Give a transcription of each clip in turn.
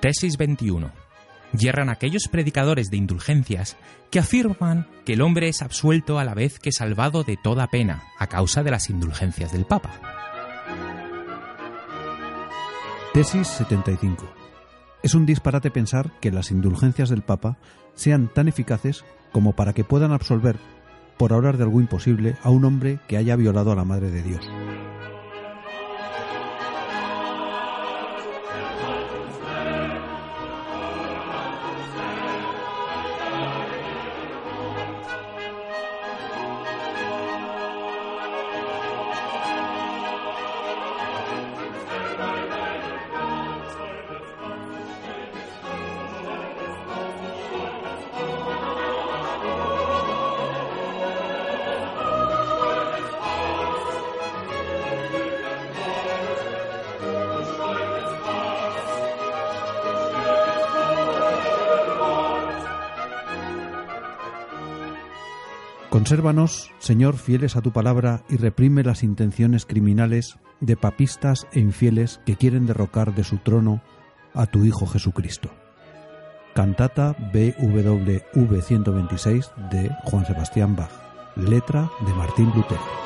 Tesis 21. Yerran aquellos predicadores de indulgencias que afirman que el hombre es absuelto a la vez que salvado de toda pena a causa de las indulgencias del Papa. Tesis 75. Es un disparate pensar que las indulgencias del Papa sean tan eficaces como para que puedan absolver, por hablar de algo imposible, a un hombre que haya violado a la Madre de Dios. Consérvanos, Señor, fieles a tu palabra y reprime las intenciones criminales de papistas e infieles que quieren derrocar de su trono a tu Hijo Jesucristo. Cantata BWV 126 de Juan Sebastián Bach. Letra de Martín Lutero.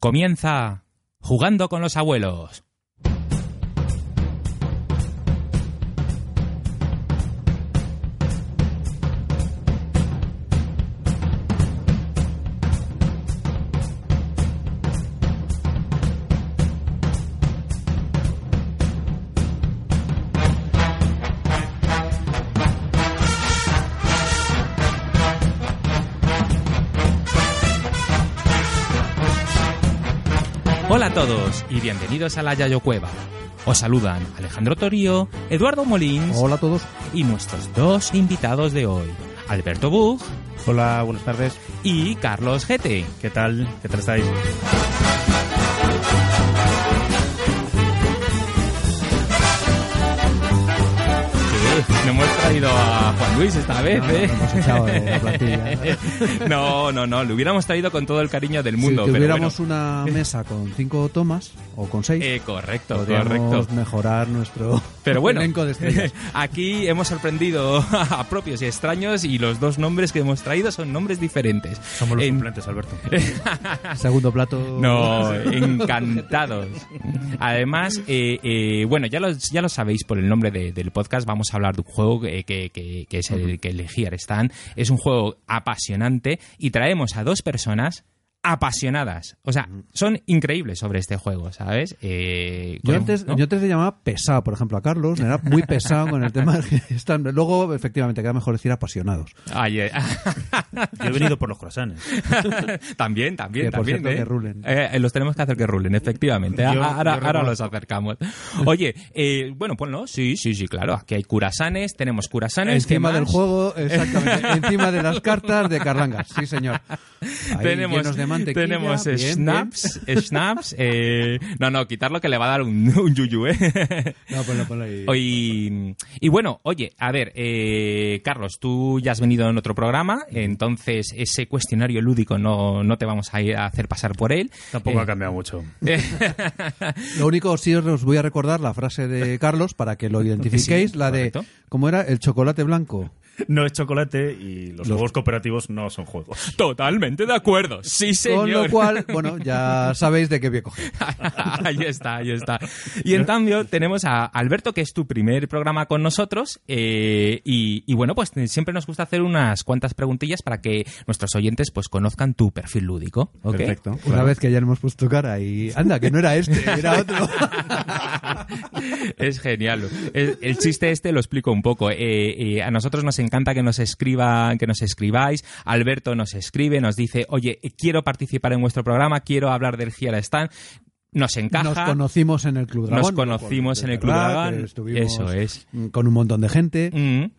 Comienza jugando con los abuelos. Hola a todos y bienvenidos a la Yayo Cueva. Os saludan Alejandro Torío, Eduardo Molins Hola a todos. y nuestros dos invitados de hoy, Alberto Bug Hola, buenas tardes. y Carlos Gete. ¿Qué tal? ¿Qué tal estáis? No hemos traído a Juan Luis esta vez, No, no, ¿eh? no, hemos echado de la plantilla. No, no, no, lo hubiéramos traído con todo el cariño del mundo. si pero tuviéramos bueno. una mesa con cinco tomas o con seis, Eh, correcto, podríamos correcto. mejorar nuestro Pero bueno, elenco de estrellas. aquí hemos sorprendido a propios y extraños y los dos nombres que hemos traído son nombres diferentes. Somos los En- suplentes, Alberto. Segundo plato. No, eh, encantados. Además, eh, eh, bueno, ya lo, ya lo sabéis por el nombre de- del podcast, vamos a hablar de un juego eh, que, que- que es el que elegí Stan. Es un juego apasionante y traemos a dos personas apasionadas. O sea, son increíbles sobre este juego, ¿sabes? Eh, Yo con- antes, ¿no? yo antes le llamaba pesado, por ejemplo, a Carlos, era muy pesado con el tema. de que están- Luego, efectivamente, queda mejor decir apasionados. Ay, eh, Yo he venido por los croissants. también, también, Que, por también. cierto, ¿eh? que rulen. Eh, eh, los tenemos que hacer que rulen, efectivamente. A- Yo- ahora, yo ahora reconozco. los acercamos. Oye, eh, bueno, ponlo. Sí, sí, sí, claro. Aquí hay curasanes, tenemos curasanes. ¿qué Encima más? del juego, exactamente. encima de las cartas de Carlangas. Sí, señor. Ahí, tenemos, llenos de mantequilla, tenemos bien, bien. snaps, snaps. eh, no, no, quitarlo que le va a dar un, un yuyu, ¿eh? No, ponlo, ponlo ahí. Y, y bueno, oye, a ver, eh, Carlos, tú ya has venido en otro programa, entonces ese cuestionario lúdico no, no te vamos a, ir a hacer pasar por él. Tampoco Eh, ha cambiado mucho. Lo único, sí os voy a recordar la frase de Carlos para que lo identifiquéis, la de, correcto. ¿cómo era? El chocolate blanco. no es chocolate y los, Los- juegos cooperativos no son juegos. Totalmente de acuerdo. Sí, señor. Con lo cual, bueno, ya sabéis de qué voy a coger. ahí está, ahí está. Y en cambio tenemos a Alberto, que es tu primer programa con nosotros. eh, y, y bueno, pues siempre nos gusta hacer unas cuantas preguntillas para que nuestros oyentes pues conozcan tu perfil lúdico. ¿ok? Perfecto. Una vez que ya le hemos puesto cara y... Anda, que no era este, era otro. es genial. El, el chiste este lo explico un poco. Eh, eh, a nosotros nos encanta que nos escriban, que nos escribáis. Alberto nos escribe, nos dice, oye, eh, quiero participar en vuestro programa, quiero hablar del Giera Stand. Nos encaja. Nos conocimos en el Club Dragón. Nos conocimos en el Club ¿Verdad? Dragón. Que Pues estuvimos Eso es. Con un montón de gente. Mm.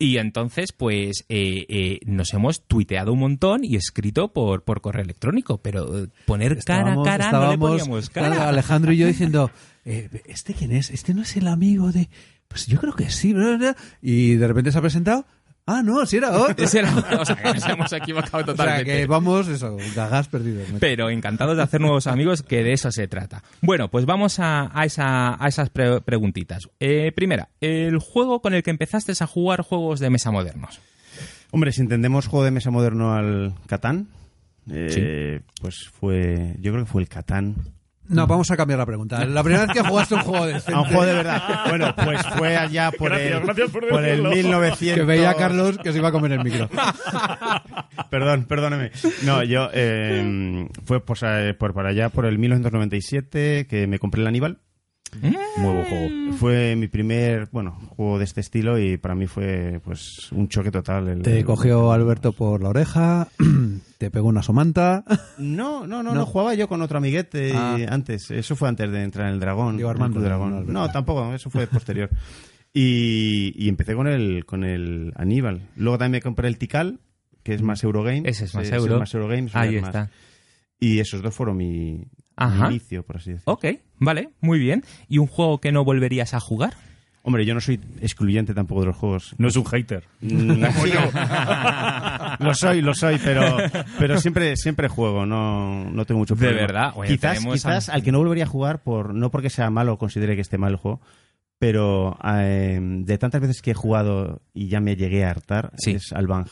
Y entonces, pues, eh, eh, nos hemos tuiteado un montón y escrito por, por correo electrónico, pero eh, poner Estábamos- cara a cara no le estábamos, poníamos claro, cara. Alejandro y yo diciendo, eh, ¿este quién es? ¿Este no es el amigo de...? Pues yo creo que sí. bla, bla, bla". Y de repente se ha presentado. Ah, no, si era otro. Ese era- o sea, que nos hemos equivocado O sea, totalmente. que vamos, eso, gagas perdidos. Pero encantados de hacer nuevos amigos, que de eso se trata. Bueno, pues vamos a, a esa- a esas pre- preguntitas. Eh, primera, el juego con el que empezaste a jugar juegos de mesa modernos. Hombre, si entendemos juego de mesa moderno al Catán, eh, pues fue. Yo creo que fue el Catán. No, vamos a cambiar la pregunta. La primera vez que jugaste un juego de A Ah, un juego de verdad. Bueno, pues fue allá por Gracias, el. gracias por el decirlo. 1900. que veía a Carlos que se iba a comer el micro. Perdón, perdóname. No, yo. eh, fue por, por para allá por el 1997 que me compré el Aníbal. Mm. Muy buen juego. Fue mi primer, bueno, juego de este estilo y para mí fue, pues, un choque total. el- Te el- cogió Alberto por la oreja, te pegó una somanta. No, no, no, No. no, jugaba yo con otro amiguete y Ah. antes. Eso fue antes de entrar en el dragón. Digo, en el Armando, Club no, dragón. no, Alberto. No, tampoco, eso fue posterior. Y, y empecé con el, con el Aníbal. Luego también me compré el Tikal, que es más Eurogame. Ese es más Ese euro. más Eurogame. es Ahí más. está. Y esos dos fueron mi, mi Ajá. Oh. inicio, por así decirlo. Ok, vale, muy bien. ¿Y un juego que no volverías a jugar? Hombre, yo no soy excluyente tampoco de los juegos. No es un hater. Mm, sí. lo soy, lo soy, pero, pero siempre, siempre juego, no, no tengo mucho De problema. verdad, oye, quizás tenemos quizás a- al que no volvería a jugar, por no porque sea malo o considere que esté mal el juego, pero eh, de tantas veces que he jugado y ya me llegué a hartar, Sí. es al Bang.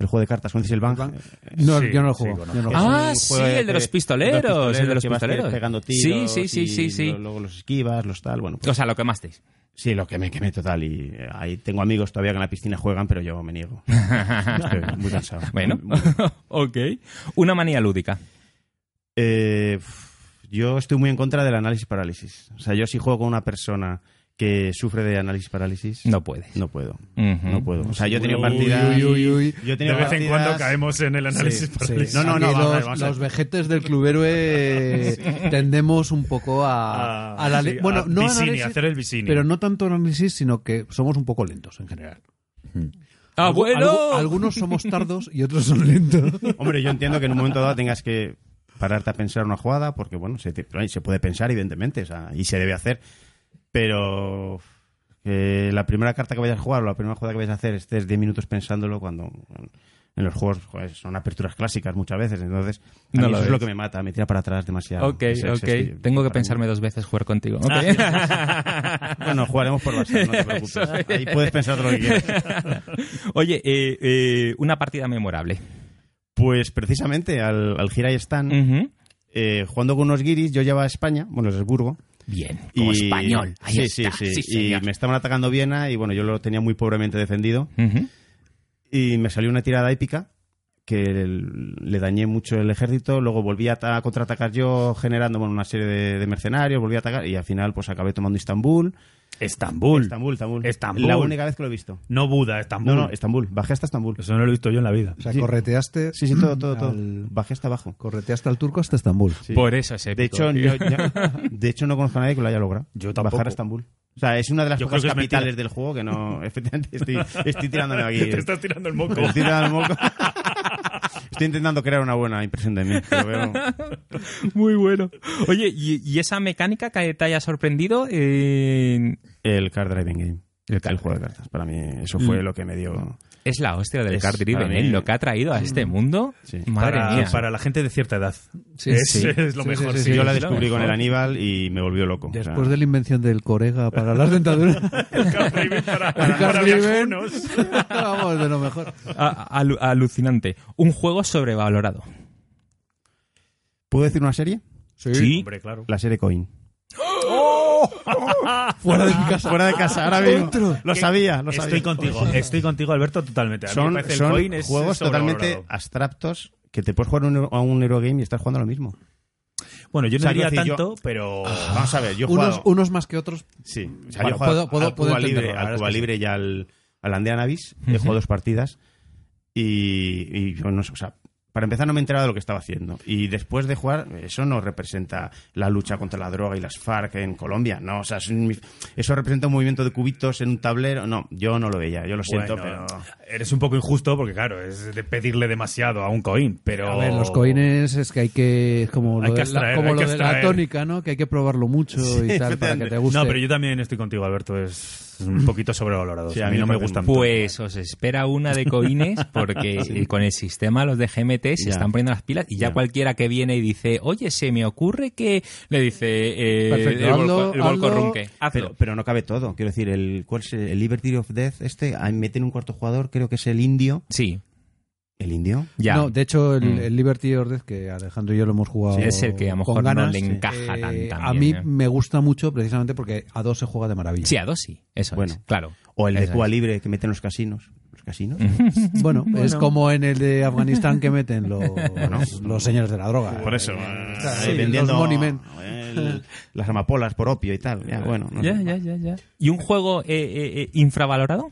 El juego de cartas, ¿conoces el Bang? Bang. No, Sí, yo no lo sí, juego. conozco. yo no lo Es un juego. Ah, juego sí, el de los pistoleros, el de los que vas pistoleros. pegando Sí, sí, tiros sí, sí, y sí, sí. lo- luego los esquivas, los tal, bueno. pues- O sea, lo quemasteis. Sí, lo que me quemé total. Y eh, ahí tengo amigos todavía que en la piscina juegan, pero yo me niego. Estoy muy cansado. Bueno, Muy- ok. Una manía lúdica. Eh, f- yo estoy muy en contra del análisis parálisis. O sea, yo si juego con una persona que sufre de análisis parálisis, No puedes. no puedo. Ujú. No puedo. O sea, yo he tenido Uy, partidas. uy, uy, uy. Yo De he tenido vez en partidas- cuando caemos en el análisis Ah, Sí, parálisis. sí. No, no, no, Aquí vamos a ver, los, vamos a ver. los vejetes del club héroe tendemos un poco a, a la Ah, sí, le- bueno, a no Vicini, análisis, hacer el Vicini. pero no tanto análisis, sino que somos un poco lentos en general. ¡Ah, Algu- bueno! algu- algunos somos tardos y otros son lentos. Hombre, yo entiendo que en un momento dado tengas que pararte a pensar una jugada, porque bueno, se, te- ay, se puede pensar, evidentemente, o sea, y se debe hacer. Pero que la primera carta que vayas a jugar o la primera jugada que vayas a hacer estés 10 minutos pensándolo cuando en los juegos joder, son aperturas clásicas muchas veces, entonces a No mí lo eso ves. es lo que me mata, me tira para atrás demasiado. Ok, Ese- ese ok. es que- Tengo que para mí- Ah. pensarme dos veces jugar contigo. Ok. Bueno, jugaremos por WhatsApp, no te preocupes. Eso es. Ahí puedes pensar todo lo que quieras. Oye, eh, eh, una partida memorable. Pues precisamente al, al Gira y Stan, Ujú. eh, jugando con unos guiris, yo llevaba a España, bueno, Lesburgo, Bien, como Y- español. Ahí sí, está. sí, sí. sí, señor. y me estaban atacando Viena y bueno, yo lo tenía muy pobremente defendido. Ujú. Y me salió una tirada épica que el- le dañé mucho el ejército. Luego volví a, ata- a contraatacar yo, generando bueno, una serie de, de mercenarios. Volví a atacar y al final pues acabé tomando Istambul. Estambul. Estambul, Estambul. Estambul. La única vez que lo he visto. No Buda, Estambul. No, no, Estambul. Bajé hasta Estambul. Pues Eso no lo he visto yo en la vida. O sea, correteaste, Sí, sí, todo, todo, todo. Al- Bajé hasta abajo. correteaste al turco hasta Estambul. Sí. Por eso es épico. De hecho, tío. yo- yo- de hecho, no conozco a nadie que lo haya logrado. Yo tampoco. Bajar a Estambul. O sea, es una de las Yo pocas creo que es mentira. capitales del juego que no. Efectivamente, estoy, estoy tirándome aquí. Te estás tirando el moco. Me estoy tirando al moco. Estoy intentando crear una buena impresión de mí. pero veo- Muy bueno. Oye, ¿y, y esa mecánica que te haya sorprendido? Eh, Mm. El card driving game. El, juego de cartas. Para mí, eso fue lo que me dio. es la hostia del Es card driven, para mí- ¿eh? Lo que ha traído a este mundo, Sí. madre para, mía. para la gente de cierta edad. Sí, es, sí. es lo Sí, sí, mejor. sí, sí. sí. Yo la es lo descubrí con el mejor. Aníbal y me volvió loco. o sea, Después de la invención del corega para las dentaduras, El Card Driven para, el para card driven, viajunos. vamos, de lo mejor. A- alu- alucinante. Un juego sobrevalorado. ¿Puedo decir una serie? Sí. Hombre, claro. La serie Coin. Fuera de mi casa. ¡Oh! Fuera de casa, ahora mismo. Dentro. Lo sabía, lo sabía. Eh, Estoy Pues contigo, estoy contigo, Alberto, totalmente. A mí me Son, parece el son coin es juegos sobrevalorado. totalmente abstractos que te puedes jugar un- a un Eurogame y estás jugando a lo mismo. Bueno, yo Ah. no diría O sea, quiero decir, yo- tanto, pero. Vamos a ver, yo he Unos, jugado... unos más que otros. Sí, o Bueno, sea, yo he jugado puedo- puedo- al puedo Cuba entenderlo, Libre, la verdad al es Cuba que sí. Libre y al, al Andea Navis. He jugado dos partidas y, y yo no sé, o sea, para empezar no me he enterado de lo que estaba haciendo. Y después de jugar, eso no representa la lucha contra la droga y las FARC en Colombia, no, o sea, es un- eso representa un movimiento de cubitos en un tablero, no, yo no lo veía, yo lo siento, Bueno, pero... Eres un poco injusto porque, claro, es de pedirle demasiado a un coin, pero. A ver, los coines es que hay que. Es como lo, Hay de, que la, extraer, como hay lo que de la extraer. tónica, ¿no? Que hay que probarlo mucho y tal para que te guste. No, pero yo también estoy contigo, Alberto. Es un poquito sobrevalorado. Mm. Sí, a mí no me gustan. Pues os espera una de coines porque eh, con el sistema los de GMT se Ya. están poniendo las pilas y ya, Ya. cualquiera que viene y dice, oye, se me ocurre que le dice eh, Perfecto, el, hazlo, volco, el volco hazlo. Runke, hazlo. Pero, pero no cabe todo. Quiero decir, el, ¿cuál es el Liberty of Death, este, ahí meten un cuarto jugador, creo que es el indio. sí, ¿El indio? ya. No, de hecho, el, Mm. el Liberty Ordex, que Alejandro y yo lo hemos jugado. Sí, es el que a lo con mejor no ganas, le sí. encaja tan- tan A mí bien, ¿eh? me gusta mucho precisamente porque a dos se juega de maravilla. sí, a dos sí, eso Bueno. es, claro. O el de Eso Cuba es. Mm. Libre que meten los casinos. ¿Los casinos? Bueno, es Bueno. como en el de Afganistán que meten los, los señores de la droga. Por eso. Sí, eh, vendiendo los Money Men. el- las amapolas por opio y tal. Ya, bueno. no Ya, sé. ya, ya, ya. ¿Y un juego eh, eh, eh, infravalorado?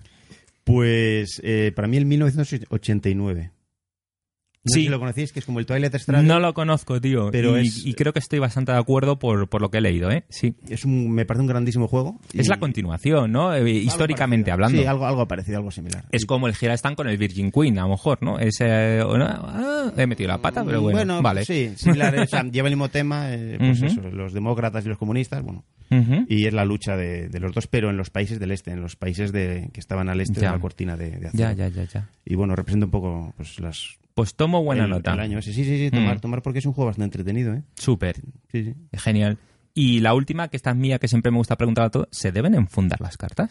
Pues eh, para mí el 1989. No Sí. sé si lo conocéis, que es como el Twilight Struggle. No lo conozco, tío. Pero y, es- y creo que estoy bastante de acuerdo por, por lo que he leído, ¿eh? Sí. Es un, me parece un grandísimo juego. y- Es la continuación, ¿no? Eh, algo históricamente parecido. hablando. Sí, algo, algo parecido, algo similar. Es como el Gira Stan con el Virgin Queen, a lo mejor, ¿no? Es, eh, o no, ah, he metido la pata, pero bueno. vale. Mm, sí, similar, o sea, lleva el mismo tema, eh, pues Ujú. eso, los demócratas y los comunistas, bueno, Ujú. y es la lucha de, de los dos, pero en los países del este, en los países de, que estaban al este Ya. de la cortina de, de acero. Ya, ya, ya, ya. Y bueno, representa un poco pues, las, Pues tomo buena el, nota. el año ese. Sí, sí, sí, tomar, Mm. tomar porque es un juego bastante entretenido, ¿eh? Súper, Sí, sí. genial. Y la última, que esta es mía, que siempre me gusta preguntar a todos, ¿se deben enfundar las cartas?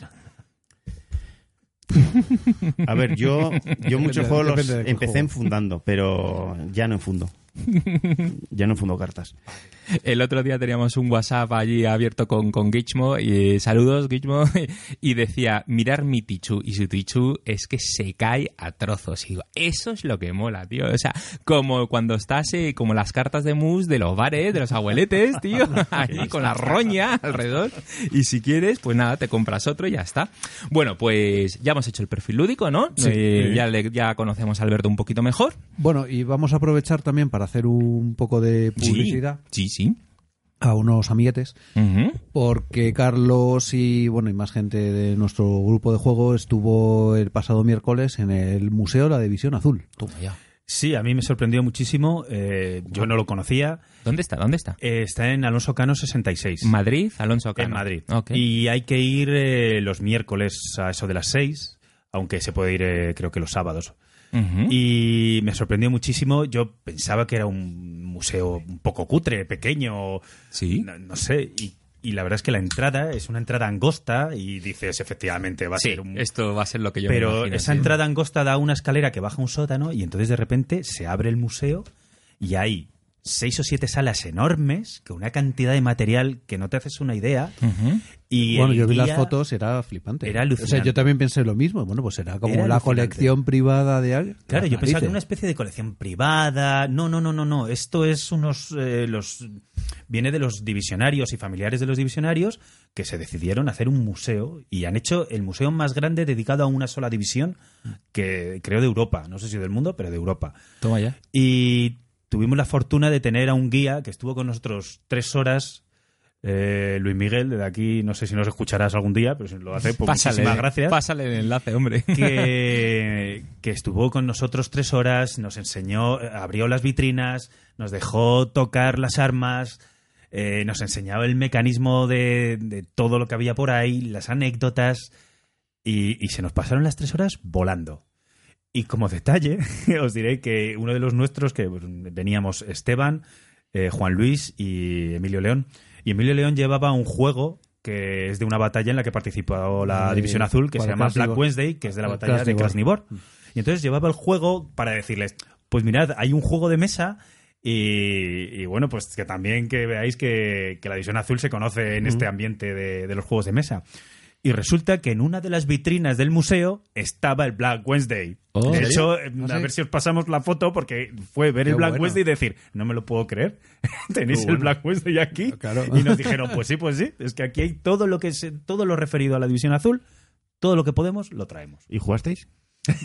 A ver, yo, yo muchos Depende- juegos los depende de qué empecé juego. enfundando, pero ya no enfundo. Ya no enfundo cartas. El otro día teníamos un WhatsApp allí abierto con, con Gitmo y eh, saludos Gitmo y decía mirar mi Tichu y su Tichu es que se cae a trozos y digo eso es lo que mola tío o sea como cuando estás eh, como las cartas de mus de los bares de los abueletes tío ahí con la roña alrededor y si quieres pues nada te compras otro y ya está bueno pues ya hemos hecho el perfil lúdico no Eh, ya le- ya conocemos a Alberto un poquito mejor Bueno, y vamos a aprovechar también para hacer un poco de publicidad sí sí a unos amiguetes. Ujú. Porque Carlos y bueno y más gente de nuestro grupo de juego estuvo el pasado miércoles en el Museo de la División Azul. Toma ya. Sí, a mí me sorprendió muchísimo. eh, yo no lo conocía. ¿Dónde está? ¿Dónde está? Eh, está en Alonso Cano 66. Madrid, Alonso Cano. En Madrid. Ok. Y hay que ir eh, los miércoles a eso de las 6, aunque se puede ir eh, creo que los sábados. Ujú. Y me sorprendió muchísimo. Yo pensaba que era un museo un poco cutre, pequeño, Sí. no, no sé. Y, y la verdad es que la entrada es una entrada angosta y dices, efectivamente, va a Sí, ser un... esto va a ser lo que yo Pero me imagino, esa sí. entrada angosta da una escalera que baja a un sótano y entonces de repente se abre el museo y hay seis o siete salas enormes con una cantidad de material que no te haces una idea. Ujú. Y bueno, el yo vi las día- fotos, era flipante. Era O sea, alucinante. yo también pensé lo mismo. Bueno, pues era como Era la alucinante. colección privada de alguien. Claro, Las yo pensaba que narices. era una especie de colección privada. No, no, no, no, no. Esto es unos eh, los viene de los divisionarios y familiares de los divisionarios que se decidieron hacer un museo y han hecho el museo más grande dedicado a una sola división que creo de Europa, no sé si del mundo, pero de Europa. Toma ya. Y tuvimos la fortuna de tener a un guía que estuvo con nosotros tres horas. eh, Luis Miguel, de aquí no sé si nos escucharás algún día, pero si lo hace, pues muchísimas gracias Pásale el enlace, hombre. que, que estuvo con nosotros tres horas, nos enseñó, eh, abrió las vitrinas, nos dejó tocar las armas, eh, nos enseñaba el mecanismo de, de todo lo que había por ahí, las anécdotas, y, y se nos pasaron las tres horas volando. Y como detalle, os diré que uno de los nuestros, que pues, veníamos Esteban, eh, Juan Luis y Emilio León, y Emilio León llevaba un juego que es de una batalla en la que participó la Eh, División Azul, que se para llama Krasnivor. Black Wednesday, que es de la Para batalla de Krasnivor. Krasnivor. Y entonces llevaba el juego para decirles, pues mirad, hay un juego de mesa y, y bueno, pues que también que veáis que, que la División Azul se conoce en este ambiente de, de los juegos de mesa. Y resulta que en una de las vitrinas del museo estaba el Black Wednesday. Oh. de ¿En hecho, eh, ¿Ah, a sí? ver si os pasamos la foto porque fue ver Qué el Black bueno. Wednesday y decir, no me lo puedo creer, tenéis bueno. el Black Wednesday aquí. Claro. Y nos dijeron, pues sí, pues sí, es que aquí hay todo lo que es, todo lo referido a la División Azul, todo lo que podemos lo traemos. ¿Y jugasteis?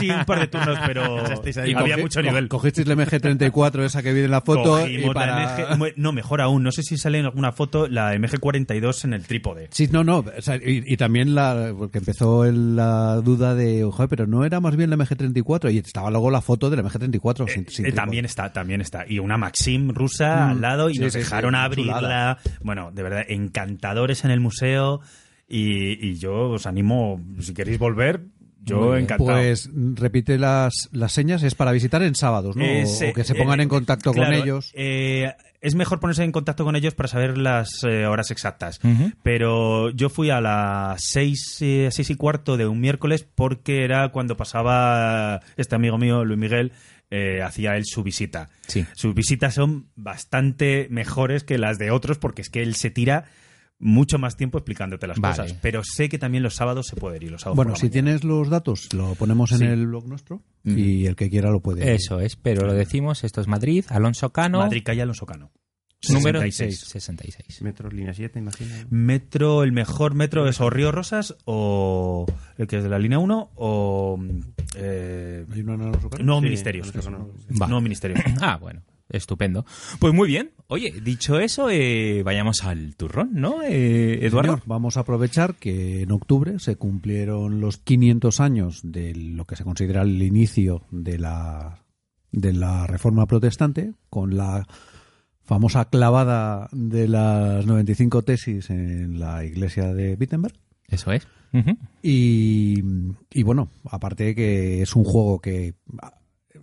Sí, un par de turnos, pero Estáis ahí. había cogi- mucho co- nivel. Cogisteis la MG34, esa que viene en la foto. Cogimos y la para... MG no, mejor aún, no sé si sale en alguna foto la MG42 en el trípode. Sí, no, no. o sea, y, y también la, porque empezó el- la duda de, ojo, pero no era más bien la MG34. Y estaba luego la foto de la MG34. sin- sin Eh, trípode. Mm, también está, también está. Y una Maxim rusa al lado y sí, nos sí, sí, dejaron una abrirla. Bueno, de verdad, encantadores en el museo. Y, y yo os animo, si queréis volver, Muy yo bien. encantado. Pues mm, repite las, las señas, es para visitar en sábados, ¿no? O- Eh, se- o que se pongan eh, en contacto claro, con ellos. eh, es mejor ponerse en contacto con ellos para saber las eh, horas exactas. Ujú. Pero yo fui a las seis, eh, seis y cuarto de un miércoles porque era cuando pasaba este amigo mío, Luis Miguel, eh, hacía él su visita. Sí. Sus visitas son bastante mejores que las de otros porque es que él se tira mucho más tiempo explicándote las Vale. cosas. Pero sé que también los sábados se puede ir. Los sábados Bueno, por la si mañana. tienes los datos, lo ponemos en Sí. el blog nuestro y el que quiera lo puede. Eso es, pero lo decimos, esto es Madrid, Alonso Cano, Madrid Calle Alonso Cano. número 66. 66. Metros, línea 7, imagino. Metro, el mejor metro es o Río Rosas o el que es de la línea 1 o eh, ¿Hay una en los locales? Nuevo Sí, Ministerios. Alonso Cano. Vale. Nuevo Ministerio. Ah, bueno, estupendo. Pues muy bien. Oye, dicho eso, eh, vayamos al turrón, ¿no, eh, Eduardo? Señor, vamos a aprovechar que en octubre se cumplieron los 500 años de lo que se considera el inicio de la, de la reforma protestante, con la famosa clavada de las 95 tesis en la iglesia de Wittenberg. Eso es. Ujú. Y, y bueno, aparte de que es un juego que...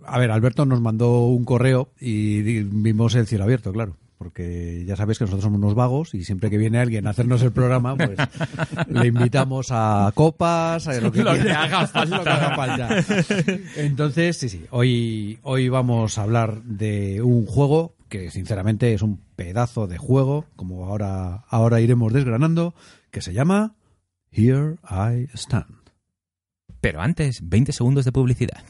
A ver, Alberto nos mandó un correo y di- vimos el cielo abierto, claro. Porque ya sabéis que nosotros somos unos vagos y siempre que viene alguien a hacernos el programa, pues le invitamos a copas, a lo que, Lo que quiera, haga falta. lo que haga falta. Entonces, sí, sí, hoy, hoy vamos a hablar de un juego que sinceramente es un pedazo de juego, como ahora, ahora iremos desgranando, que se llama Here I Stand. Pero antes, 20 segundos de publicidad.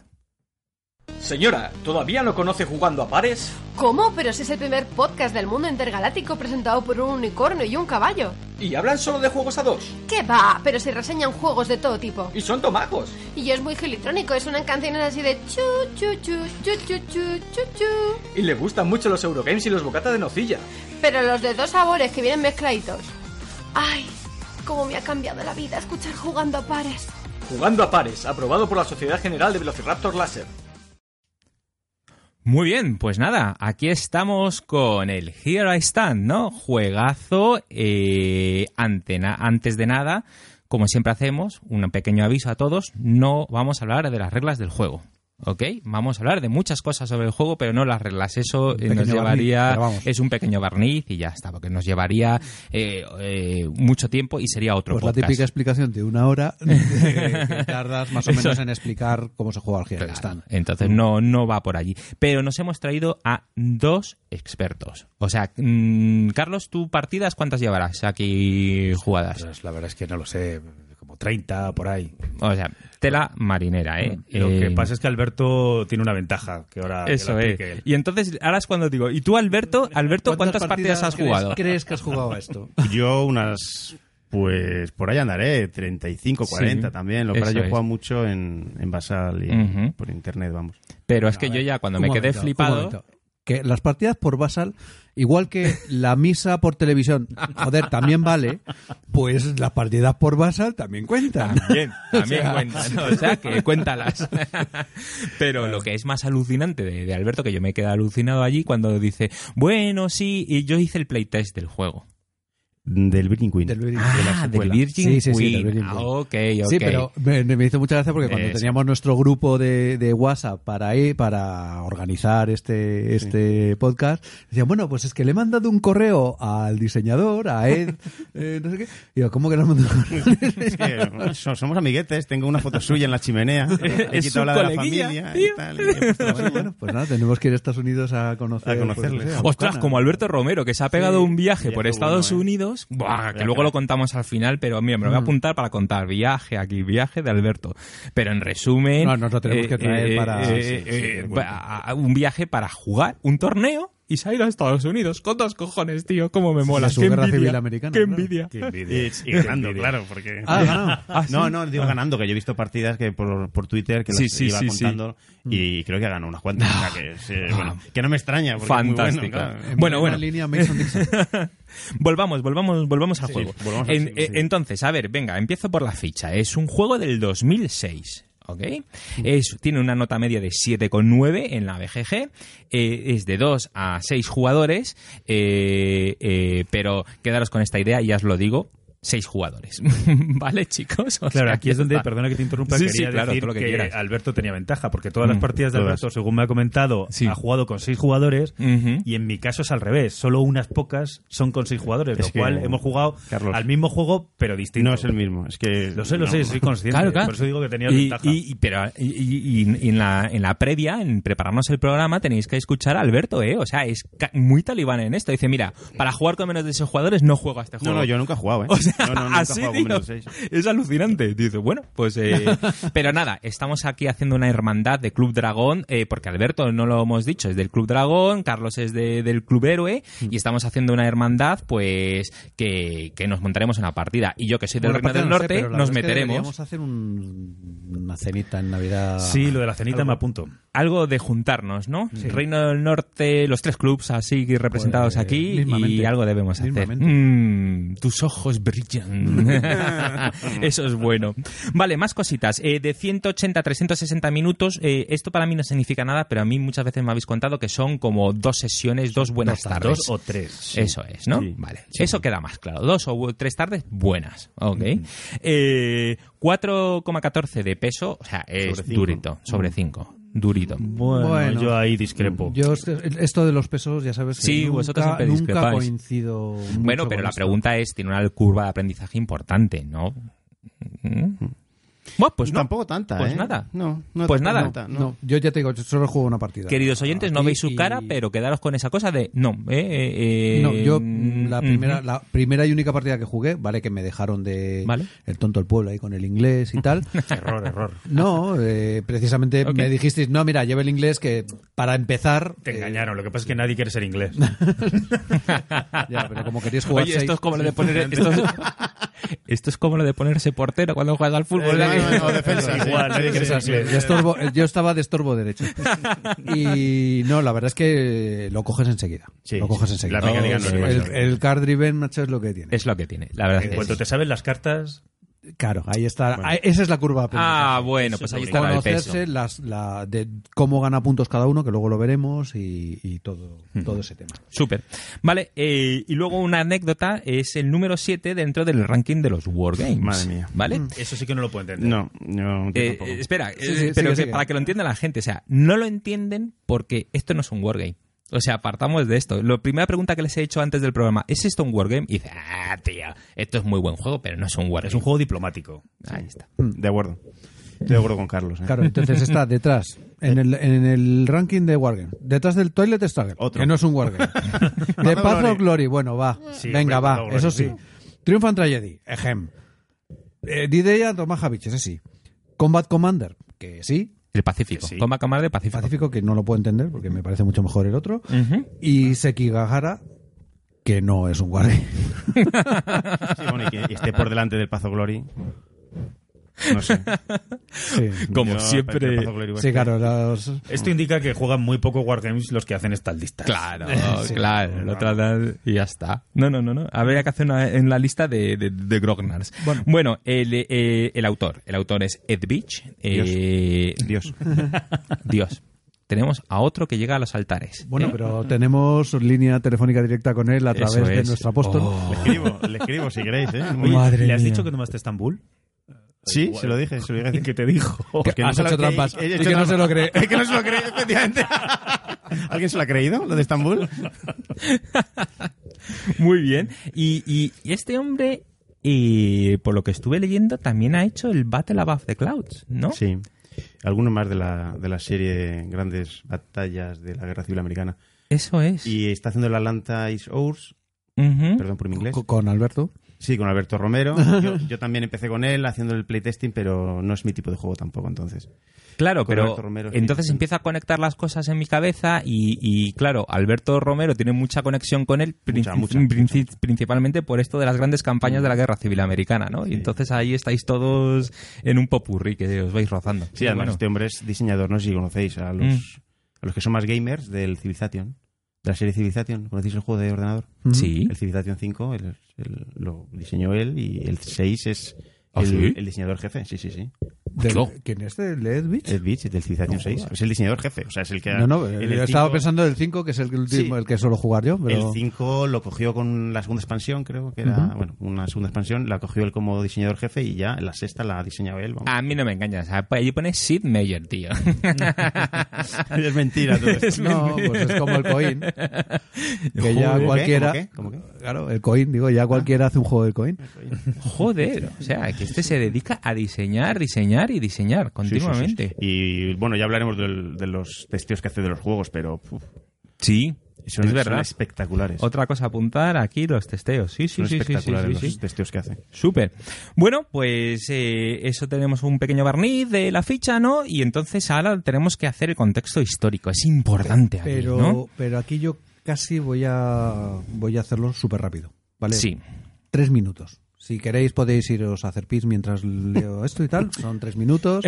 Señora, ¿todavía no conoce jugando a pares? ¿Cómo? Pero si es el primer podcast del mundo intergaláctico presentado por un unicornio y un caballo. Y hablan solo de juegos a dos. ¿Qué va? Pero si reseñan juegos de todo tipo. Y son tomacos. Y es muy gelitrónico, es una canción así de chu chu chu chu chu chu chu chu. Y le gustan mucho los Eurogames y los bocatas de nocilla. Pero los de dos sabores que vienen mezcladitos. Ay, cómo me ha cambiado la vida escuchar jugando a pares. Jugando a pares, aprobado por la Sociedad General de Velociraptor Láser. Muy bien, pues nada, aquí estamos con el Here I Stand, ¿no? Juegazo, eh, ante na- antes de nada, como siempre hacemos, un pequeño aviso a todos, no vamos a hablar de las reglas del juego. ¿Ok? Vamos a hablar de muchas cosas sobre el juego, pero no las reglas. Eso eh, nos pequeño llevaría. barniz, pero vamos. es un pequeño barniz y ya está, porque nos llevaría eh, eh, mucho tiempo y sería otro Pues la podcast. típica explicación de una hora que tardas más o menos en explicar cómo se juega al Here I Claro, Stand. Entonces no, no va por allí. Pero nos hemos traído a dos expertos. O sea, mm, Carlos, ¿tú partidas cuántas llevarás aquí jugadas? Pues la verdad es que no lo sé, como 30 por ahí. O sea, tela marinera, ¿eh? Lo que Eh, pasa es que Alberto tiene una ventaja que ahora que Eso la es. aplique él. Y entonces, ahora es cuando digo, ¿y tú, Alberto? Alberto, ¿cuántas, partidas, has crees- jugado? ¿Crees que has jugado a esto? Yo unas, pues por ahí andaré, 35, 40 Sí, también. Lo que pasa eso yo he es. jugado mucho en, en Basal y Ujú. por internet, vamos. Pero es que yo ya cuando me Un quedé momento, un flipado... momento. Que las partidas por Basal, igual que la misa por televisión, joder, también vale, pues las partidas por Basal también cuentan. Bien, también O sea- cuentan, ¿no? o sea que cuéntalas. Pero lo que es más alucinante de, de Alberto, que yo me he quedado alucinado allí cuando dice, bueno, sí, y yo hice el playtest del juego. del Virgin Queen. Del Virgin De la Ah, del secuela. Virgin Sí, sí, sí, Queen. del Virgin Ah, Queen. ok, ok. Sí, pero me, me hizo mucha gracia porque cuando Es- teníamos nuestro grupo de, de WhatsApp para ir- para organizar este, este podcast, decían, bueno, pues es que le he mandado un correo al diseñador, a Ed, eh, no sé qué. Y yo, ¿cómo que le has mandado un correo? Es que so- somos amiguetes, tengo una foto suya en la chimenea. He Es quitado un la de la coleguilla, familia tío. y tal. y he puesto la Bueno, suya. bueno, pues nada, tenemos que ir a Estados Unidos a conocer. A conocerles. pues, no sé, a Ostras, Bucana. como Alberto Romero, que se ha pegado Sí, un viaje por viaje Estados bueno, ¿eh? Unidos, Buah, que Viaje. luego lo contamos al final, pero mira, me Mm. lo voy a apuntar para contar viaje aquí, viaje de Alberto. Pero en resumen... No, nos lo tenemos que traer para- eh, sí, sí, eh, sí, eh, bueno. a- a- un viaje para jugar un torneo y se ha ido a Estados Unidos. Con dos cojones, tío, cómo me Sí, mola. a su qué guerra envidia, civil americana, Qué claro. envidia. Qué envidia. Y, y ganando, claro, porque... Ah, ganado. No, no, digo ganando, que yo he visto partidas que por, por Twitter que Sí, las sí, iba sí, Mm. Ah. contando y creo que ha ganado unas cuantas. o sea, que, sí, bueno, que no me extraña, porque Fantástico. es muy bueno. claro. En Bueno, plena bueno. línea Mason Dixon. Volvamos, volvamos, volvamos al juego. volvamos al En- siglo, eh, sí. Entonces, a ver, venga, empiezo por la ficha. Es un juego del 2006. ¿Ok? Es, tiene una nota media de 7,9 en la BGG. eh, es de 2 a 6 jugadores. eh, eh, pero quedaros con esta idea, ya os lo digo. 6 jugadores. ¿Vale, chicos? O Claro, sea, aquí es donde, está. perdona que te interrumpa, Sí, sí, quería claro, decir todo lo que que, quieras. Alberto tenía ventaja, porque todas las Mm, partidas de todas. Alberto, según me ha comentado, Sí. ha jugado con seis jugadores, Ujú. y en mi caso es al revés, solo unas pocas son con seis jugadores, Es lo que, cual hemos jugado Carlos, al mismo juego, pero Y distinto. no es el mismo, es que... Lo sé, lo no. sé, soy consciente, Claro, claro. eh, por eso digo que tenía Y- ventaja. y- y- pero, y, y- y en, la, en la previa, en prepararnos el programa, tenéis que escuchar a Alberto, ¿eh? O sea, es ca- muy talibán en esto. Dice, mira, para jugar con menos de seis jugadores no juego a este No, juego. no, yo nunca he jugado, ¿eh? O sea, no, no, nunca he así, jugado con tío, menos de seis. es alucinante. Dice, bueno, pues... eh, pero nada, estamos aquí haciendo una hermandad de Club Dragón, eh, porque Alberto, no lo hemos dicho, es del Club Dragón, Carlos es de- del Club Héroe, y estamos haciendo una hermandad, pues, que, que nos montaremos en la partida. Y yo, que soy del Reino Bueno, aparte del no sé, Norte, pero la nos verdad es que meteremos... deberíamos hacer un- una cenita en Navidad. sí, lo de la cenita Algo. me apunto. algo de juntarnos, ¿no? Reino del Norte, los tres clubs así representados Pues, aquí y mismamente. algo debemos hacer. Mismamente. Mm, tus ojos brillan. Eso es bueno. Vale, más cositas. Eh, de 180 a 360 minutos, eh, esto para mí no significa nada, pero a mí muchas veces me habéis contado que son como dos sesiones, dos buenas Dos- tardes. Dos o tres. sí. Eso es, ¿no? Sí. Vale. Eso queda más claro. Dos o tres tardes buenas. Ok. Mm. Eh, 4,14 de peso, o sea, es Sobre cinco. durito, Mm. sobre 5. Durito. Bueno, Bueno. yo ahí discrepo. Yo, es- esto de los pesos, ya sabes que Sí, nunca, vosotros siempre nunca discrepáis. coincido. mucho Bueno, pero con la esto. pregunta es, tiene una curva de aprendizaje importante, ¿no? Mm. Bueno, pues no. Tampoco tanta, Pues ¿eh? nada. No, no Pues tampoco nada. tanta, no. No, yo ya te digo, yo solo juego una partida. Queridos oyentes, no Aquí veis su y- cara, pero quedaros con esa cosa de no. eh, eh, eh, No, yo mm, la mm, primera, mm. la primera y única partida que jugué, vale, que me dejaron de Vale. el tonto el pueblo ahí con el inglés y tal. Error, error. No, eh, precisamente Ok. me dijisteis, no, mira, lleve el inglés que para empezar... Te eh, engañaron, lo que pasa es que nadie quiere ser inglés. ya, pero como queréis jugar... mm. Oye, esto seis- es como lo de poner, esto, es, esto es como lo de ponerse portero cuando juegas al Eh, fútbol. no, ¿verdad? no, no, defensa, sí. Igual, ¿eh? nadie quiere Sí, ser sí, inglés. Yo, estorbo- yo estaba de estorbo derecho. Y no, la verdad es que lo coges enseguida. Sí, lo coges sí. enseguida. La mecánica no el, es el, el card driven, macho, es lo que tiene. Es lo que tiene, la verdad. En es cuanto que te sabes las cartas, Claro, ahí está. ahí- esa es la curva. de sí. Ah, aprendizaje. bueno, pues ahí está el peso. Conocerse las, la, de cómo gana puntos cada uno, que luego lo veremos, y, y todo, todo ese tema. Súper. Vale, eh, y luego una anécdota es el número 7 dentro del ranking de los Wargames. Madre mía. ¿Vale. eso sí que no lo puedo entender. No, no, yo Eh, tampoco. eh, espera, eh, Sí, sí, pero sigue, que sigue. para que lo entienda la gente, o sea, no lo entienden porque esto no es un wargame. O sea, partamos de esto. La primera pregunta que les he hecho antes del programa, ¿es esto un wargame? Y dice, ah, tío, esto es muy buen juego, pero no es un wargame. Es un juego diplomático. Ahí está. De acuerdo. Estoy de acuerdo con Carlos. ¿eh? Claro, entonces está detrás, en el, en el ranking de Wargame, detrás del Toilet Struggle, Otro. que no es un Wargame. de Path Path of of Glory, bueno, va, Sí, venga, hombre, va, Path of Glory, eso sí. sí. Triumph and Tragedy, ejem. Eh, Dideia Tomahavich, ese sí. Combat Commander, que sí. El Pacífico. Sí. Comba Camar de Pacífico. Pacífico, que no lo puedo entender porque me parece mucho mejor el otro. Ujú. Y Sekigahara, que no es un Wargame. Sí, bueno, y que y esté por delante del Pazo Glory. No sé. Sí. Como Yo, siempre. el Pazo Glory, Sí, claro, los- Esto indica que juegan muy poco Wargames los que hacen estas listas. Claro, Sí. claro. Lo tratan y ya está. No, no, no, no. Habría que hacer una en la lista de, de, de grognards. Bueno, el, eh, el autor. El autor es Ed Beach. eh, Dios. Dios. tenemos a otro que llega a los altares. Bueno, ¿eh? pero tenemos línea telefónica directa con él a Eso través de es. nuestra apóstol. Oh. Le escribo, le escribo si queréis, ¿eh? Muy- Oye, Madre ¿Le has mía. dicho que tomaste Estambul? sí, se lo dije, se lo dije. ¿Qué te dijo? Que no has se lo- hecho trampas Ah, he- he y hecho que no se lo cree. Es que no se lo cree, efectivamente. ¿Alguien se lo ha creído, lo de Estambul? Muy bien. Y, y- y este hombre, y por lo que estuve leyendo, también ha hecho el Battle Above the Clouds, ¿no? Sí. Alguno más de la, de la serie Grandes Batallas de la Guerra Civil Americana. Eso es. Y está haciendo el Atlanta Is Ours, Ujú. perdón por mi inglés. Co- Con Alberto. Sí, con Alberto Romero. Yo, yo también empecé con él haciendo el playtesting, pero no es mi tipo de juego tampoco, entonces. Claro, Con pero Alberto Romero, sí. entonces empieza a conectar las cosas en mi cabeza y, y, claro, Alberto Romero tiene mucha conexión con él, prin- Mucha, mucha, Mm. princi- principalmente por esto de las grandes campañas de la Guerra Civil Americana, ¿no? Y entonces ahí estáis todos en un popurrí que os vais rozando. Sí, Y además bueno, Mm. este hombre es diseñador, no sé si conocéis a los, a los que son más gamers del Civilization, de la serie Civilization. ¿Conocéis el juego de ordenador? Sí. El Civilization 5 el- el- lo diseñó él y el 6 es ¿Ah, el, sí? el diseñador jefe. Sí, sí, sí. Del- Claro. ¿Quién es? ¿De Led Beach? El Beach del Civilization 6 es el diseñador jefe. O sea, es el que. No, no, el, eh, del yo estaba cinco- pensando del 5, que es el, último, Sí. el que suelo jugar yo, pero... El 5 lo cogió con la segunda expansión, creo que era. Ujú. Bueno, una segunda expansión, la cogió él como diseñador jefe y ya la sexta la ha diseñado él. vamos. A mí no me engañas. a- Allí pone Sid Meier, tío. es mentira todo esto. No, pues es como el coin. Que ya ¿Cómo qué? cualquiera. ¿Cómo qué? ¿Cómo qué? Ah. Claro, el coin, digo, ya cualquiera hace un juego de coin. Joder, o sea, que este se dedica a diseñar, diseñar y diseñar Sí, sí, sí, sí. continuamente. Y bueno, ya hablaremos del- de los testeos que hace de los juegos, pero uf, Sí, son, es son verdad. espectaculares. Otra cosa a apuntar aquí los testeos. Sí, sí, son sí, sí, sí, espectaculares sí, los sí. testeos que hace. Súper. Bueno, pues eh, eso tenemos un pequeño barniz de la ficha, ¿no? Y entonces ahora tenemos que hacer el contexto histórico. Es importante aquí, Pero, ¿no? pero aquí yo casi voy a, voy a hacerlo súper rápido. ¿Vale? Sí. Tres minutos. Si queréis podéis iros a hacer pis mientras leo esto y tal. Son tres minutos.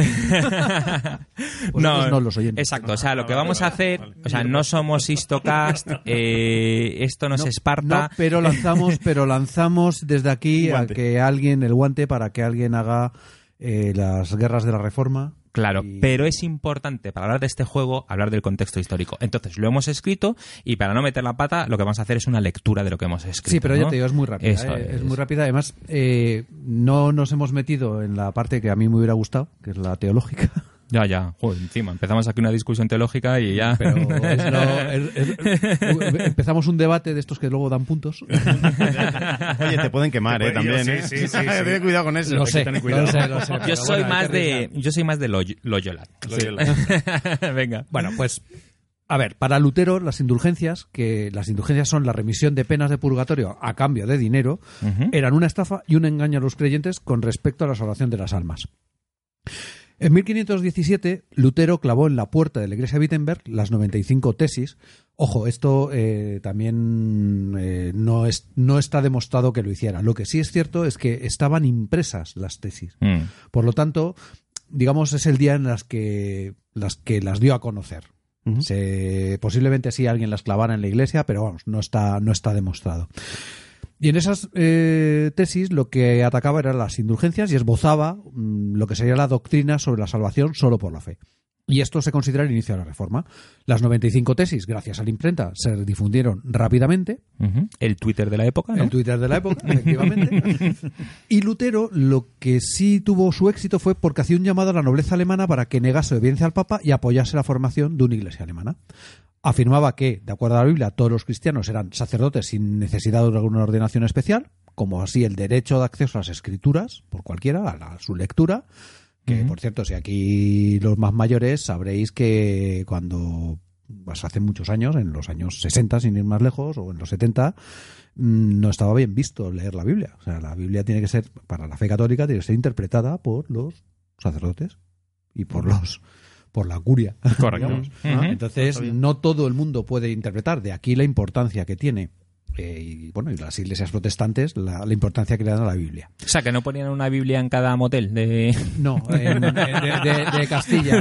Vosotros no, los oyentes. Exacto, o sea, lo que vamos a hacer, Ah, vale. o sea, no somos Histocast, eh, esto no, es Esparta. No, pero lanzamos, pero lanzamos desde aquí a Guante. que alguien, el guante, para que alguien haga eh, las guerras de la reforma. Claro, Y- pero es importante para hablar de este juego hablar del contexto histórico. Entonces, lo hemos escrito y para no meter la pata, lo que vamos a hacer es una lectura de lo que hemos escrito. Sí, pero ya ¿no? te digo, es muy rápida. Eso eh, es. es. muy rápida. Además, eh, no nos hemos metido en la parte que a mí me hubiera gustado, que es la teológica. Ya, ya, joder, encima empezamos aquí una discusión teológica y ya. Pero es lo- es- es- empezamos un debate de estos que luego dan puntos. Oye, te pueden quemar, Te ¿eh? pueden- También, sí, ¿eh? sí, sí, sí. Ten cuidado con eso. Lo sé, Ten lo cuidado. sé, lo sé. yo pero soy bueno, hay más que de yo soy más de Loy- Loyola. Venga. Bueno, pues a ver, para Lutero las indulgencias, que las indulgencias son la remisión de penas de purgatorio a cambio de dinero, Ujú. eran una estafa y un engaño a los creyentes con respecto a la salvación de las almas. En 1517, Lutero clavó en la puerta de la iglesia de Wittenberg las 95 tesis. Ojo, esto eh, también eh, no, es, no está demostrado que lo hiciera. Lo que sí es cierto es que estaban impresas las tesis. Mm. Por lo tanto, digamos, es el día en las que las, que las dio a conocer. Ujú. Se- posiblemente sí alguien las clavara en la iglesia, pero vamos, no está, no está demostrado. Y en esas eh, tesis lo que atacaba eran las indulgencias y esbozaba mm, lo que sería la doctrina sobre la salvación solo por la fe. Y esto se considera el inicio de la reforma. Las 95 tesis, gracias a la imprenta, se difundieron rápidamente Ujú. El Twitter de la época, ¿no? el Twitter de la época, efectivamente. y Lutero lo que sí tuvo su éxito fue porque hacía un llamado a la nobleza alemana para que negase obediencia al Papa y apoyase la formación de una iglesia alemana. Afirmaba que, de acuerdo a la Biblia, todos los cristianos eran sacerdotes sin necesidad de alguna ordenación especial, como así el derecho de acceso a las escrituras, por cualquiera, a, la- a su lectura. Que, por cierto, si aquí los más mayores sabréis que cuando, pues, hace muchos años, en los años 60, sin ir más lejos, o en los 70, mm, no estaba bien visto leer la Biblia. O sea, la Biblia tiene que ser, para la fe católica, tiene que ser interpretada por los sacerdotes y por los por la curia. Correcto. digamos. Ujú. Entonces, Está bien. no todo el mundo puede interpretar. De aquí la importancia que tiene. eh, y bueno, y las iglesias protestantes, la, la importancia que le dan a la Biblia. O sea, que no ponían una Biblia en cada motel de, No, en- en- de, de- de Castilla.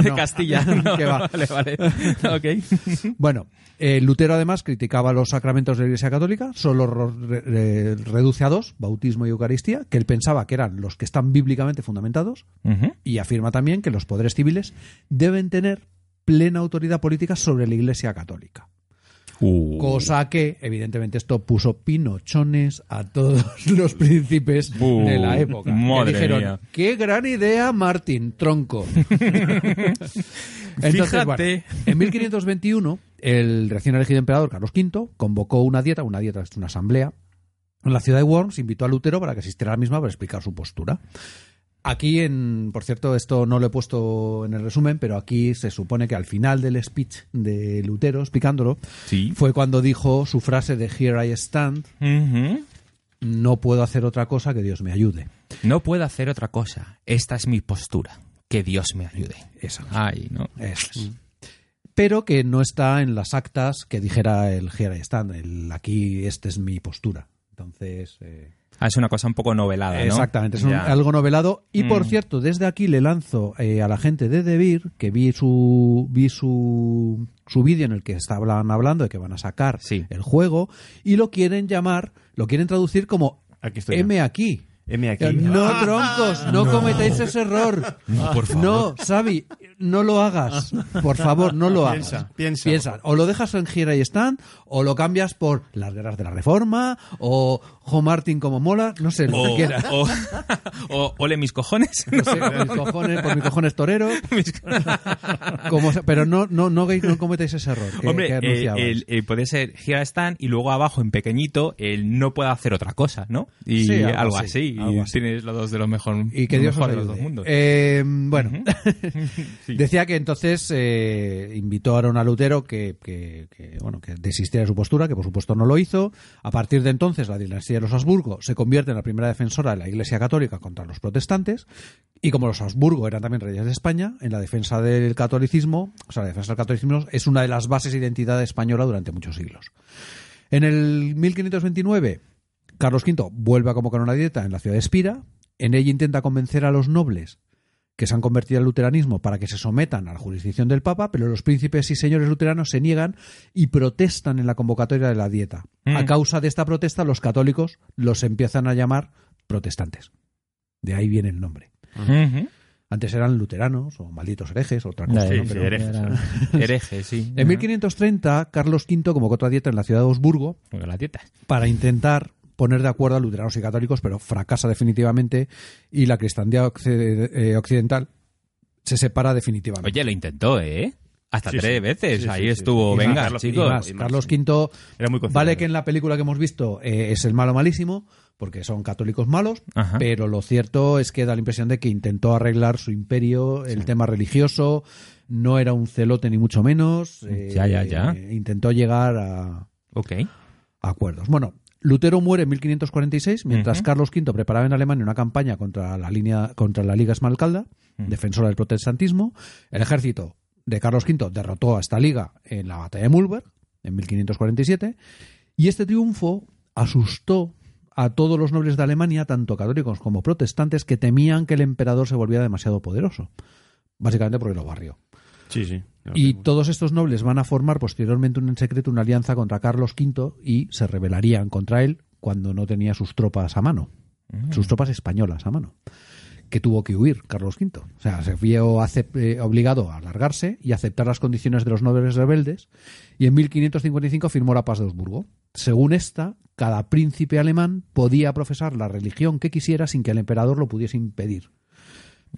de no. Castilla. No, Que va. Vale, vale. Ok. Bueno, eh, Lutero además criticaba los sacramentos de la Iglesia Católica, solo ro- re- re- reduce a dos, bautismo y Eucaristía, que él pensaba que eran los que están bíblicamente fundamentados, Ujú. y afirma también que los poderes civiles deben tener plena autoridad política sobre la Iglesia Católica. Uh. Cosa que, evidentemente, esto puso pinochones a todos los príncipes Uh, de la época. que madre dijeron, mía. qué gran idea, Martín, tronco. Entonces, bueno, Fíjate. en 1521, el recién elegido emperador Carlos V convocó una dieta, una dieta es una asamblea, en la ciudad de Worms, invitó a Lutero para que asistiera a la misma para explicar su postura. Aquí, en, por cierto, esto no lo he puesto en el resumen, pero aquí se supone que al final del speech de Lutero, explicándolo, Sí. fue cuando dijo su frase de Here I stand, Ujú. no puedo hacer otra cosa que Dios me ayude. No puedo hacer otra cosa. Esta es mi postura. Que Dios me ayude. Esa. Ay, no. Eso es. Mm. Pero que no está en las actas que dijera el Here I stand, el aquí esta es mi postura. Entonces, eh, Ah, es una cosa un poco novelada, ¿no? exactamente, es un- Ya. algo novelado. Y por Mm. cierto, desde aquí le lanzo eh, a la gente de Debir, que vi su vi su, su vídeo en el que estaban hablando de que van a sacar Sí. el juego y lo quieren llamar, lo quieren traducir como Aquí estoy. yo. M aquí. Eh, M aquí. No, troncos, no, cometáis ese error. No, Xavi, no lo hagas. Por favor, no lo hagas. Piensa, piensa. O lo dejas en gira y stand, o lo cambias por las guerras de la reforma, o Jo Martin como mola, no sé, lo que O, quieras. o, o- Oh, ole mis cojones. No sé, por mis cojones, por mis cojones torero. Mis- Como, sea, pero no, no, no, no cometáis ese error. que- Hombre, que eh, anunciabais. el, eh, podría ser gira stand y luego abajo en pequeñito el no puede hacer otra cosa, ¿no? Y Sí, algo algo, así, así. algo y así. tienes los dos de los mejor y que lo Dios os mejor de los dos ayude. mundos. Eh, bueno, Sí. decía que entonces eh, invitó ahora a Lutero que, que- que, bueno que desistiera de su postura, que por supuesto no lo hizo. A partir de entonces, la dinastía de los Habsburgo se convierte en la primera defensora de la Iglesia Católica contra los protestantes. Y como los Habsburgo eran también reyes de España, en la defensa del catolicismo, o sea, la defensa del catolicismo es una de las bases de identidad española durante muchos siglos. En el 1529, Carlos V vuelve a convocar una dieta en la ciudad de Espira. En ella intenta convencer a los nobles que se han convertido al luteranismo para que se sometan a la jurisdicción del Papa, pero los príncipes y señores luteranos se niegan y protestan en la convocatoria de la dieta. Mm. A causa de esta protesta, los católicos los empiezan a llamar protestantes. De ahí viene el nombre. Ujú. Antes eran luteranos o malditos herejes, otra cosa. Sí, ¿no? sí, Pero- herejes. Hereje, sí. En 1530, Carlos V convocó otra dieta en la ciudad de Augsburgo Porque la dieta. para intentar poner de acuerdo a luteranos y católicos, pero fracasa definitivamente y la cristandía occ- eh, occidental se separa definitivamente. Oye, lo intentó, ¿eh? Hasta Sí, tres sí. veces. Sí, Ahí sí, sí. estuvo. Y más, Venga, Carlos, y chicos. más, y más, Carlos sí. V, Era muy concentrado. vale que en la película que hemos visto eh, es el malo malísimo, porque son católicos malos, Ajá. pero lo cierto es que da la impresión de que intentó arreglar su imperio, el tema religioso, no era un celote ni mucho menos, eh, Ya, ya, ya. eh, intentó llegar a, Ok. acuerdos. Bueno, Lutero muere en 1546 mientras Ujú. Carlos V preparaba en Alemania una campaña contra la línea contra la Liga Esmalcalda, defensora del protestantismo. El ejército de Carlos V derrotó a esta liga en la batalla de Mulberg en 1547 y este triunfo asustó a todos los nobles de Alemania, tanto católicos como protestantes, que temían que el emperador se volviera demasiado poderoso. Básicamente porque lo barrió. Sí, sí. Y todos estos nobles van a formar posteriormente un- en secreto una alianza contra Carlos V y se rebelarían contra él cuando no tenía sus tropas a mano, sus tropas españolas a mano, que tuvo que huir Carlos V. O sea, se vio acep- eh, obligado a alargarse y aceptar las condiciones de los nobles rebeldes y en 1555 firmó la paz de Augsburgo. Según esta, cada príncipe alemán podía profesar la religión que quisiera sin que el emperador lo pudiese impedir.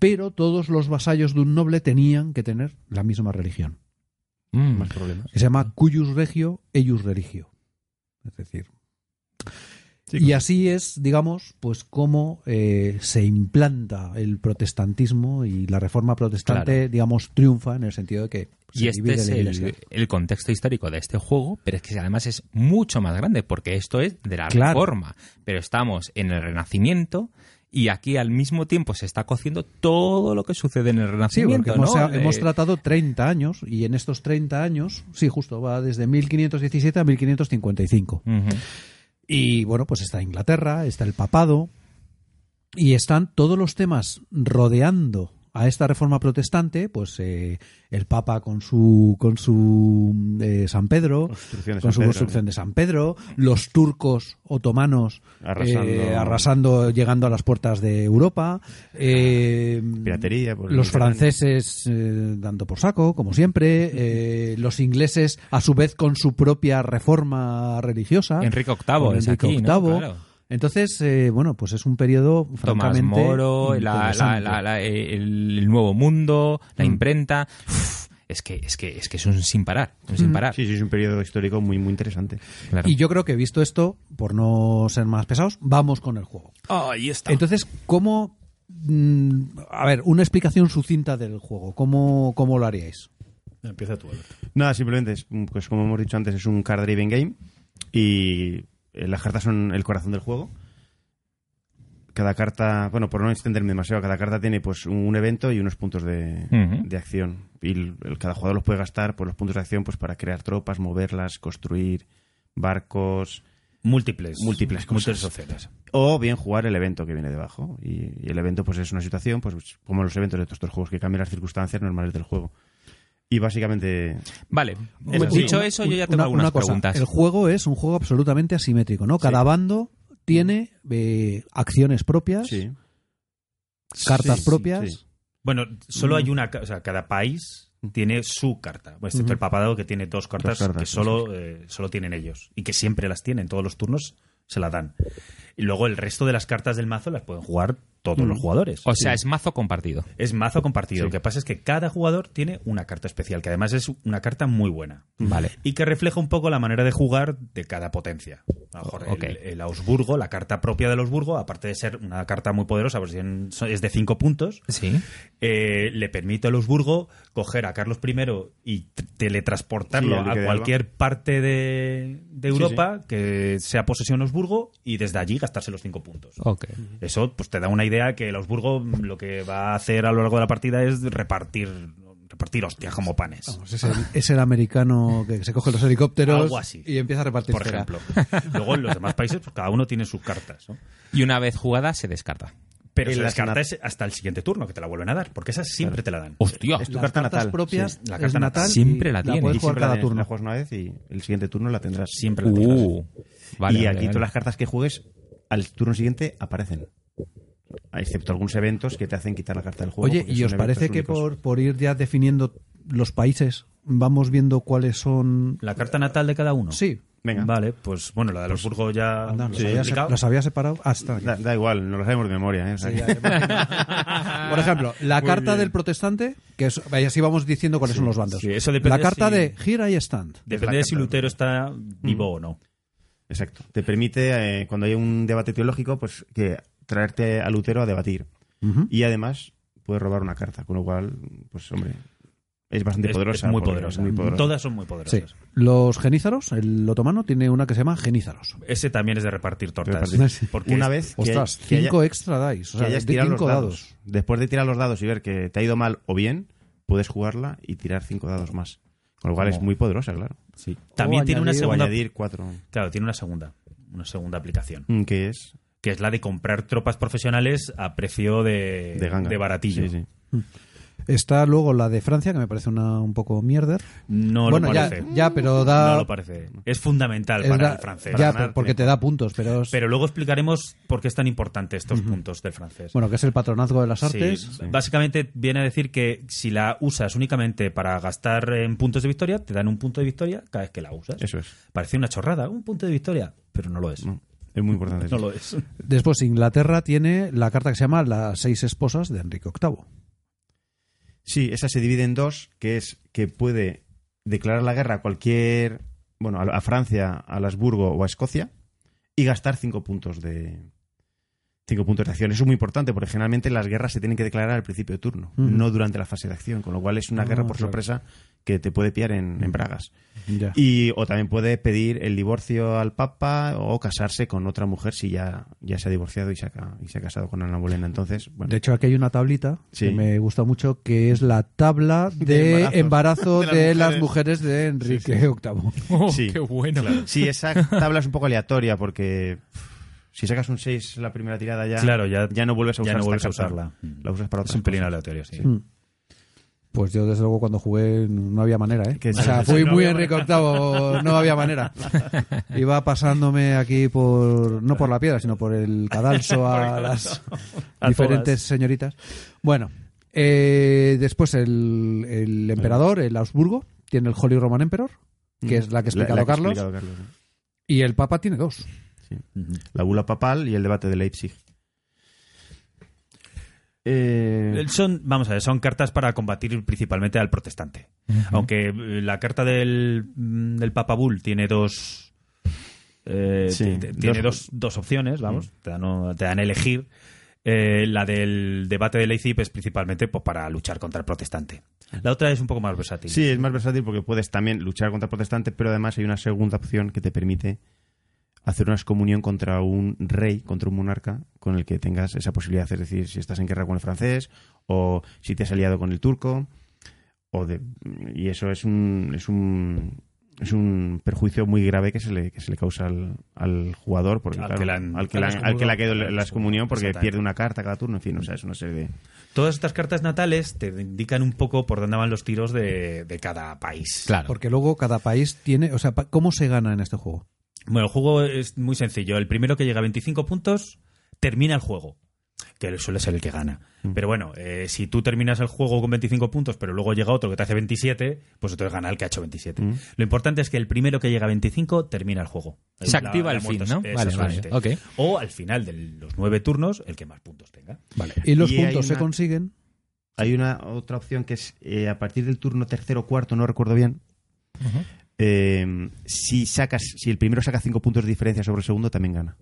Pero todos los vasallos de un noble tenían que tener la misma religión Mm. Más problemas. que se llama Cuyus Regio, Eius Religio. Es decir. Chicos. Y así es, digamos, pues cómo eh, se implanta el protestantismo y la reforma protestante, Claro. digamos, triunfa en el sentido de que se Y este divide es la iglesia. el, el contexto histórico de este juego, pero es que además es mucho más grande, porque esto es de la Claro. reforma. Pero estamos en el Renacimiento y aquí al mismo tiempo se está cociendo todo lo que sucede en el Sí, porque Renacimiento. hemos, ¿no? ha- hemos Eh, tratado 30 años y en estos 30 años, sí, justo, va desde 1517 a 1555. ujú. Y bueno, pues está Inglaterra, está el papado y están todos los temas rodeando a esta reforma protestante, pues eh, el Papa con su con su eh, San Pedro, Construcción de con San su Pedro, construcción de San Pedro, los turcos otomanos Arrasando. eh, arrasando, llegando a las puertas de Europa, eh, Piratería por el los Mediterráneo. franceses eh, dando por saco, como siempre, eh, los ingleses a su vez con su propia reforma religiosa, Enrique VIII con es Enrique aquí, VIII. ¿no? Claro. Entonces, eh, bueno, pues es un periodo Tomás francamente Moro, la- la- interesante. Mm. la- la- eh, el, el Nuevo Mundo, la imprenta. Uf, es que es que es que es un sin parar, un sin parar. Sí, sí, es un periodo histórico muy, muy interesante. Claro. Mm. Y yo creo que visto esto, por no ser más pesados, vamos con el juego. Entonces, ¿cómo... mm, a ver, una explicación sucinta del juego. ¿Cómo, cómo lo haríais? Empieza tú, Alberto. Nada, simplemente, es, mm, pues como hemos dicho antes, es un card-driven game y eh, las cartas son el corazón del juego. Cada carta, bueno, por no extenderme demasiado, cada carta tiene pues un evento y unos puntos de, Ujú. de acción. Y el- el- cada jugador los puede gastar, pues los puntos de acción, pues para crear tropas, moverlas, construir barcos Múltiples. Múltiples cosas. Múltiples opciones. o bien jugar el evento que viene debajo. Y, y el evento pues es una situación, pues como los eventos de estos otros juegos, que cambian las circunstancias normales del juego. Y básicamente Vale. Eso sí. Dicho eso, yo ya tengo Una- algunas una cosa, preguntas. El juego es un juego absolutamente asimétrico, ¿no? Cada bando tiene eh, acciones propias, Sí. cartas Sí, sí, propias. sí. Bueno, solo Mm. hay una. ca- O sea, cada país tiene su carta. Bueno, excepto Ujú. el papadado que tiene dos cartas, cartas, que sí, solo, eh, solo tienen ellos. Y que siempre las tienen. Todos los turnos se la dan. Y luego el resto de las cartas del mazo las pueden jugar todos Mm. los jugadores. O sea, es mazo compartido. Es mazo compartido. Sí. Lo que pasa es que cada jugador tiene una carta especial, que además es una carta muy buena. Vale. Y que refleja un poco la manera de jugar de cada potencia. A lo mejor el- Ok. el, Augsburgo, la carta propia del Augsburgo, aparte de ser una carta muy poderosa, pues tienen- es de cinco puntos, Sí. eh, le permite al Augsburgo coger a Carlos I y t- Sí, teletransportarlo al duque a de cualquier parte de, de Sí, Europa que sea posesión Augsburgo y desde allí gastarse los cinco puntos. Ok. Eso pues te da una idea que el Augsburgo mm, lo que va a hacer a lo largo de la partida es repartir repartir hostias como panes. Vamos, Pues es, el, es el americano que se coge los helicópteros Algo así. y empieza a repartir. Por cera. ejemplo. Luego en los demás países pues, cada uno tiene sus cartas, ¿no? Y una vez jugada se descarta. Pero En se la las carta sana- es hasta el siguiente turno que te la vuelven a dar, porque esas siempre te la dan. Hostia. Es tu Las carta cartas natal, propias sí. La es carta natal. natal. Siempre la tiene tienes. Puedes Y jugar siempre la este cada tienes, turno. La juegas una vez y el siguiente turno la tendrás. Siempre la tienes. Uh, vale, y vale, aquí vale. todas las cartas que juegues al turno siguiente aparecen. Excepto algunos eventos que te hacen quitar la carta del juego. Oye, porque ¿y son os parece eventos que únicos. por, por ir ya definiendo los países vamos viendo cuáles son... La carta natal de cada uno. Sí, Venga, Vale, pues bueno, la del Augsburgo ya anda, los los, he había, se- explicado. los había separado hasta... aquí. da, da igual, no lo sabemos de memoria. ¿eh? O sea, Sí, ya, Ah, ya. por ejemplo, la carta del protestante, que es, y así vamos diciendo cuáles son los bandos. sí, eso depende la carta si- de gira y stand. Depende la de si carta. Lutero está vivo o no. Exacto. Te permite, eh, cuando hay un debate teológico, pues que traerte a Lutero a debatir. Ujú. Y además puedes robar una carta, con lo cual, pues hombre, es bastante Es- poderosa. es muy porque poderosa. muy poderosa. Todas son muy Sí. poderosas. Los genízaros, el otomano tiene una que se llama genízaros. Ese también es de repartir tortas. Repartir. Porque Una es- vez que, Ostras, que haya- cinco extra dice, o sea, que hayas de tirado los cinco dados. dados. Después de tirar los dados y ver que te ha ido mal o bien, puedes jugarla y tirar cinco dados más. Con lo cual es Como- muy poderosa, claro. sí. También O tiene una añadir- O segunda. añadir cuatro, Claro, tiene una segunda. Una segunda aplicación. mm, que es Que es la de comprar tropas profesionales a precio Eh, de, de ganga. baratillo. Sí, sí. Está luego la de Francia, que me parece una un poco mierder. No bueno, lo ya, parece. ya, pero No da. lo parece. Es fundamental es para da- el Ya, francés. Para pero- ganar porque tiempo. te da puntos, pero. es- Pero luego explicaremos por qué es tan importante estos puntos del francés. bueno, que es el patronazgo de las Sí, artes. b- Básicamente viene a decir que si la usas únicamente para gastar en puntos de victoria, te dan un punto de victoria cada vez que la usas. Eso es. Parece una chorrada, un punto de victoria, pero no lo es. No, es muy importante. No lo es. Después, Inglaterra tiene la carta que se llama Las seis esposas de Enrique VIII. Sí, esa se divide en dos, que es que puede declarar la guerra a cualquier, bueno, a, a Francia, a Habsburgo o a Escocia y gastar cinco puntos de cinco puntos de acción. Eso es muy importante porque generalmente las guerras se tienen que declarar al principio de turno, Ujú. no durante la fase de acción, con lo cual es una Ah, guerra por claro. sorpresa que te puede pillar en, en bragas. Ya. Y o también puede pedir el divorcio al Papa o casarse con otra mujer si ya, ya se ha divorciado y se ha, ca- y se ha casado con Ana Bolena. Entonces, bueno, De hecho, aquí hay una tablita Sí. que me gusta mucho, que es la tabla de, De embarazo embarazo. de De las las mujeres, de Enrique VIII. Oh, Sí. Qué bueno. Sí, esa tabla es un poco aleatoria porque pff, Si sacas un 6 la primera tirada ya, Claro, ya- no vuelves a ya usar no esta vuelves a carta. usarla. La usas para otra Es un pelín aleatorio, sí. Mm, Pues yo, desde luego, cuando jugué no había manera, ¿eh? Que o sí, sea, sí, fui no muy había Enrique VIII, no había manera. Iba pasándome aquí por, no por la piedra, sino por el cadalso a las A diferentes todas. señoritas. Bueno, eh, después el, el emperador, el Augsburgo, tiene el Holy Roman Emperor, que es la que ha explicado Mm. la que ha Carlos, explicado Carlos, ¿no? y el Papa tiene dos. La bula papal y el debate de Leipzig. Eh, Eh, Son, vamos a ver, son cartas para combatir principalmente al protestante. Aunque eh, la carta del, mm, del Papa Bull tiene dos. eh, Sí, ti- ti- tiene dos- dos, dos opciones, vamos, te, dan, o- te dan a elegir. Eh, la del debate de Leipzig es principalmente pues, para luchar contra el protestante. La otra es un poco más versátil. sí, es más versátil porque puedes también luchar contra protestantes, pero además hay una segunda opción que te permite hacer una excomunión contra un rey, contra un monarca con el que tengas esa posibilidad. Es decir, si estás en guerra con el francés o si te has aliado con el turco. O de, y eso es un, es un es un perjuicio muy grave que se le, que se le causa al, al jugador porque, Al claro, que le han- al que le han- al que le ha quedado la excomunión porque Exactamente. pierde una carta cada turno en fin o sea es una serie de Todas estas cartas natales te indican un poco por dónde van los tiros de, de cada país. Claro. Porque luego cada país tiene, o sea, pa- ¿cómo se gana en este juego? Bueno, el juego es muy sencillo. El primero que llega a 25 puntos termina el juego, que suele ser el que gana. Mm. Pero bueno, eh, si tú terminas el juego con 25 puntos, pero luego llega otro que te hace 27, pues entonces gana el que ha hecho 27. Mm. Lo importante es que el primero que llega a 25 termina el juego. Se activa al fin, muertos- ¿no? Vale, vale, exactamente. ok. O al final de los nueve turnos, el que más puntos tenga. Vale. Y los Y hay puntos se una- consiguen. Hay una otra opción que es eh, a partir del turno tercero o cuarto, no recuerdo bien. eh, si sacas, si el primero saca 5 puntos de diferencia sobre el segundo, también gana.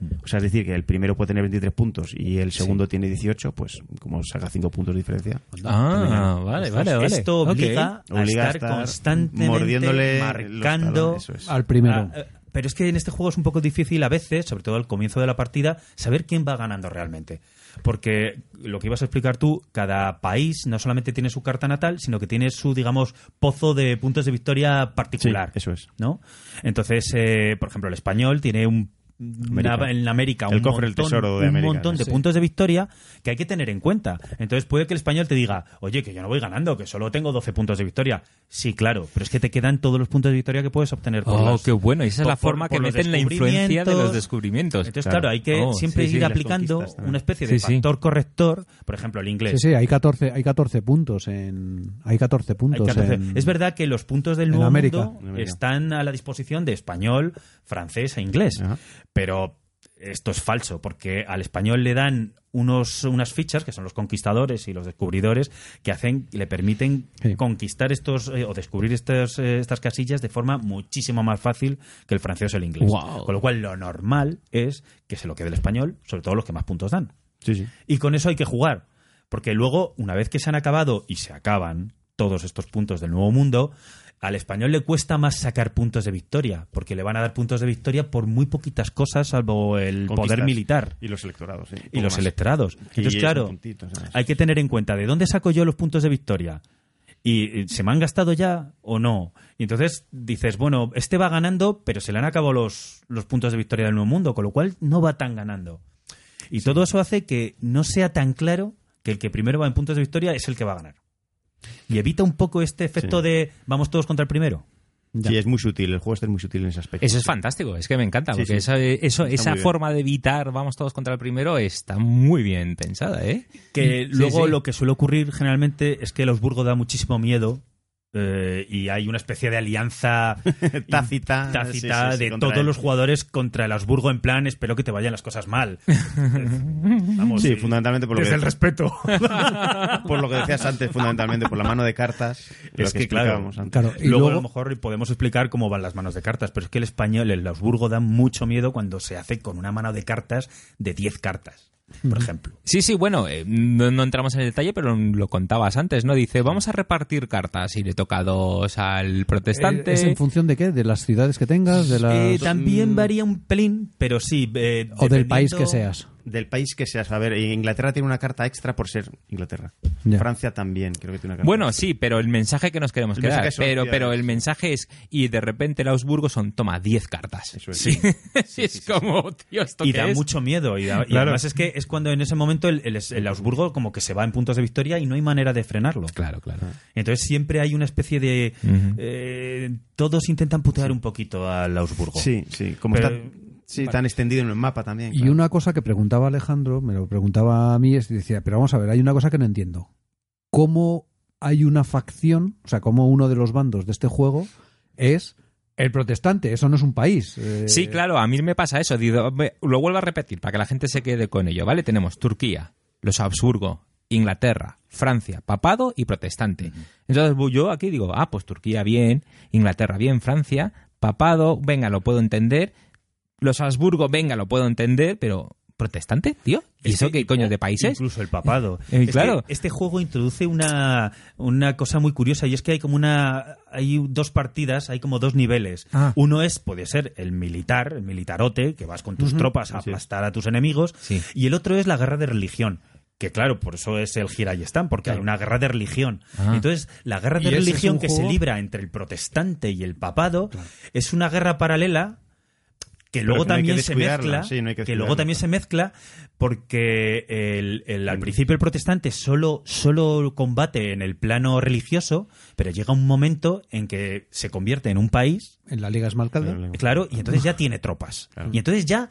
Mm. O sea, es decir, que el primero puede tener 23 puntos y el segundo tiene 18, pues como saca 5 puntos de diferencia. pues Ah, vale, vale, vale. Esto Ok. obliga, Obliga a, estar constantemente mordiéndole marcando los talones, eso es. Al primero. Ah, eh, pero es que en este juego es un poco difícil a veces, sobre todo al comienzo de la partida, saber quién va ganando realmente. Porque lo que ibas a explicar tú, cada país no solamente tiene su carta natal, sino que tiene su, digamos, pozo de puntos de victoria Sí, particular. eso es. ¿no? Entonces, eh, por ejemplo, el español tiene un una- América. en América El un cofre del montón, tesoro de un América, montón de sí. puntos de victoria que hay que tener en cuenta. Entonces puede que el español te diga, oye, que yo no voy ganando, que solo tengo 12 puntos de victoria. Sí, claro, pero es que te quedan todos los puntos de victoria que puedes obtener. por Oh, los- qué bueno. Y esa es por- la forma por- por que los meten la influencia de los descubrimientos. descubrimientos. Entonces, claro, hay que Oh, siempre sí, sí, ir las aplicando conquistas también. una especie de Sí, sí. factor corrector, por ejemplo, el inglés. Sí, sí, hay 14, hay 14 puntos en. Hay 14 Hay puntos. que hacer- en- Es verdad que los puntos del en nuevo América. mundo En América. están a la disposición de español, francés e inglés. Ajá. Pero esto es falso, porque al español le dan unos, unas fichas, que son los conquistadores y los descubridores, que hacen, le permiten Sí. conquistar estos eh, o descubrir estas, eh, estas casillas de forma muchísimo más fácil que el francés o el inglés. Guau. Con lo cual, lo normal es que se lo quede el español, sobre todo los que más puntos dan. Sí, sí. Y con eso hay que jugar. Porque luego, una vez que se han acabado y se acaban todos estos puntos del nuevo mundo, al español le cuesta más sacar puntos de victoria. Porque le van a dar puntos de victoria por muy poquitas cosas, salvo el Conquistas. poder militar Y los electorados. sí, un y poco los más. electorados. Y es Entonces, un claro, puntito, o sea, es- hay que tener en cuenta de dónde saco yo los puntos de victoria. ¿Y eh, se me han gastado ya o no? Y entonces dices, bueno, este va ganando, pero se le han acabado los, los puntos de victoria del nuevo mundo, con lo cual no va tan ganando. Y todo eso hace que no sea tan claro que el que primero va en puntos de victoria es el que va a ganar. Y evita un poco este efecto Sí. de vamos todos contra el primero. Sí, es muy sutil. El juego este es muy sutil en ese aspecto. Eso es fantástico, es que me encanta, Sí, porque sí. esa, eh, eso, Está esa muy bien. forma de evitar vamos todos contra el primero está muy bien pensada, ¿eh? Que Sí, luego sí. lo que suele ocurrir generalmente es que el Augsburgo da muchísimo miedo eh, y hay una especie de alianza Tácita, tácita sí, sí, sí, de contra todos él. los jugadores contra el Augsburgo en plan espero que te vayan las cosas mal. Vamos, Sí, y- fundamentalmente por lo desde que el respeto. por lo que decías antes, fundamentalmente por la mano de cartas, de lo Es que, que, claro, explicábamos antes. Claro, y luego, luego, a lo mejor podemos explicar cómo van las manos de cartas, pero es que el español, el Augsburgo da mucho miedo cuando se hace con una mano de cartas de 10 cartas, por ejemplo. Sí, sí, bueno, eh, no, no entramos en el detalle, pero lo contabas antes, ¿no? Dice, vamos a repartir cartas y le toca dos al protestante. ¿es en función de qué? ¿De las ciudades que tengas? De las- Eh, también varía un pelín, pero sí. eh, ¿O del país dependiendo- que seas? del país que seas. A ver, Inglaterra tiene una carta extra por ser Inglaterra. Ya. Francia también, creo que tiene una carta Bueno, extra. sí, pero el mensaje que nos queremos El quedar. mensaje son pero, ciudadanos. pero el mensaje es, y de repente el Augsburgo son, toma, 10 cartas. Eso es. Sí. es como, tío, ¿esto Y qué da es? mucho miedo. Y, da- y Claro. además es que es cuando en ese momento el, el- el Augsburgo como que se va en puntos de victoria y no hay manera de frenarlo. Claro, claro. Entonces siempre hay una especie de... Mm. Ujú. eh, todos intentan putear un poquito al Augsburgo. Sí, sí. Como Pero- está sí, tan extendido en el mapa también. Y claro. una cosa que preguntaba Alejandro, me lo preguntaba a mí, es decía, pero vamos a ver, hay una cosa que no entiendo. ¿Cómo hay una facción, o sea, cómo uno de los bandos de este juego es el protestante? Eso no es un país. eh, Sí, claro, a mí me pasa eso. Digo, ve- Lo vuelvo a repetir para que la gente se quede con ello, ¿vale? Tenemos Turquía, los Habsburgo, Inglaterra, Francia, papado y protestante. Entonces bu- yo aquí digo, ah, pues Turquía bien, Inglaterra bien, Francia, papado, venga, lo puedo entender. Los Habsburgo, venga, lo puedo entender, pero protestante, tío. ¿Y Es eso que- qué coño Este, o de países? Incluso el papado. Eh, Es claro. que este juego introduce una, una cosa muy curiosa y es que hay como una. Hay dos partidas, hay como dos niveles. Ah. Uno es, puede ser el militar, el militarote, que vas con tus tropas a Sí, sí. aplastar a tus enemigos. Sí. Y el otro es la guerra de religión. Que claro, por eso es el gira y están, porque hay una guerra de religión. Ah. Entonces, la guerra Y de ese es religión un que juego- se libra entre el protestante y el papado es una guerra paralela que Pero luego que no hay que también se descuidarla, mezcla sí, no hay que que luego descuidarla. también se mezcla porque el, el- al principio el protestante solo, solo combate en el plano religioso, pero llega un momento en que se convierte en un país, En la Liga Esmalcalda. claro, y entonces ya tiene tropas. Claro. Y entonces ya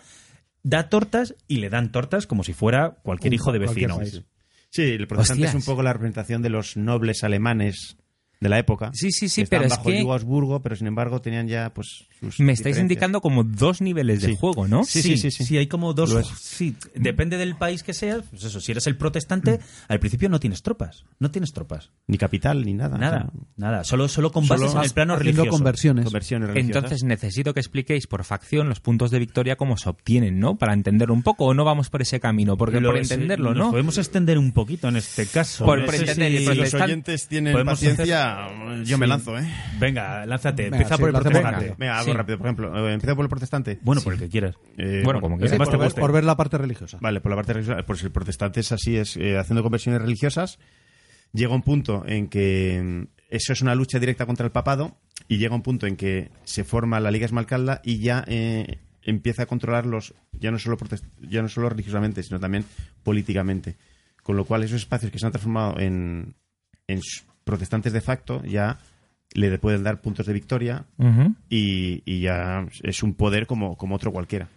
da tortas y le dan tortas como si fuera cualquier Uh, Un- hijo de cualquier vecino. país. Sí, el protestante Hostias. es un poco la representación de los nobles alemanes de la época. Sí, sí, sí, que estaban pero es bajo que el yugo Habsburgo, pero sin embargo tenían ya pues sus me estáis diferencias. indicando como dos niveles de Sí. juego, ¿no? Sí, sí, sí, sí. hay como dos. Lo es. Sí, depende del país que seas. Pues eso, si eres el protestante, al principio no tienes tropas. No tienes tropas. Ni capital, ni nada. Nada, o sea, nada. Solo, solo combates Ah, Solo en el vas plano Haciendo religioso. conversiones. conversiones religiosas. Entonces necesito que expliquéis por facción los puntos de victoria cómo se obtienen, ¿no? Para entenderlo un poco o no vamos por ese camino, porque Lo- eh, por entenderlo, nos ¿no? podemos extender un poquito en este caso. Por- No por sé entender el si- proceso. los oyentes tienen Podemos paciencia, yo me Sí. lanzo, ¿eh? Venga, lánzate. Venga, Empieza sí, por el lo hacemos protestante. rápido. Venga, algo Sí. rápido. Por ejemplo, eh, empiezo por el protestante. Bueno, por el que quieras. Eh, Bueno, como ese quieras. por- Por, ver, guste. por ver la parte religiosa. Vale, por la parte religiosa, pues el protestante es así, es eh, haciendo conversiones religiosas. Llega un punto en que mm, eso es una lucha directa contra el papado y llega un punto en que se forma la Liga Esmalcalda y ya eh, empieza a controlarlos, ya no, solo protest- ya no solo religiosamente, sino también políticamente. Con lo cual, esos espacios que se han transformado en, en s- protestantes de facto ya le pueden dar puntos de victoria Ujú. y, y ya es un poder como, como otro cualquiera.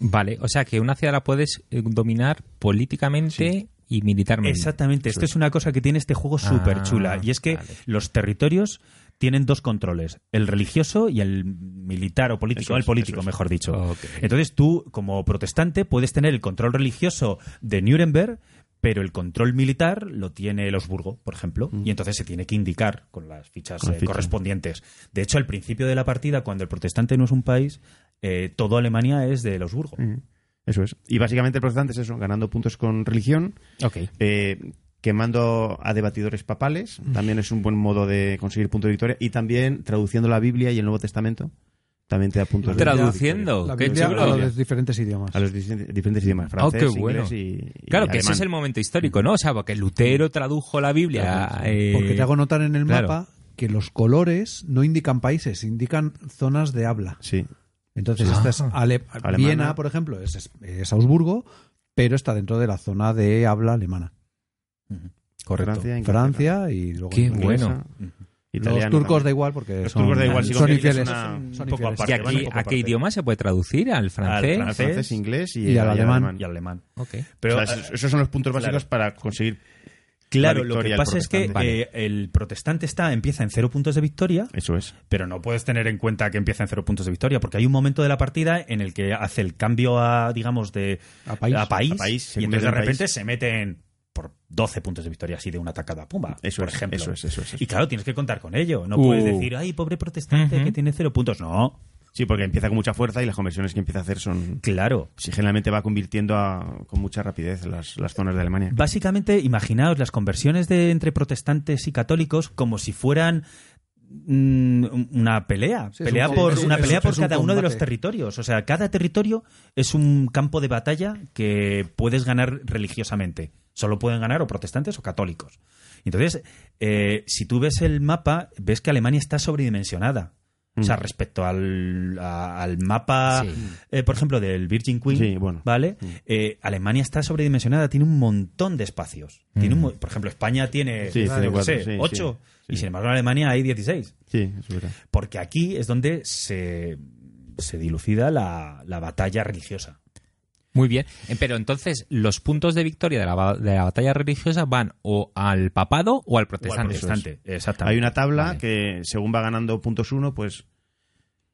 Vale, o sea que una ciudad la puedes eh, dominar políticamente y militarmente. Exactamente. Esto es una cosa que tiene este juego Ah, súper chula. Y es que vale. los territorios tienen dos controles, el religioso y el militar o político, Eso es, el político, eso es. mejor dicho. Ok. Entonces tú, como protestante, puedes tener el control religioso de Nuremberg, pero el control militar lo tiene el Augsburgo, por ejemplo, y entonces se tiene que indicar con las fichas Mm. Con eh, ficha. correspondientes. De hecho, al principio de la partida, cuando el protestante no es un país, eh, todo Alemania es del Augsburgo. Eso es. Y básicamente el protestante es eso, ganando puntos con religión, Ok. eh, quemando a debatidores papales, también es un buen modo de conseguir puntos de victoria, y también traduciendo la Biblia y el Nuevo Testamento, también te da puntos de Traduciendo, La qué Biblia a chulo. los diferentes idiomas. A los disen- diferentes idiomas, Ah, francés, qué bueno. inglés y, y Claro, que ese alemán. es el momento histórico, ¿no? O sea, porque Lutero tradujo la Biblia. eh, Porque te hago notar en el claro. mapa que los colores no indican países, indican zonas de habla. Sí, Entonces, esta es Ale- Alemana. Viena, por ejemplo, es, es- es Augsburgo, pero está dentro de la zona de habla alemana. Francia, Inglaterra, Francia y luego Qué Inglaterra. bueno. inglesa, Los italiano turcos también. da igual porque Los son, turcos da igual, sí, son porque infieles. es una- un son poco infieles. ¿Y aparte, aquí- van un poco a qué aparte. idioma se puede traducir? ¿Al francés? francés. francés, inglés y, Y al y alemán. Y alemán. Ok. Mm. O Pero, eh, sea, esos- esos son los puntos Claro. básicos para conseguir Claro, lo la que victoria al pasa es que protestante. eh, el protestante está, empieza en cero puntos de victoria, eso es. pero no puedes tener en cuenta que empieza en cero puntos de victoria, porque hay un momento de la partida en el que hace el cambio a, digamos, de A país. A país, se y entonces convierte de en repente país. se meten por 12 puntos de victoria así de una tacada, pumba, Eso por es, ejemplo. eso es, eso es, eso Y claro, tienes que contar con ello. No Uh. puedes decir, ay, pobre protestante Ujú. que tiene cero puntos. No, Sí, porque empieza con mucha fuerza y las conversiones que empieza a hacer son claro. Sí, generalmente va convirtiendo a- con mucha rapidez las, las zonas de Alemania. Básicamente, imaginaos las conversiones de entre protestantes y católicos como si fueran mm, una pelea, Sí, es pelea un por combate. una Es- pelea es- por es un cada uno de los combate. territorios, o sea, cada territorio es un campo de batalla que puedes ganar religiosamente. Solo pueden ganar o protestantes o católicos. Entonces, eh, si tú ves el mapa, ves que Alemania está sobredimensionada. O sea, Mm. respecto al, a- al mapa, Sí. eh, por ejemplo, del Virgin Queen, Sí, bueno. Mm. ¿vale? Eh, Alemania está sobredimensionada, tiene un montón de espacios. Tiene un mo- por ejemplo, España tiene, Mm. Sí, tiene yo qué cuatro, sé, sí, sí, ocho, sí. y sin embargo en Alemania hay 16. Sí, es verdad. Porque aquí es donde se, se dilucida la, la batalla religiosa. Muy bien. Eh, Pero entonces, los puntos de victoria de la, ba- de la batalla religiosa van o al papado o al O al protestante. protestante, exactamente. Hay una tabla Vale. que según va ganando puntos uno, pues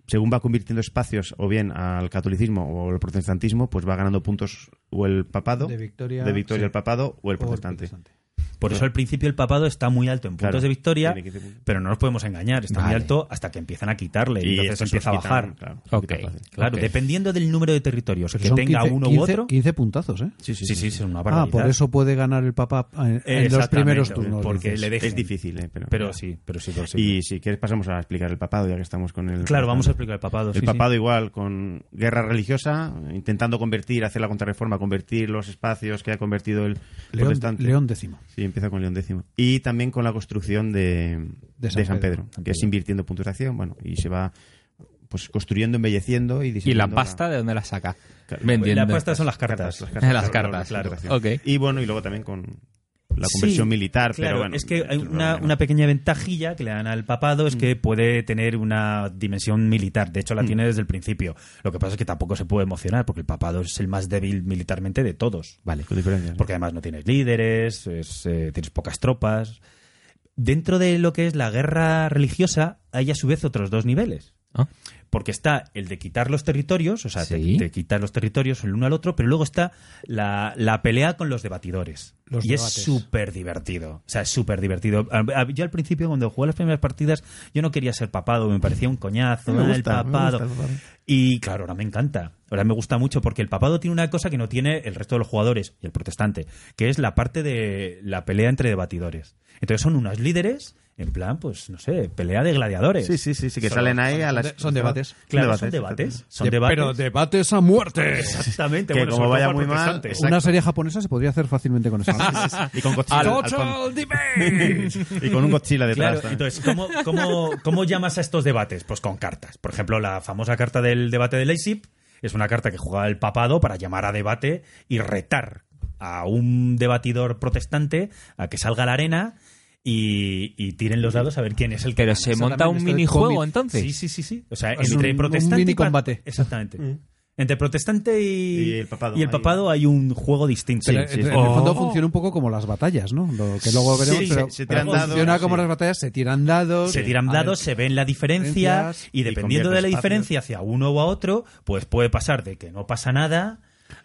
según va convirtiendo espacios o bien al catolicismo o al protestantismo, pues va ganando puntos o el papado, De de victoria. victoria, el papado o el o el protestante. Por eso al principio el papado está muy alto en puntos Claro, de victoria, tiene 15 puntos. pero no nos podemos engañar, está muy Vale. alto hasta que empiezan a quitarle y, entonces estos empieza a los quitan, bajar. claro, Ok. quita fácil. Claro, Ok. dependiendo del número de territorios Pero que son tenga 15 uno u 15 otro. 15 puntazos, ¿eh? Sí, sí, Sí, sí. sí, es una Ah, barbaridad. por eso puede ganar el Papa en, en los Exactamente, eh, primeros turnos. porque dices. le dejen. Es difícil, eh, pero, Pero sí, pero sí, pero sí. Y si quieres pasamos a explicar el papado, ya que estamos con el... claro, vamos a explicar el papado. sí, El sí. papado igual, con guerra religiosa, intentando convertir, hacer la contrarreforma, convertir los espacios que ha convertido el León, protestante. León décimo. Sí, empieza con León X. Y también con la construcción de, De de San San, Pedro. Pedro, San que es Pedro. invirtiendo puntos de acción, bueno, y se va pues construyendo, embelleciendo y ¿Y la diseñando pasta de dónde la saca? Claro. Vendiendo. La apuesta son las cartas. las cartas, las claro, cartas. claro, Claro. claro. Ok. Y bueno, y luego también con la conversión Sí, militar, Claro, pero bueno. es que hay no, una, no. una pequeña ventajilla que le dan al papado es Mm. que puede tener una dimensión militar. De hecho, la tiene desde el principio. Lo que pasa es que tampoco se puede emocionar porque el papado es el más débil militarmente de todos. Vale. Con diferencia, ¿no? Porque además no tienes líderes, es, eh, tienes pocas tropas. Dentro de lo que es la guerra religiosa, hay a su vez otros dos niveles. Ah. Porque está el de quitar los territorios, o sea, te- Sí. te, quitar los territorios el uno al otro, pero luego está la, la pelea con los debatidores. Los y debates. es súper divertido. O sea, es súper divertido. A- a- Yo al principio, cuando jugué las primeras partidas, yo no quería ser papado, me parecía un coñazo, Me ah, el gusta, me papado. gusta el papado. Y claro, ahora me encanta. Ahora me gusta mucho porque el papado tiene una cosa que no tiene el resto de los jugadores y el protestante, que es la parte de la pelea entre debatidores. Entonces son unos líderes, en plan, pues no sé, pelea de gladiadores. Sí, sí, sí, sí, que Son- salen ahí a las... de- son debates. Claro, son debates. Son De- debates. Pero debates a muerte. Exactamente. Que bueno, sobre como todo vaya para muy mal, protestantes. Exacto. Una serie japonesa se podría hacer fácilmente con eso. Y con Godzilla. Al- al fondo. y con un Godzilla detrás. Claro, entonces, ¿cómo, cómo, cómo llamas a estos debates? Pues con cartas. Por ejemplo, la famosa carta del debate de Leipzig es una carta que jugaba el papado para llamar a debate y retar a un debatidor protestante a que salga a la arena y, y tiren los dados a ver quién es el que Pero gana. se Exactamente, monta un esto de minijuego cómic. entonces. Sí, sí, sí, sí. O sea, Es entre un- protestante un y mini pa- combate. Mm. Exactamente. Entre protestante y, Y el papado, y el ahí. papado hay un juego distinto. Pero en, en el fondo funciona un poco como las batallas, ¿no? Lo que luego Sí, veremos, se- pero, se pero tiran dados, funciona como sí. las batallas, se tiran dados. se tiran A dados, ver, se ven la diferencia Diferencias, y y dependiendo de la conviertes diferencia hacia uno o a otro, pues puede pasar de que no pasa nada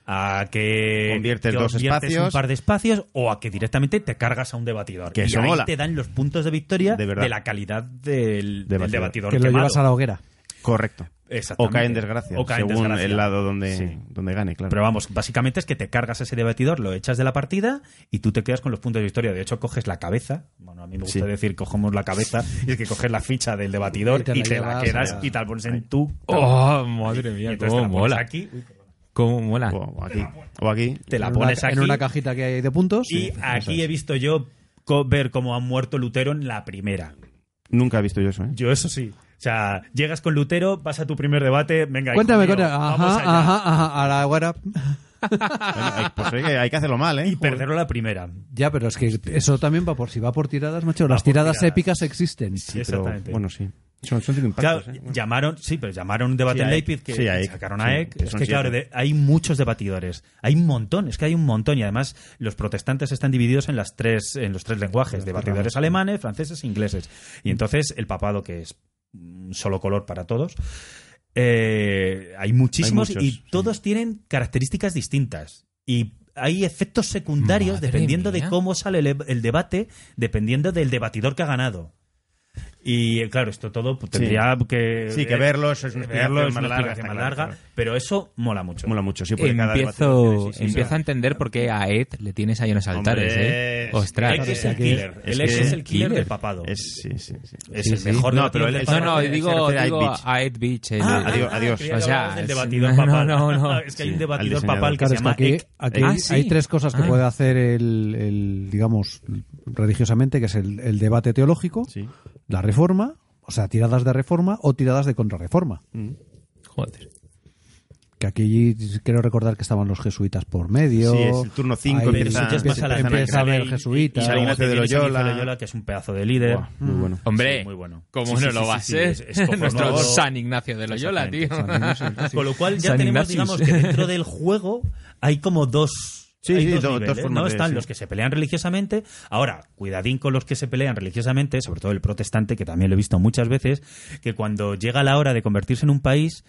a que Conviertes que dos un espacios. par de espacios o a que directamente te cargas a un debatidor Que y eso ahí mola. te dan los puntos de victoria de, De verdad. la calidad del del debatidor, Debatidor. que lo quemado. llevas a la hoguera. Correcto. O Exactamente. cae en desgracia, O cae en según desgracia. el lado donde, Sí. donde gane, claro. Pero vamos, básicamente es que te cargas ese debatidor, lo echas de la partida y tú te quedas con los puntos de victoria. De hecho, coges la cabeza. Bueno, a mí me gusta Sí. decir cogemos la cabeza y es que coges la ficha del debatidor Y y te te la la, llevas quedas a- y tal pones en tu. ¡Oh, madre mía! y entonces te ¡Cómo la pones mola! aquí, ¡Cómo mola! o, o aquí. O aquí. te la En una- pones aquí. En una cajita que hay de puntos. y aquí es. he visto yo co- ver cómo ha muerto Lutero en la primera. Nunca he visto yo eso, ¿eh? Yo eso sí. O sea, llegas con Lutero, vas a tu primer debate, venga, hijo Cuéntame, mío, cuéntame. vamos Ajá, allá. ajá, ajá, a la hoguera. Bueno, hay- pues oye, hay que hacerlo mal, ¿eh? Y perderlo la primera. Ya, pero es que eso también va por si va por tiradas, macho. Va Las por tiradas, tiradas. épicas existen. Sí, pero, Exactamente. bueno, sí. Son, son cinco Claro, impactos, ¿eh? Bueno. llamaron, sí, pero llamaron un debate Sí, en a Leipzig Eck. que Sí, a Eck. sacaron a Sí, Eck. que es son que claro, siete. de- hay muchos debatidores, hay un montón, es que hay un montón y además los protestantes están divididos en las tres en los tres lenguajes, debatidores alemanes, franceses e ingleses. Mm. Y entonces el papado que es un solo color para todos. eh, hay muchísimos Hay muchos, y todos tienen características distintas y hay efectos secundarios Madre dependiendo mía. de cómo sale el, el debate, dependiendo del debatidor que ha ganado. Y eh, claro, esto todo pues, tendría que. Sí, que verlo, eso es una verlo, es una explicación más larga, explicación está más claro, larga, claro. pero eso mola mucho. Mola mucho, sí, porque cada debate Empiezo, tiene, sí, sí, empiezo a sí. entender por qué a Ed le tienes ahí en los altares, Hombre, ¿eh? es- Ostras. Ed es o sea el que- killer. es Él es, que- el killer killer. del papado. Es, sí, sí, sí. Es Sí, el sí. mejor. No, pero él- él- No, no, se digo, refiere a Ed digo Beach. a Ed Beach. el- Ah, el- adiós, adiós. o sea, el es- debatidor no, papal. no, no. es que hay Sí, un al debatidor diseñador. papal que Claro, se es que llama aquí, Ek. aquí Ah, sí. hay tres cosas que Ah. puede hacer el, el, digamos, religiosamente, que es el, el debate teológico, Sí. la reforma, o sea, tiradas de reforma o tiradas de contrarreforma. Mm. Joder. Que aquí quiero recordar que estaban los jesuitas por medio. Sí, es el turno cinco, Ahí empieza- empieza, Eso ya es más a la zona empieza a clara. haber jesuitas. y sale luego Ignacio te de tienes a Loyola. Ignacio de Loyola, que es un pedazo de líder. Buah, muy bueno. Hombre, Sí, muy bueno. ¿cómo Sí, no sí, lo sí, va a sí, ser? es- es cojonudo. Nuestro San Ignacio de Loyola, tío. Exactamente. Con lo cual ya San tenemos, Ignatius. digamos, que dentro del juego hay como dos. Sí, hay sí, dos do- dos niveles, formas ¿no? de- Están sí. los que se pelean religiosamente. Ahora, cuidadín con los que se pelean religiosamente, sobre todo el protestante, que también lo he visto muchas veces, que cuando llega la hora de convertirse en un país,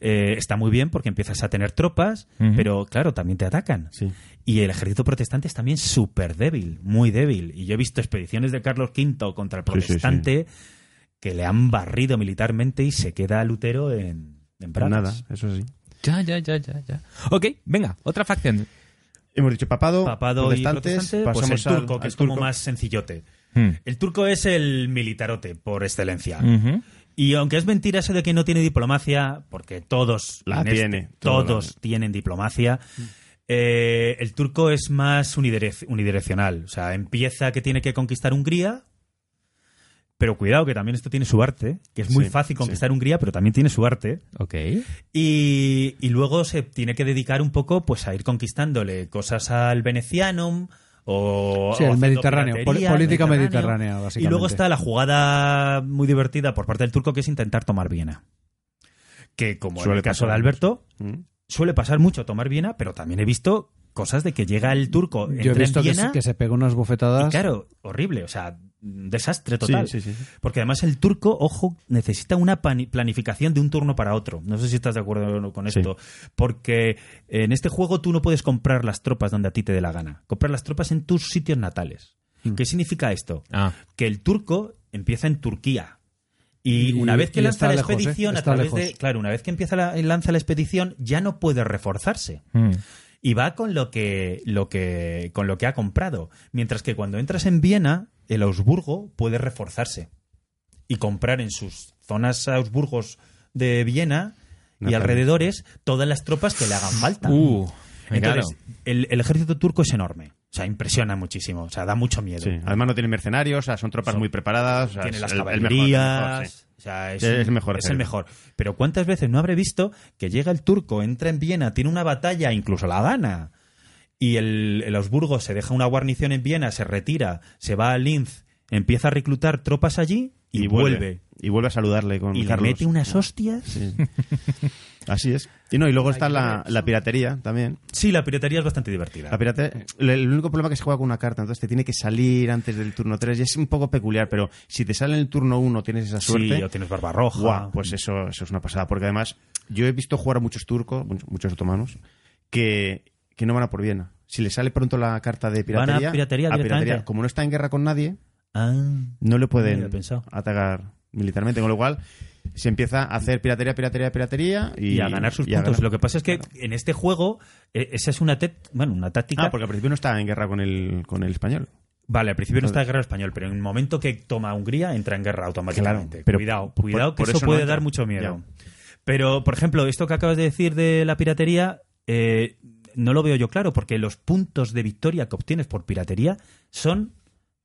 eh, está muy bien porque empiezas a tener tropas, Ujú. pero claro, también te atacan. Sí. Pues Y el ejército protestante es también súper débil, muy débil. Y yo he visto expediciones de Carlos V contra el Sí, sí, sí. protestante que le han barrido militarmente y se queda Lutero en, en Pero bragas. nada, eso sí. Ya, ya, ya, ya, ya. Ok, venga, otra facción. Hemos dicho papado, papado y protestantes, protestante, pues pasamos el al- turco, que al es como turco. más sencillote. Hmm. El turco es el militarote por excelencia. Mm. Ujú. Y aunque es mentira eso de que no tiene diplomacia, porque todos La en este- tiene, todos, todos la tienen diplomacia. Mm. eh, el turco es más unidire- unidireccional, o sea, empieza que tiene que conquistar Hungría, pero cuidado que también esto tiene su arte, que es muy Sí, fácil sí. conquistar Hungría, pero también tiene su arte. Ok. Y, y luego se tiene que dedicar un poco pues a ir conquistándole cosas al Venecianum o, Sí, o el haciendo Mediterráneo, piratería, pol- política Mediterráneo. mediterránea, Y básicamente. luego está la jugada muy divertida por parte del turco que es intentar tomar Viena. Que como en Suele el caso pasar de Alberto, Mm. suele pasar mucho tomar Viena, pero también he visto cosas de que llega el turco, entra Yo he visto en que Viena, se, que se pegó unas y bofetadas. claro, horrible, o sea, un desastre total. Sí, sí, sí. Porque además el turco, ojo, necesita una pani- planificación de un turno para otro. No sé si estás de acuerdo con Sí. esto. Porque en este juego tú no puedes comprar las tropas donde a ti te dé la gana. Comprar las tropas en tus sitios natales. ¿Qué significa esto? Ah, Que el turco empieza en Turquía. Y Y- una vez que y lanza está la lejos, ¿eh? expedición, a Está través de, lejos. claro, una vez que empieza la, lanza la expedición, ya no puede reforzarse hmm. y va con lo que, lo que, con lo que ha comprado. Mientras que cuando entras en Viena, el Augsburgo puede reforzarse y comprar en sus zonas Augsburgos de Viena y Natal. alrededores todas las tropas que le hagan falta. Uh, claro. Entonces, el, el ejército turco es enorme. O sea, impresiona muchísimo. O sea, da mucho miedo. Sí. Además no tiene mercenarios, o sea, son tropas Son- muy preparadas. o sea, Tiene es las el- el mejor, el mejor, sí. caballerías. o sea, es, Sí, es el mejor Es el ejército. mejor. Pero ¿cuántas veces no habré visto que llega el turco, entra en Viena, tiene una batalla, incluso la gana? Y el, el Augsburgo se deja una guarnición en Viena, se retira, se va a Linz, empieza a reclutar tropas allí y, vuelve. Y vuelve a saludarle con Y le Carlos. mete unas hostias. Sí. Sí. Así es. Y no, y luego está la, la piratería también. la piratería es bastante divertida. La pirate- el- el único problema es que se juega con una carta, entonces te tiene que salir antes del turno 3 y es un poco peculiar, pero si te sale en el turno 1 tienes esa suerte. Sí, o tienes barbarroja. Guau, pues eso, eso es una pasada. Porque además, yo he visto jugar a muchos turcos, muchos, muchos otomanos, que, que no van a por Viena. Si le sale pronto la carta de Van a piratería, piratería directamente. como no está en guerra con nadie, Ah. no le No lo pueden había pensado. atacar militarmente. Con lo cual, se empieza a hacer piratería, piratería, piratería y, y, a ganar sus y a puntos. ganar. Ah, Lo que pasa es que en este juego, eh, esa es una, tec- bueno, una táctica. Ah, porque al principio no está en guerra con el, con el español. Vale, al principio no está en guerra español, pero en el momento que toma Hungría entra en guerra automáticamente. Claro, pero cuidado, por- cuidado que por eso, eso no puede entra. dar mucho miedo. Ya. Pero, por ejemplo, esto que acabas de decir de la piratería, eh, no lo veo yo claro, porque los puntos de victoria que obtienes por piratería son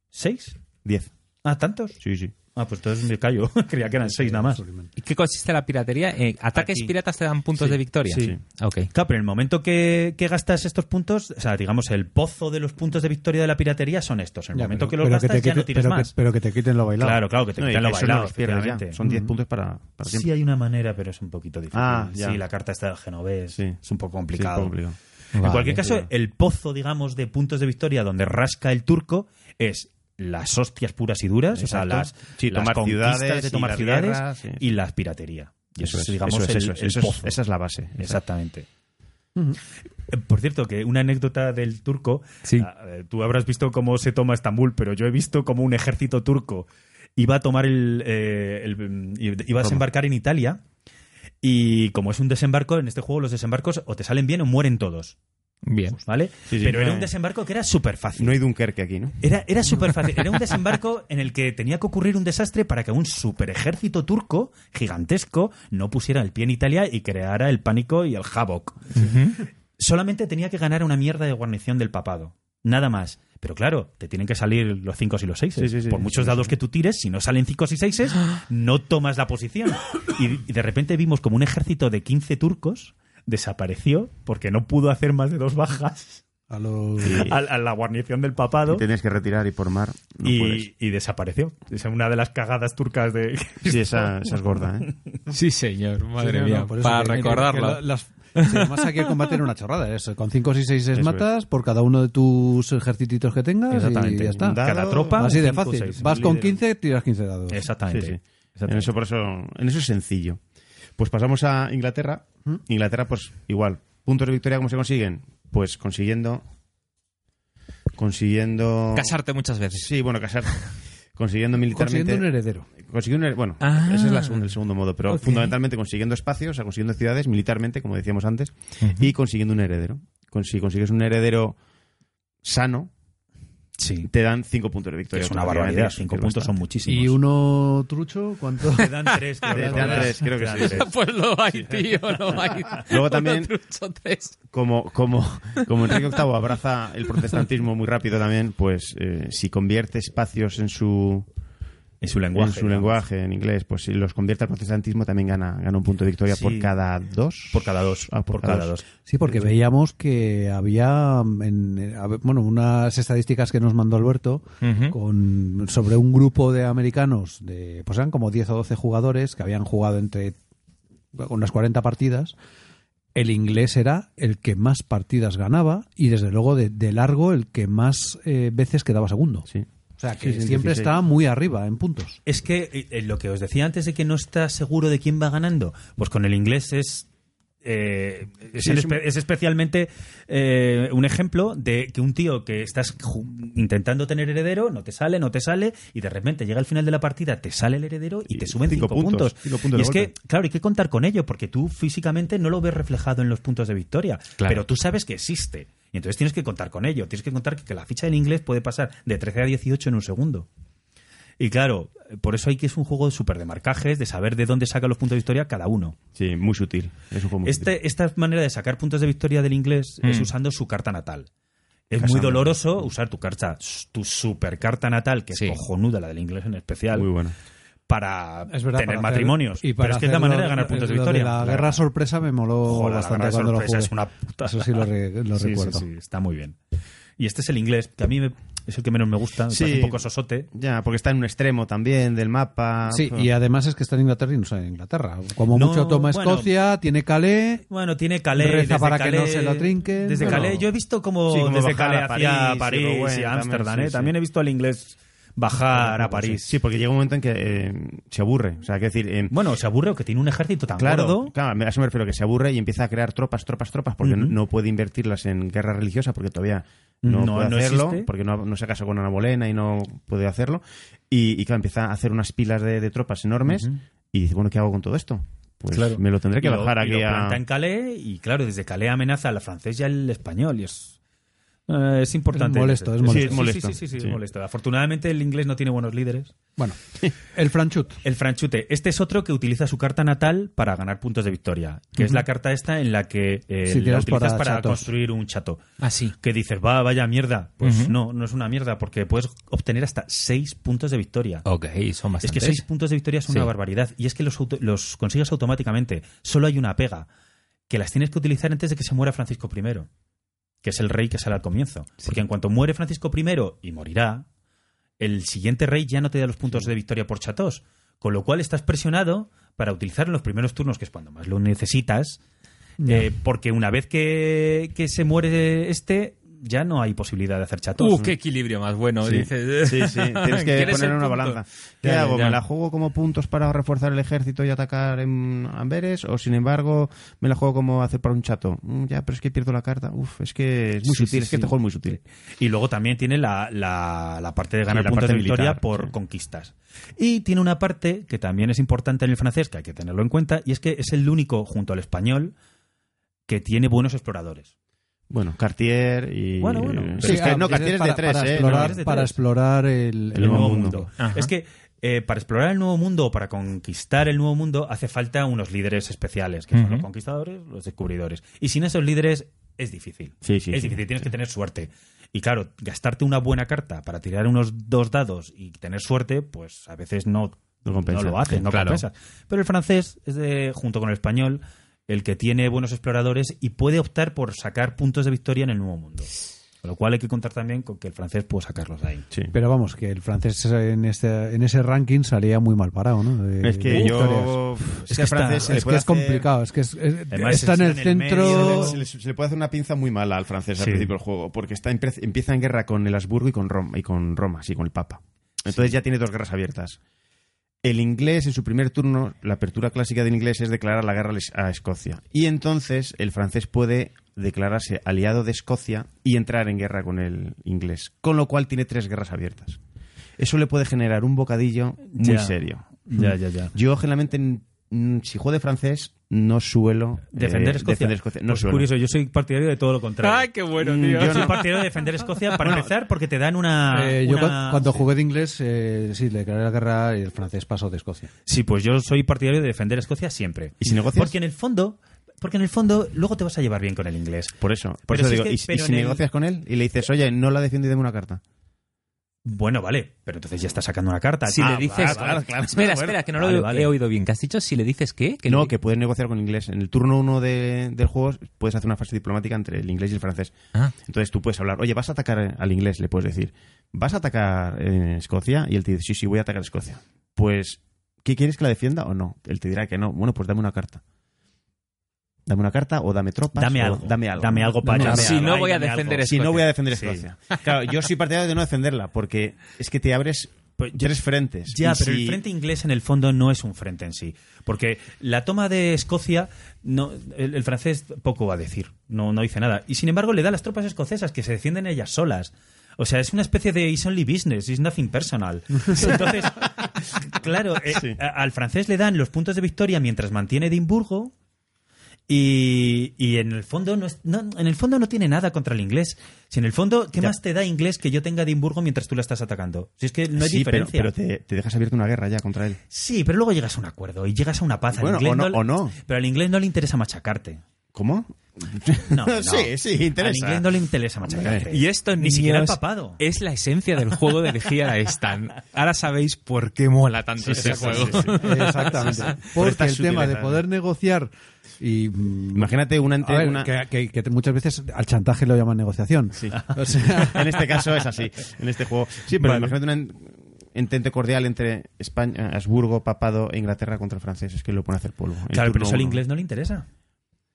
seis. 10. Ah, ¿tantos? Sí, sí. Ah, pues entonces me callo. Creía que eran seis nada más. ¿Y qué consiste la piratería? Eh, ¿Ataques Aquí. piratas te dan puntos Sí, de victoria? sí. Ok. Claro, pero en el momento que, que gastas estos puntos, o sea, digamos, el pozo de los puntos de victoria de la piratería son estos. En el Ya, momento pero- que los pero gastas te ya quiten- no tienes pero que- más. pero que te quiten lo bailado. Claro, claro, que te No, y quitan lo eso no bailado, los pierdes ya. efectivamente. Mm. Son 10 puntos para, para Sí siempre. hay una manera, pero es un poquito difícil. Ah, ya. Sí, la carta está del genovés. Sí. Es un poco Sí, un complicado. poco complicado. Vale. En cualquier caso, el pozo, digamos, de puntos de victoria donde rasca el turco es las hostias puras y duras, o sea, Exacto. las, Sí, las tomar conquistas ciudades de y tomar las ciudades guerras, sí. y la piratería. Y eso, es, eso digamos, es, el, eso es, el eso es- pozo. esa es la base. Exactamente. Eh, Por cierto, que una anécdota del turco. Sí. ah, eh, Tú habrás visto cómo se toma Estambul, pero yo he visto como un ejército turco iba a tomar el, eh, el- iba a desembarcar en Italia y como es un desembarco, en este juego los desembarcos o te salen bien o mueren todos, Bien. ¿vale? Sí, sí, Pero no era hay- un desembarco que era súper fácil. No hay Dunkerque aquí, ¿no? Era, era súper fácil. Era un desembarco en el que tenía que ocurrir un desastre para que un super ejército turco gigantesco no pusiera el pie en Italia y creara el pánico y el havoc. Solamente tenía que ganar una mierda de guarnición del papado. Nada más. Pero claro, te tienen que salir los 5 y los 6. Sí, sí, sí, Por sí, muchos sí, dados que tú tires, si no salen 5 y 6, no tomas la posición. Y, y de repente vimos como un ejército de 15 turcos desapareció porque no pudo hacer más de dos bajas A los... a, a la guarnición del papado Y tenías que retirar y por mar. No puedes. y, y desapareció. Es una de las cagadas turcas de. Sí, esa, esa es gorda, ¿eh? Sí, señor. Madre Sí, no, mía. no, por eso para que- que- recordarlo. que la- las- sí, además aquí el combate era una chorrada. es con 5, 6, 6 Eso es. matas por cada uno de tus ejercititos que tengas y ya está. Un dado, Cada tropa. Así de cinco, fácil. seis. Vas con líder. 15, tiras 15 dados. Sí, Exactamente. sí. En Exactamente. eso, por eso, en eso es sencillo. Pues pasamos a Inglaterra. ¿Mm? Inglaterra, pues igual. Puntos de victoria, ¿cómo se consiguen? Pues consiguiendo. Consiguiendo. Casarte muchas veces. Sí, bueno, casar. Consiguiendo Consiguiendo militarmente. un heredero. er- consiguiendo un- er-, Bueno, Ah. ese es la segun- el segundo modo, pero Ok. fundamentalmente consiguiendo espacios, o sea, consiguiendo ciudades militarmente, como decíamos antes, y consiguiendo un heredero. Con- si consigues un heredero sano, Sí. te dan cinco puntos de Que victoria. es una automáticamente, barbaridad. que Cinco es puntos son bastante. muchísimos. Y uno trucho, ¿cuánto? Te dan tres. creo Te que dan son. tres, creo que Te dan sí. tres. Pues lo hay, tío, lo hay. Luego también- Uno, trucho, tres. como, como, como Enrique VIII abraza el protestantismo muy rápido también, pues eh, si convierte espacios en su En su lenguaje. lenguaje, en, su digamos. lenguaje, en inglés, pues si los convierte al protestantismo también gana, gana un punto de victoria Sí. por cada dos. Por cada dos. Ah, por por cada cada dos. dos. Sí, porque veíamos que había, en, eh, a ver, bueno, unas estadísticas que nos mandó Alberto Ujú. con, sobre un grupo de americanos, de, pues eran como 10 o 12 jugadores que habían jugado entre unas 40 partidas. El inglés era el que más partidas ganaba y, desde luego, de, de largo, el que más eh, veces quedaba segundo. Sí. O sea, que Sí, sí, siempre 16. está muy arriba en puntos. Es que eh, eh, lo que os decía antes de que no está seguro de quién va ganando, pues con el inglés es. eh, es, Sí, el es un- espe- es especialmente eh, un ejemplo de que un tío que estás ju- intentando tener heredero no te sale, no te sale y de repente llega al final de la partida, te sale el heredero y, Y te suben cinco cinco, puntos, puntos. cinco puntos Y de es golpe. que, claro, hay que contar con ello porque tú físicamente no lo ves reflejado en los puntos de victoria, Claro. pero tú sabes que existe y entonces tienes que contar con ello. Tienes que contar que, que la ficha del inglés puede pasar de 13 a 18 en un segundo. Y claro, por eso hay que es un juego súper de marcajes, de saber de dónde saca los puntos de victoria cada uno. Sí, muy sutil. Es un juego muy sutil. Este, esta manera de sacar puntos de victoria del inglés es usando su carta natal. Es muy Casando. doloroso usar tu carta, tu super carta natal, que Sí. es cojonuda, la del inglés en especial, Muy bueno. para Es verdad, tener para hacer- matrimonios. y para Pero es que es la hacer manera lo- de ganar puntos de lo victoria. la guerra sorpresa me moló Joder, la bastante guerra cuando lo sorpresa jugué. es una puta- Eso sí lo, re- lo Sí, sí, recuerdo. sí, está muy bien. Y este es el inglés, que a mí me- es el que menos me gusta, me Sí. parece un poco sosote. Ya, porque está en un extremo también del mapa. Sí, y además es que está en Inglaterra y no está en Inglaterra. Como No, mucho toma bueno. Escocia, tiene Calais. Bueno, tiene Calais. Reza desde para que no Calais- se lo trinquen. Desde Bueno. Calais, yo he visto como, Sí, como desde bajar Calais a hacia París, París, Rouen, y Ámsterdam, también, ¿eh? sí, También sí. he visto al inglés bajar a París. Sí, porque llega un momento en que eh, se aburre. O sea, que decir, eh, Bueno, se aburre o que tiene un ejército tan Claro, gordo. claro, a eso me refiero, que se aburre y empieza a crear tropas, tropas, tropas, porque no- no puede invertirlas en guerra religiosa porque todavía no, No, puede no hacerlo, existe. porque no, no se casó con Ana Bolena y no puede hacerlo. Y, y claro, empieza a hacer unas pilas de, de tropas enormes y dice, bueno, ¿qué hago con todo esto? Pues Claro. me lo tendré que Y lo- bajar y aquí lo planta a... en Calais y claro, desde Calais amenaza a la francés y al español y es... eh, es importante. Es molesto, es Sí, molesto. molesto. Sí, sí, sí, sí, es Sí. molesto. Afortunadamente el inglés no tiene buenos líderes. Bueno, el Franchut. El franchute. Este es otro que utiliza su carta natal para ganar puntos de victoria. Que es la carta esta en la que eh, Si la tiras utilizas para para, chatos. construir un chato. Así. Que dices, va, vaya mierda. Pues Ujú. no, no es una mierda, porque puedes obtener hasta seis puntos de victoria. Ok, son Es bastantes. que seis puntos de victoria es una Sí. barbaridad. Y es que los, auto- los consigues automáticamente. Solo hay una pega. Que las tienes que utilizar antes de que se muera Francisco I. Que es el rey que sale al comienzo. Porque en cuanto muere Francisco I, y morirá, el siguiente rey ya no te da los puntos de victoria por chatos. Con lo cual estás presionado para utilizar en los primeros turnos, que es cuando más lo necesitas. eh, porque una vez que, que se muere este, ya no hay posibilidad de hacer chatos. ¡Uh, qué equilibrio más bueno! Sí. Dices. Sí, sí, tienes que ¿Quieres poner el una punto? balanza. ¿Qué Ya, hago? ya. ¿Me la juego como puntos para reforzar el ejército y atacar en Amberes? ¿O sin embargo me la juego como hacer para un chato? Mm, Ya, pero es que pierdo la carta. Uf, es que es muy Sí, sutil, sí, es que sí. este juego es muy sutil. Y luego también tiene la, la- la parte de ganar Y la puntos de parte victoria militar, por sí. conquistas. Y tiene una parte que también es importante en el francés, que hay que tenerlo en cuenta, y es que es el único, junto al español, que tiene buenos exploradores. Bueno, Cartier y... Bueno, bueno. Pero Sí, es que, no, tienes Cartier es de Ah, para- tres, para ¿eh? explorar, No, es de para tres. explorar el, El nuevo mundo. Ajá. Es que eh, para explorar el nuevo mundo o para conquistar el nuevo mundo hace falta unos líderes especiales, que son Ujú. los conquistadores, los descubridores. Y sin esos líderes es difícil. Sí, sí, es sí. difícil, tienes que tener suerte. Y claro, gastarte una buena carta para tirar unos dos dados y tener suerte, pues a veces no, No compensa. lo haces, no Claro. compensas. Pero el francés es, de, junto con el español, el que tiene buenos exploradores y puede optar por sacar puntos de victoria en el nuevo mundo. Con lo cual hay que contar también con que el francés puede sacarlos de ahí. Sí. Pero vamos, que el francés en, este, en ese ranking salía muy mal parado, ¿no? De- Es que de victorias. yo... Es que está- francés se le Es que puede es hacer- complicado, es que es- es- Además, está en el está en el centro... medio Se le, se le puede hacer una pinza muy mala al francés al Sí. principio del juego, porque está en pre- empieza en guerra con el Habsburgo y con Roma, y con Roma, sí, con el Papa. Entonces ya tiene dos guerras abiertas. El inglés, en su primer turno, la apertura clásica del inglés es declarar la guerra a les- a Escocia. Y entonces el francés puede declararse aliado de Escocia y entrar en guerra con el inglés. Con lo cual tiene tres guerras abiertas. Eso le puede generar un bocadillo muy Ya. serio. Ya, ya, ya. Yo generalmente, mm, si juego de francés, no suelo eh, Defender Escocia. defender Escocia. No Pues suelo. curioso, yo soy partidario de todo lo contrario. ¡Ah, qué bueno, Mm, tío! yo soy no. partidario de defender Escocia para empezar porque te dan una. Ah, Eh, yo cu- una- cuando jugué de inglés, eh, sí, le declaré la guerra y el francés pasó de Escocia. Sí, pues yo soy partidario de defender Escocia siempre. ¿Y si negocias? Porque en el fondo, porque en el fondo luego te vas a llevar bien con el inglés. Por eso, por Pero eso si es digo, que- y, si- y pero si en el- negocias con él y le dices, oye, no la defiendo y deme una carta. Bueno, vale, pero entonces ya estás sacando una carta. Si Ah, le dices. vale, vale. espera, Bueno, espera, que no vale, lo vale. he oído bien. ¿Qué has dicho? Si le dices qué? no, que puedes negociar con el inglés. En el turno uno de- del juego puedes hacer una fase diplomática entre el inglés y el francés. Ah. Entonces tú puedes hablar, oye, vas a atacar al inglés, le puedes decir, vas a atacar eh, Escocia y él te dice, sí, sí, voy a atacar Escocia. Pues, ¿qué quieres que la defienda o no? Él te dirá que no. Bueno, pues dame una carta. Dame una carta o dame tropas. Dame o algo. Dame algo. Dame algo para Si Dame algo, no ay, voy a dame algo. defender Si no voy a defender Sí. Escocia. Claro, yo soy partidario de no defenderla porque es que te abres tres frentes. Ya, Y pero si- el frente inglés en el fondo no es un frente en sí. Porque la toma de Escocia, no, el, el francés poco va a decir, no, no dice nada. Y sin embargo le da a las tropas escocesas que se defienden ellas solas. O sea, es una especie de it's only business, it's nothing personal. Entonces, claro, eh, a- al francés le dan los puntos de victoria mientras mantiene Edimburgo. Y, y en el fondo no, es- no- en el fondo no tiene nada contra el inglés. Si en el fondo, ¿qué Ya. más te da inglés que yo tenga Edimburgo mientras tú la estás atacando? Si es que no hay Sí, pero- diferencia. Pero, te, te dejas abierta una guerra ya contra él. Sí, pero luego llegas a un acuerdo y llegas a una paz. Al Bueno, inglés o no- le- o no. Pero al inglés no le interesa machacarte. ¿Cómo? No, no. sí, sí, interesa. Al inglés no le interesa machacarte. Eh, Y esto, ni siquiera el niños, papado. es la esencia del juego de elegir a Stan. Ahora sabéis por qué mola tanto este juego. Exactamente. Por Porque estas el tema de sutilezas. poder negociar y... mm, Imagínate una... a ante- ver, una- que, que- que te- muchas veces al chantaje lo llaman negociación. O sea, En este caso es así, en este juego. Sí, pero imagínate un en- entente cordial entre España, Habsburgo, Papado e Inglaterra contra el francés. Es que lo pone a hacer polvo. El Claro, pero turno eso al uno. inglés no le interesa.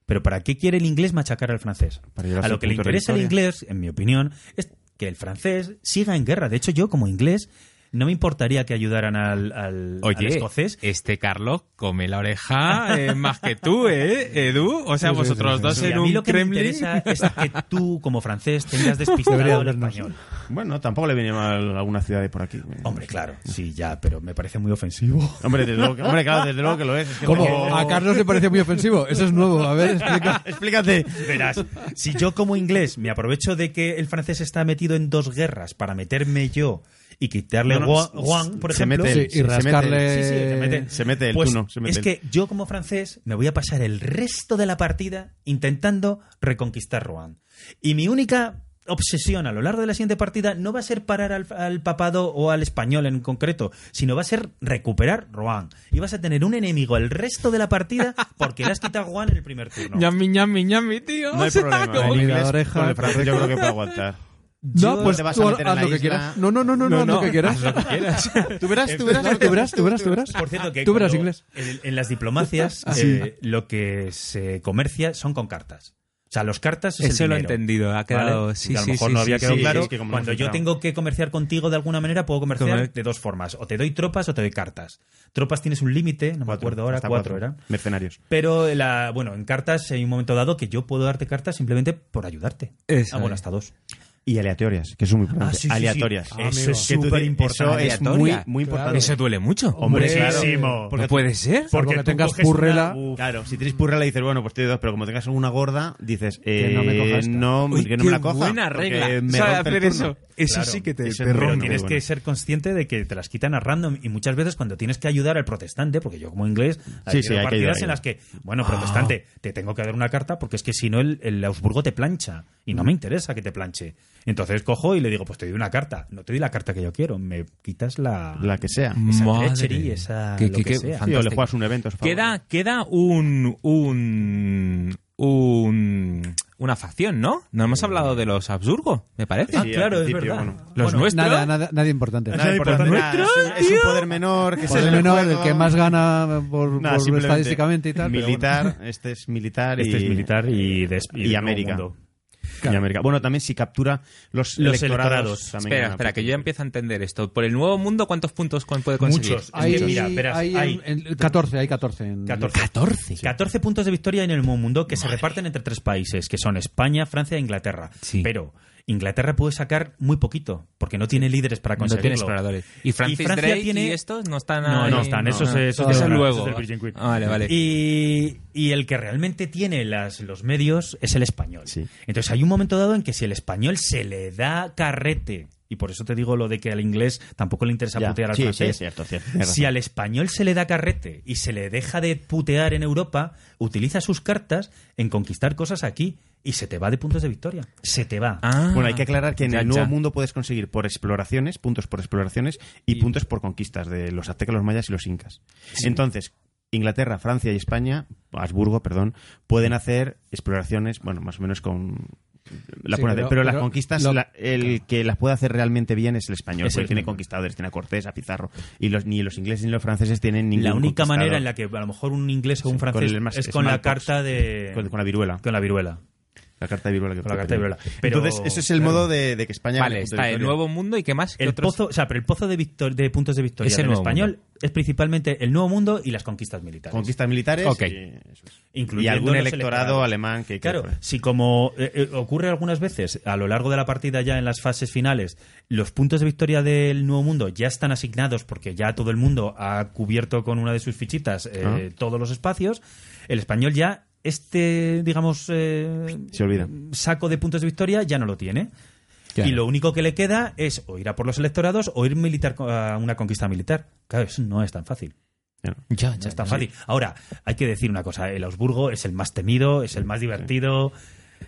Pero ¿para qué quiere el inglés machacar al francés? Para llevarse A lo que le puntos de interesa al victoria. inglés, en mi opinión, es que el francés siga en guerra. De hecho, yo como inglés no me importaría que ayudaran al, al- al Oye, escocés. este Carlos come la oreja eh, más que tú, ¿eh, Edu? O sea, Sí, sí, vosotros sí, sí, dos Sí, en a mí un lo que me Kremlin. interesa es que tú, como francés, tengas despistado al vernos. español. Bueno, tampoco le viene mal a alguna ciudad de por aquí. Hombre, claro, sí, ya, pero me parece muy ofensivo. Hombre, desde luego, que- hombre, claro, desde luego que lo es. es que ¿Cómo? Ah, no- A Carlos le parece muy ofensivo. Eso es nuevo. A ver, explica. Explícate. Verás, si yo como inglés me aprovecho de que el francés está metido en dos guerras para meterme yo y quitarle No, no, Gua- se- Juan, por se ejemplo. mete él, Sí, y se mete él. rascarle... Sí, sí, se mete. Se mete él, pues tú no, se mete es él. que yo como francés me voy a pasar el resto de la partida intentando reconquistar Rouen. Y mi única obsesión a lo largo de la siguiente partida no va a ser parar al, al papado o al español en concreto, sino va a ser recuperar Rouen. Y vas a tener un enemigo el resto de la partida porque le has quitado a Juan en el primer turno. Ñami, ñami, ñami, tío. No hay problema. como- El Mira, inglés oreja. con el francés yo creo que puede aguantar. No, pues te vas a tú haz meter en la lo que isla. quieras. No, no, no, no, no, haz lo que quieras. Tú verás, tú No, Tú verás, tú verás, tú verás. Por cierto, que Ah, Tú verás cuando- inglés. En, en las diplomacias eh, lo que se comercia son con cartas. O sea, los cartas es Eso el lo he dinero, entendido, ha quedado- ¿vale? sí, Que a lo sí, mejor sí, no sí, había sí, quedado sí, claro. es que como no Cuando yo filtramos. tengo que comerciar contigo de alguna manera, puedo comerciar Comer- de dos formas. O te doy tropas o te doy cartas. Tropas tienes un límite, no me acuerdo ahora, hasta cuatro, era. Mercenarios. Pero la, bueno, en cartas hay un momento dado que yo puedo darte cartas simplemente por ayudarte. Eso ah, bueno, es. hasta dos. Y aleatorias, que eso es muy importante. Ah, sí, sí, sí. aleatorias. Eh, Ah, Eso amigo. es que tú Súper di- importante. Eso es muy, Aleatoria. muy importante. Claro. Eso duele mucho. Hombre, Hombre, claro. clarísimo. ¿No puede ser? Salvo que tú tengas coges una- purrela. Uf. claro, si tienes purrela dices, bueno, pues te doy dos, pero como tengas una gorda, dices, eh, no me coja esta. no, Uy, que qué no me la coja. buena porque regla. me Sabe rompe el hacer turno. eso. Eso Claro, sí que te, eso te es muy rompe. Pero bueno, tienes muy que bueno. ser consciente de que te las quitan a random y muchas veces cuando tienes que ayudar al protestante, porque yo como inglés, Sí, hay sí, hay partidas que ayudar, en ayudar. Ah. las que, bueno, protestante, te tengo que dar una carta porque es que si no el, el Augsburgo te plancha y Mm. no me interesa que te planche. Entonces cojo y le digo, pues te doy una carta, no te doy la carta que yo quiero, me quitas la... La que sea. Esa Madre. treachery, esa Qué- lo qué- que qué sea. Sí, o le fantástico. juegas un evento. a su favor. Queda, queda un, un, un- una facción, ¿no? No hemos hablado de los Habsburgo, me parece. Ah, Sí, al claro, es principio, verdad. bueno. Los nuestros. Nada, nada, nadie importante. Nada importante. ¿Nuestro, Es un- es un tío? poder menor que se Por el menor, el que más gana por, Nada, por simplemente estadísticamente y tal. pero Militar, este es militar y, Este es militar y, des- y y del nuevo América. mundo. y América. Bueno, también si captura los, Los electorados. electorados. también Espera, gana. espera, que yo ya empiezo a entender esto. Por el nuevo mundo, ¿cuántos puntos con- puede conseguir? Muchos. Bueno, hay, Es que mira, verás, hay, hay- en- en- 14, hay 14. en- 14. 14. puntos de victoria en el nuevo mundo que se reparten entre tres países, que son España, Francia e Inglaterra. Sí. Pero Inglaterra puede sacar muy poquito, porque no tiene líderes para No conseguirlo. tiene exploradores. ¿Y Francis Francia Drake tiene- y estos no están No, ahí? no están. Esos, no. Eso esos de ahora, luego. esos del Virgin Queen. Ah, Vale, vale. Y, y el que realmente tiene las, los medios es el español. Sí. Entonces hay un momento dado en que si el español se le da carrete, y por eso te digo lo de que al inglés tampoco le interesa Ya. putear al Sí, sí, francés, es cierto, cierto. Tienes razón. si al español se le da carrete y se le deja de putear en Europa, utiliza sus cartas en conquistar cosas aquí y se te va de puntos de victoria. Se te va. Ah, Bueno, hay que aclarar que en ya, el nuevo ya. mundo puedes conseguir por exploraciones, puntos por exploraciones y, puntos por conquistas de los aztecas, los mayas y los incas. Entonces, Inglaterra, Francia y España, Habsburgo, perdón, pueden hacer exploraciones, bueno, más o menos con la Sí, pueden hacer, pero, pero- las pero conquistas, lo- la- el que las puede hacer realmente bien es el español, Es porque el- tiene conquistadores, tiene a Cortés, a Pizarro, y los, ni los ingleses ni los franceses tienen ningún la única conquistador. manera en la que a lo mejor un inglés o Sí, un con francés el mas- es con la smallpox. carta de... con, con la viruela, con la viruela. la carta de viruela que con la fue carta de terrible. viruela. Pero- Entonces, ese es el claro. modo de, de que España Vale, gane puntos de está el victoria. nuevo mundo y qué más. ¿Qué El otros? pozo, o sea, pero el pozo de, victor- de puntos de victoria Es el del nuevo español es principalmente el nuevo mundo y las conquistas militares. conquistas militares Ok. y- eso es. Incluyendo y algún los electorado electorados. alemán que Claro, que- si como eh, eh, ocurre algunas veces a lo largo de la partida ya en las fases finales, los puntos de victoria del Nuevo Mundo ya están asignados porque ya todo el mundo ha cubierto con una de sus fichitas eh, Ah. todos los espacios, el español ya este, digamos, eh, se olvida saco de puntos de victoria ya no lo tiene. Claro. Y lo único que le queda es o ir a por los electorados o ir militar co- a una conquista militar. Claro, eso no es tan fácil. Ya, No ya es tan está. fácil. Ahora, hay que decir una cosa. El Augsburgo es el más temido, es el más divertido.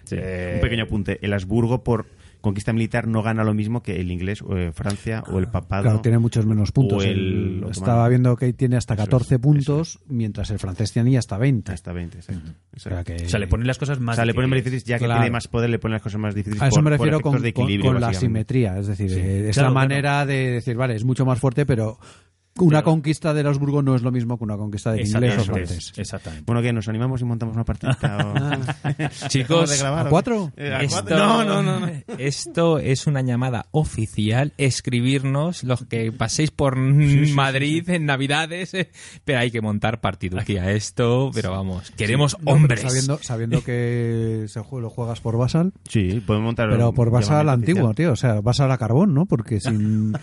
Sí. Eh, un pequeño apunte el Habsburgo por conquista militar no gana lo mismo que el inglés o eh, Francia o el papado Claro, tiene muchos menos puntos. O el El- otomano. estaba viendo que tiene hasta Eso es, 14 eso puntos, mientras el francés tenía hasta 20. hasta 20 exacto. O sea, Exacto. que- O sea, le ponen las cosas o más sea, le ponen más difíciles. difíciles ya que Claro. tiene más poder le ponen las cosas más difíciles a eso por, me por refiero efectos con, de con- equilibrio con la básicamente. simetría. Es decir, eh, es Claro, la claro. manera de decir, vale, es mucho más fuerte, pero una conquista del Habsburgo no es lo mismo que una conquista del inglés o Exactamente. francés. Exactamente. bueno que nos animamos y montamos una partidita o- ¿Acabamos de Chicos, grabar, Ah. ¿a o qué? cuatro? Eh, ¿a Esto, cuatro? no no no, no. esto es una llamada oficial. Escribirnos los que paséis por Madrid en Navidades. eh, Pero hay que montar partiduquía. Esto, pero vamos, queremos No, pero hombres. sabiendo, sabiendo que se jue- lo juegas por Basal, sí podemos montar pero un por Basal llamamiento antiguo, oficial. tío. O sea, Basal a carbón, ¿no? Porque sin.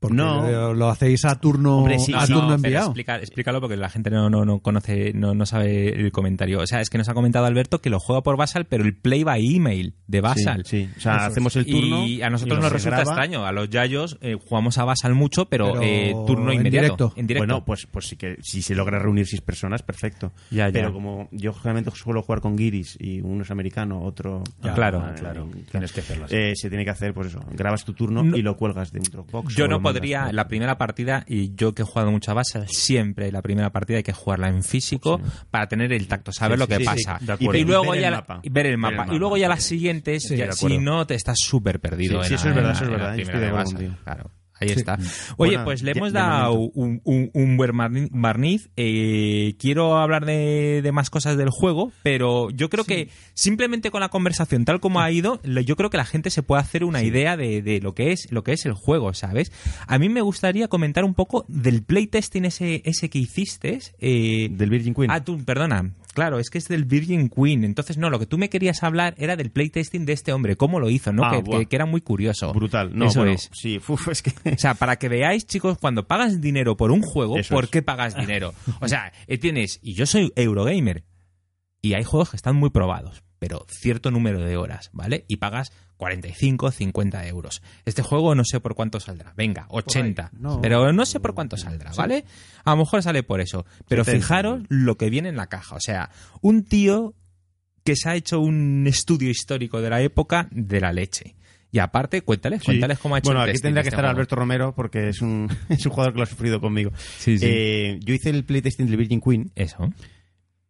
Porque No. lo, lo hacéis a turno, Hombre, sí, a sí. turno pero enviado. explica- explícalo porque la gente no, no, no conoce, no, no sabe el comentario. O sea, es que nos ha comentado Alberto que lo juega por Basal, pero el play by email de Basal. sí, sí. o sea hacemos el turno Y a nosotros y nos se resulta graba. extraño. A los Yayos eh, jugamos a Basal mucho, pero, Pero eh, turno en inmediato. directo. En directo. Bueno, pues, pues sí que si se logra reunir seis personas, perfecto. Ya, ya. Pero como yo generalmente suelo jugar con guiris y uno es americano, otro. Ya, claro, eh, claro. eh, Tienes que hacerlo así. eh, se tiene que hacer, pues eso. Grabas tu turno No. y lo cuelgas de un Dropbox. o Yo lo no mandas podría, por- la primera partida, y yo que he jugado mucha base, siempre la primera partida hay que jugarla en físico para tener el tacto, saber Sí, lo sí, que sí, pasa. sí, de y, acuerdo. Y luego ver ya el la- mapa. y ver el Ver mapa. el y luego mapa. ya las siguientes, ya- de si acuerdo. no, te estás súper perdido. Sí, sí, en la- eso es verdad, en eso es la verdad, yo primera estoy de de acuerdo base. contigo. Mm. Claro. Ahí está. Oye, Buena- pues le de- hemos de dado un, un- un buen marni- barniz. Eh, quiero hablar de, de más cosas del juego, pero yo creo que simplemente con la conversación tal como ha ido, le- yo creo que la gente se puede hacer una idea de, de lo que es lo que es el juego, ¿sabes? A mí me gustaría comentar un poco del playtesting ese, ese que hiciste. eh, Del Virgin Queen. Ah, tú, perdona. Claro, es que es del Virgin Queen. Entonces, no, lo que tú me querías hablar era del playtesting de este hombre, cómo lo hizo, ¿no? Ah, que, buah. que- que era muy curioso. Brutal. No, Eso bueno, es. sí, uf, es que... O sea, para que veáis, chicos, cuando pagas dinero por un juego, Eso ¿por es. Ah. qué pagas dinero? O sea, eh, tienes, y yo soy Eurogamer, y hay juegos que están muy probados, pero cierto número de horas, ¿vale? Y pagas 45, 50 euros. Este juego no sé por cuánto saldrá, venga, 80, no. pero no sé por cuánto saldrá, ¿vale? A lo mejor sale por eso, pero 70. fijaros lo que viene en la caja, o sea, un tío que se ha hecho un estudio histórico de la época de la leche. Y aparte, cuéntales, Sí. cuéntales cómo ha hecho Bueno, el aquí testing tendría de que este estar juego. Alberto Romero porque es un, es un jugador que lo ha sufrido conmigo. Sí, sí. Eh, yo hice el playtesting del Virgin Queen Eso.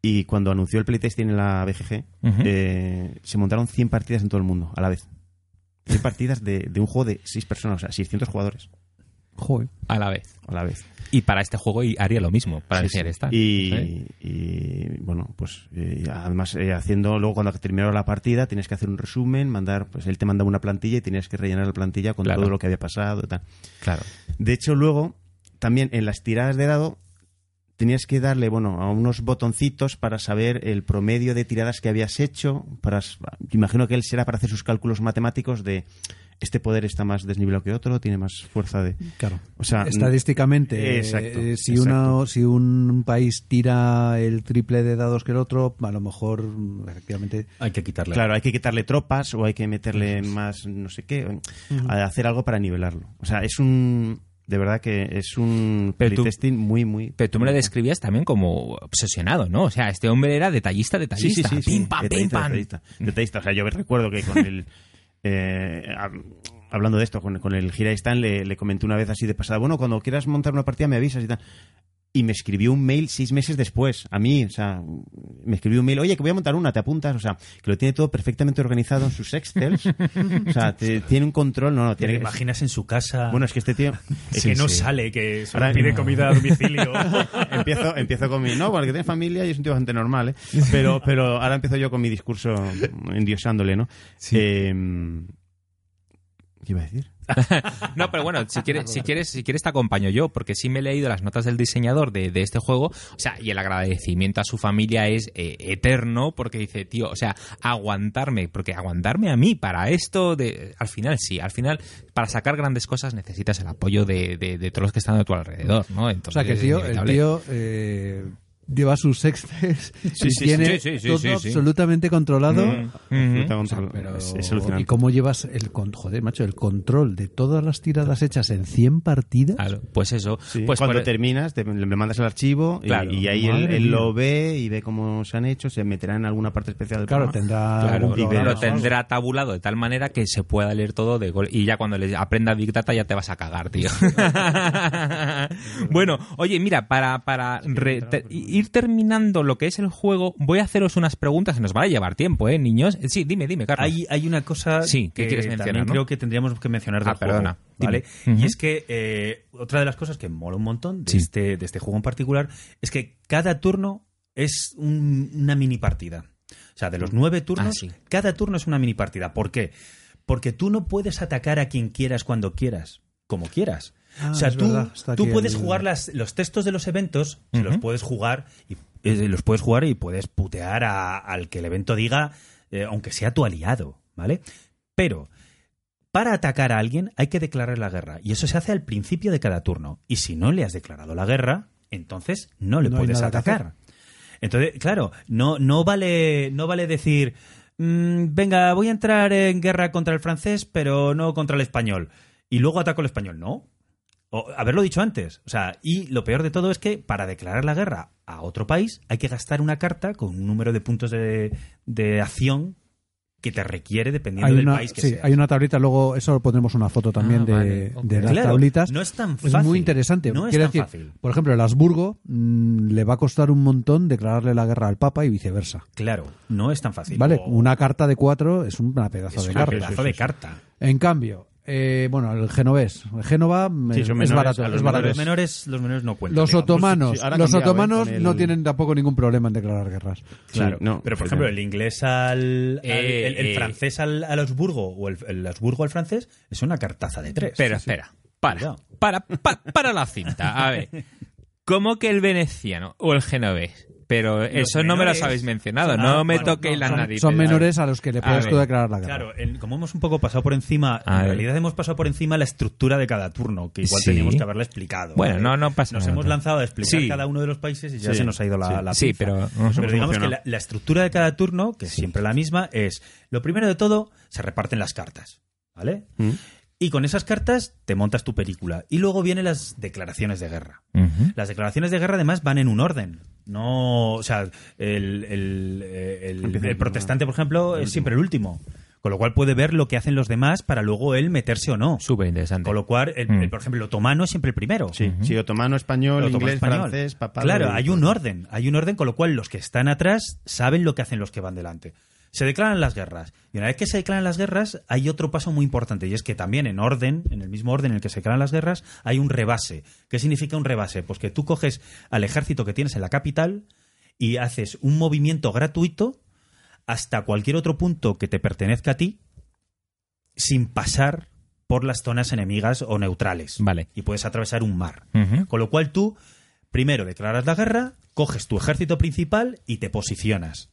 y cuando anunció el playtesting en la BGG Ujú. eh, se montaron 100 partidas en todo el mundo a la vez. 100 partidas de, de un juego de 6 personas, o sea, 600 jugadores Joder. A la vez. a la vez. Y para este juego y haría lo mismo, para Sí, decir sí. esta. ¿eh? Y, y, bueno, pues eh, además eh, haciendo, luego cuando terminaron la partida tienes que hacer un resumen, mandar, pues él te mandaba una plantilla y tenías que rellenar la plantilla con Claro. todo lo que había pasado y tal. Claro. De hecho, luego, también en las tiradas de dado, tenías que darle, bueno, a unos botoncitos para saber el promedio de tiradas que habías hecho. Para, s- imagino que él será para hacer sus cálculos matemáticos de este poder está más desnivelado que otro, tiene más fuerza de... Claro. O sea, mm, Estadísticamente, eh, Ah, Exacto, eh, si, exacto. una, si un país tira el triple de dados que el otro, a lo mejor, mm, efectivamente, Hay que quitarle. Claro, hay que quitarle tropas o hay que meterle más, no sé qué, mm, a hacer algo para nivelarlo. O sea, es un... De verdad que es un Pero tú- playtesting muy, muy... Pero tú me lo describías también como obsesionado, ¿no? O sea, este hombre era detallista, detallista. Pim, pam, pim, Detallista, pam. detallista. Detallista. O sea, yo recuerdo que con el. eh, hab- hablando de esto, con, con el Gira Stan le, le comenté una vez así de pasada: bueno, cuando quieras montar una partida me avisas y tal. Y me escribió un mail seis meses después, a mí, o sea, me escribió un mail, oye, que voy a montar una, te apuntas, o sea, que lo tiene todo perfectamente organizado en sus Excels, o sea, te- tiene un control, no, no, ¿Te lo tiene imaginas en su casa? Bueno, es que este tío, Es es que que no sale, que solo Ahora- pide comida a domicilio. empiezo, empiezo con mi. No, porque tiene familia y es un tío bastante normal, ¿eh? Pero, pero ahora empiezo yo con mi discurso endiosándole, ¿no? Eh, ¿Qué iba a decir? No, pero bueno, si quieres, si quieres, si quieres te acompaño yo, porque sí me he leído las notas del diseñador de, de este juego, o sea, y el agradecimiento a su familia es eh, eterno, porque dice, tío, o sea, aguantarme, porque aguantarme a mí para esto, de, al final sí, al final, para sacar grandes cosas necesitas el apoyo de, de- de todos los que están a tu alrededor, ¿no? Entonces, O sea que el es tío, el inevitable. tío eh, lleva sus sextes Sí, y sí, tiene sí, sí, sí, todo sí, sí. absolutamente controlado. Mm. Ujú. Fruta O sea, control. pero- es, es y alucinante. cómo llevas el con- joder, macho, el control de todas las tiradas hechas en 100 partidas. Claro, pues eso. Sí, pues cuando por- terminas, te- le mandas el archivo y- Claro. y, ahí él, Madre él mía. lo ve y ve cómo se han hecho, se meterá en alguna parte especial del Claro, programa. tendrá Claro, algún y programa lo o algo. tendrá tabulado de tal manera que se pueda leer todo de gol. Y ya cuando le aprenda Big Data ya te vas a cagar, tío. bueno, oye, mira, para, para re- ter- ir terminando lo que es el juego, voy a haceros unas preguntas que nos va a llevar tiempo, ¿eh, niños? Sí, dime, dime, Carlos. Hay, hay una cosa Sí, ¿qué que quieres mencionar, también no? creo que tendríamos que mencionar del Ah, perdona, juego, ¿vale? dime. Ujú. Y es que eh, otra de las cosas que mola un montón de, Sí. este, de este juego en particular es que cada turno es un- una mini partida. O sea, de los nueve turnos, Ah, sí. cada turno es una mini partida. ¿Por qué? Porque tú no puedes atacar a quien quieras cuando quieras, como quieras. Ah, o sea, es tú, verdad, está tú aquí puedes el- jugar las- los textos de los eventos, se los Ujú. puedes jugar y eh, los puedes jugar y puedes putear a- al que el evento diga, eh, aunque sea tu aliado, ¿vale? Pero para atacar a alguien hay que declarar la guerra y eso se hace al principio de cada turno. Y si no le has declarado la guerra, entonces no le No hay puedes nada que atacar. Entonces, claro, no, no vale, no vale decir, "Mm, venga, voy a entrar en guerra contra el francés, pero no contra el español. Y luego ataco al español, no. O haberlo dicho antes. O sea, y lo peor de todo es que para declarar la guerra a otro país hay que gastar una carta con un número de puntos de, de acción que te requiere dependiendo Hay del una, país que sí, seas. hay una tablita, luego eso pondremos una foto también Ah, de, vale, ok. de las Claro, tablitas. No es tan Es fácil. muy interesante. No es Quiero tan decir, fácil. Por ejemplo, el Habsburgo mm, le va a costar un montón declararle la guerra al Papa y viceversa. Claro, no es tan fácil. ¿Vale? O- Una carta de cuatro es una pedazo es de una carta. pedazo de carta. En cambio, eh, bueno, el genovés. El Génova eh, Sí, es son menores, barato, a los es Los barato. menores- menores, los menores no cuentan. Los digamos. otomanos, sí, ahora ha los cambiado, ¿eh? otomanos con el- no tienen tampoco ningún problema en declarar guerras. Claro. Sí, no, pero, por ejemplo, el inglés al. al- Eh, el, el eh. francés al, al Habsburgo o el, el Habsburgo al francés es una cartaza de tres. Pero espera, para, Cuidado. para, pa- para la cinta. A ver, ¿cómo que el veneciano o el genovés? Pero eso no me menores los habéis mencionado, son- no ah, me bueno, toquéis no, las son- narices. Son menores a los que le A puedes tú ver. declarar la guerra. Claro, el- como hemos un poco pasado por encima, A en ver. realidad hemos pasado por encima la estructura de cada turno, que igual Ah, eh. Sí. teníamos que haberla explicado. Bueno, ¿vale? no, no pasa Nos nada. hemos lanzado a explicar Sí. cada uno de los países y ya Sí, se nos ha ido la, sí. la Sí, pinza. pero- nos hemos pero digamos que emocionado. la, la estructura de cada turno, que es siempre la misma, es lo primero de todo, se reparten las cartas, ¿vale? Mm. Y con esas cartas te montas tu película. Y luego vienen las declaraciones de guerra. Ujú. Las declaraciones de guerra además van en un orden. No, o sea, el, el- eh, el- Empieza el el protestante, por ejemplo, es siempre el último. Con lo cual puede ver lo que hacen los demás para luego él meterse o no. Súper interesante. Con lo cual, el- Mm. el, por ejemplo, el otomano es siempre el primero. Sí, sí, otomano, español, Otomano, inglés, español. francés, papá. Claro, hay un orden, hay un orden con lo cual los que están atrás saben lo que hacen los que van delante. Se declaran las guerras. Y una vez que se declaran las guerras, hay otro paso muy importante, y es que también en orden, en el mismo orden en el que se declaran las guerras, hay un rebase. ¿Qué significa un rebase? Pues que tú coges al ejército que tienes en la capital y haces un movimiento gratuito hasta cualquier otro punto que te pertenezca a ti, sin pasar por las zonas enemigas o neutrales. Vale. Y puedes atravesar un mar. Ujú. Con lo cual tú, primero declaras la guerra, coges tu ejército principal y te posicionas.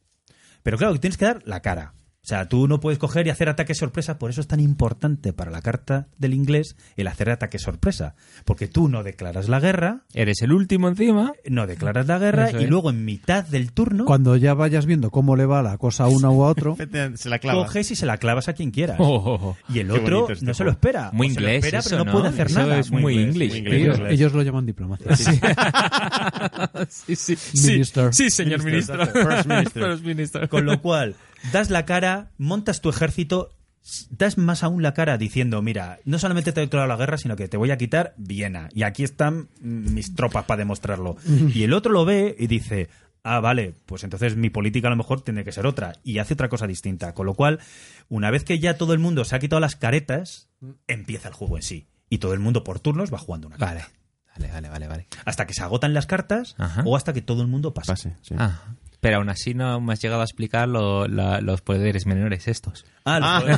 Pero claro, que tienes que dar la cara. O sea, tú no puedes coger y hacer ataques sorpresa, por eso es tan importante para la carta del inglés el hacer ataques sorpresa. Porque tú no declaras la guerra, Eres el último encima. no declaras la guerra Eso y es. luego en mitad del turno Cuando ya vayas viendo cómo le va la cosa a uno u a otro, Se la clava. coges y se la clavas a quien quieras. Oh, oh, oh. Y el Qué otro bonito este no se lo juego. espera. Muy O se lo inglés espera, pero eso, no puede hacer Eso nada. Es muy inglés. muy inglés. ellos, Claro. ellos lo llaman diplomacia. Sí, sí, Minister. sí, señor Minister, ministro. first minister. First minister. Con lo cual, das la cara, montas tu ejército, s- das más aún la cara diciendo, mira, no solamente te he declarado la guerra, sino que te voy a quitar Viena. Y aquí están mm, mis tropas para demostrarlo. Y el otro lo ve y dice, ah, vale, pues entonces mi política a lo mejor tiene que ser otra. Y hace otra cosa distinta. Con lo cual, una vez que ya todo el mundo se ha quitado las caretas, empieza el juego en sí. Y todo el mundo por turnos va jugando una carta. Vale. Vale, vale, vale, vale. Hasta que se agotan las cartas Ajá. o hasta que todo el mundo pasa. Pase, sí. Ah, pero aún así no me has llegado a explicar lo- la- los poderes menores estos. Ah, los Sí,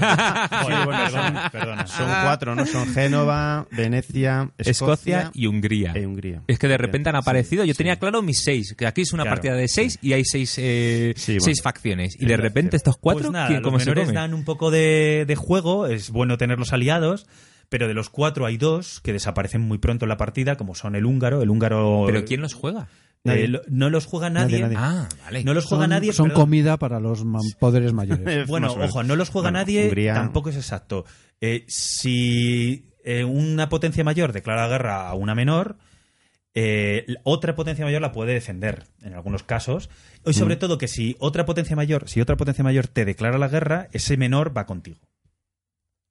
juegos- bueno, son, perdona, perdona. son cuatro, ¿no? Son Génova, Venecia, Escocia, Escocia, y Hungría. e Hungría. Es que de repente han Sí, aparecido. Yo sí. tenía claro mis seis, que aquí es una Claro, partida de seis y hay seis, eh, Sí, bueno. seis facciones. Y de Exacto. repente estos cuatro, Pues nada, ¿quién- los ¿cómo se menores comen? dan un poco de, de juego, es bueno tenerlos aliados, pero de los cuatro hay dos que desaparecen muy pronto en la partida, como son el húngaro, el húngaro... Pero ¿quién los juega? eh, Nadie. lo- no los juega nadie. Nadie, nadie. Ah, vale. No los juega son nadie. son perdón. comida para los man- poderes mayores. Bueno, eh, Más o menos. ojo, no los juega Bueno, nadie, Hungría- tampoco es exacto. Eh, si eh, una potencia mayor declara guerra a una menor, eh, la- otra potencia mayor la puede defender, en algunos casos. Y sobre todo que si otra potencia mayor, si otra potencia mayor te declara la guerra, ese menor va contigo.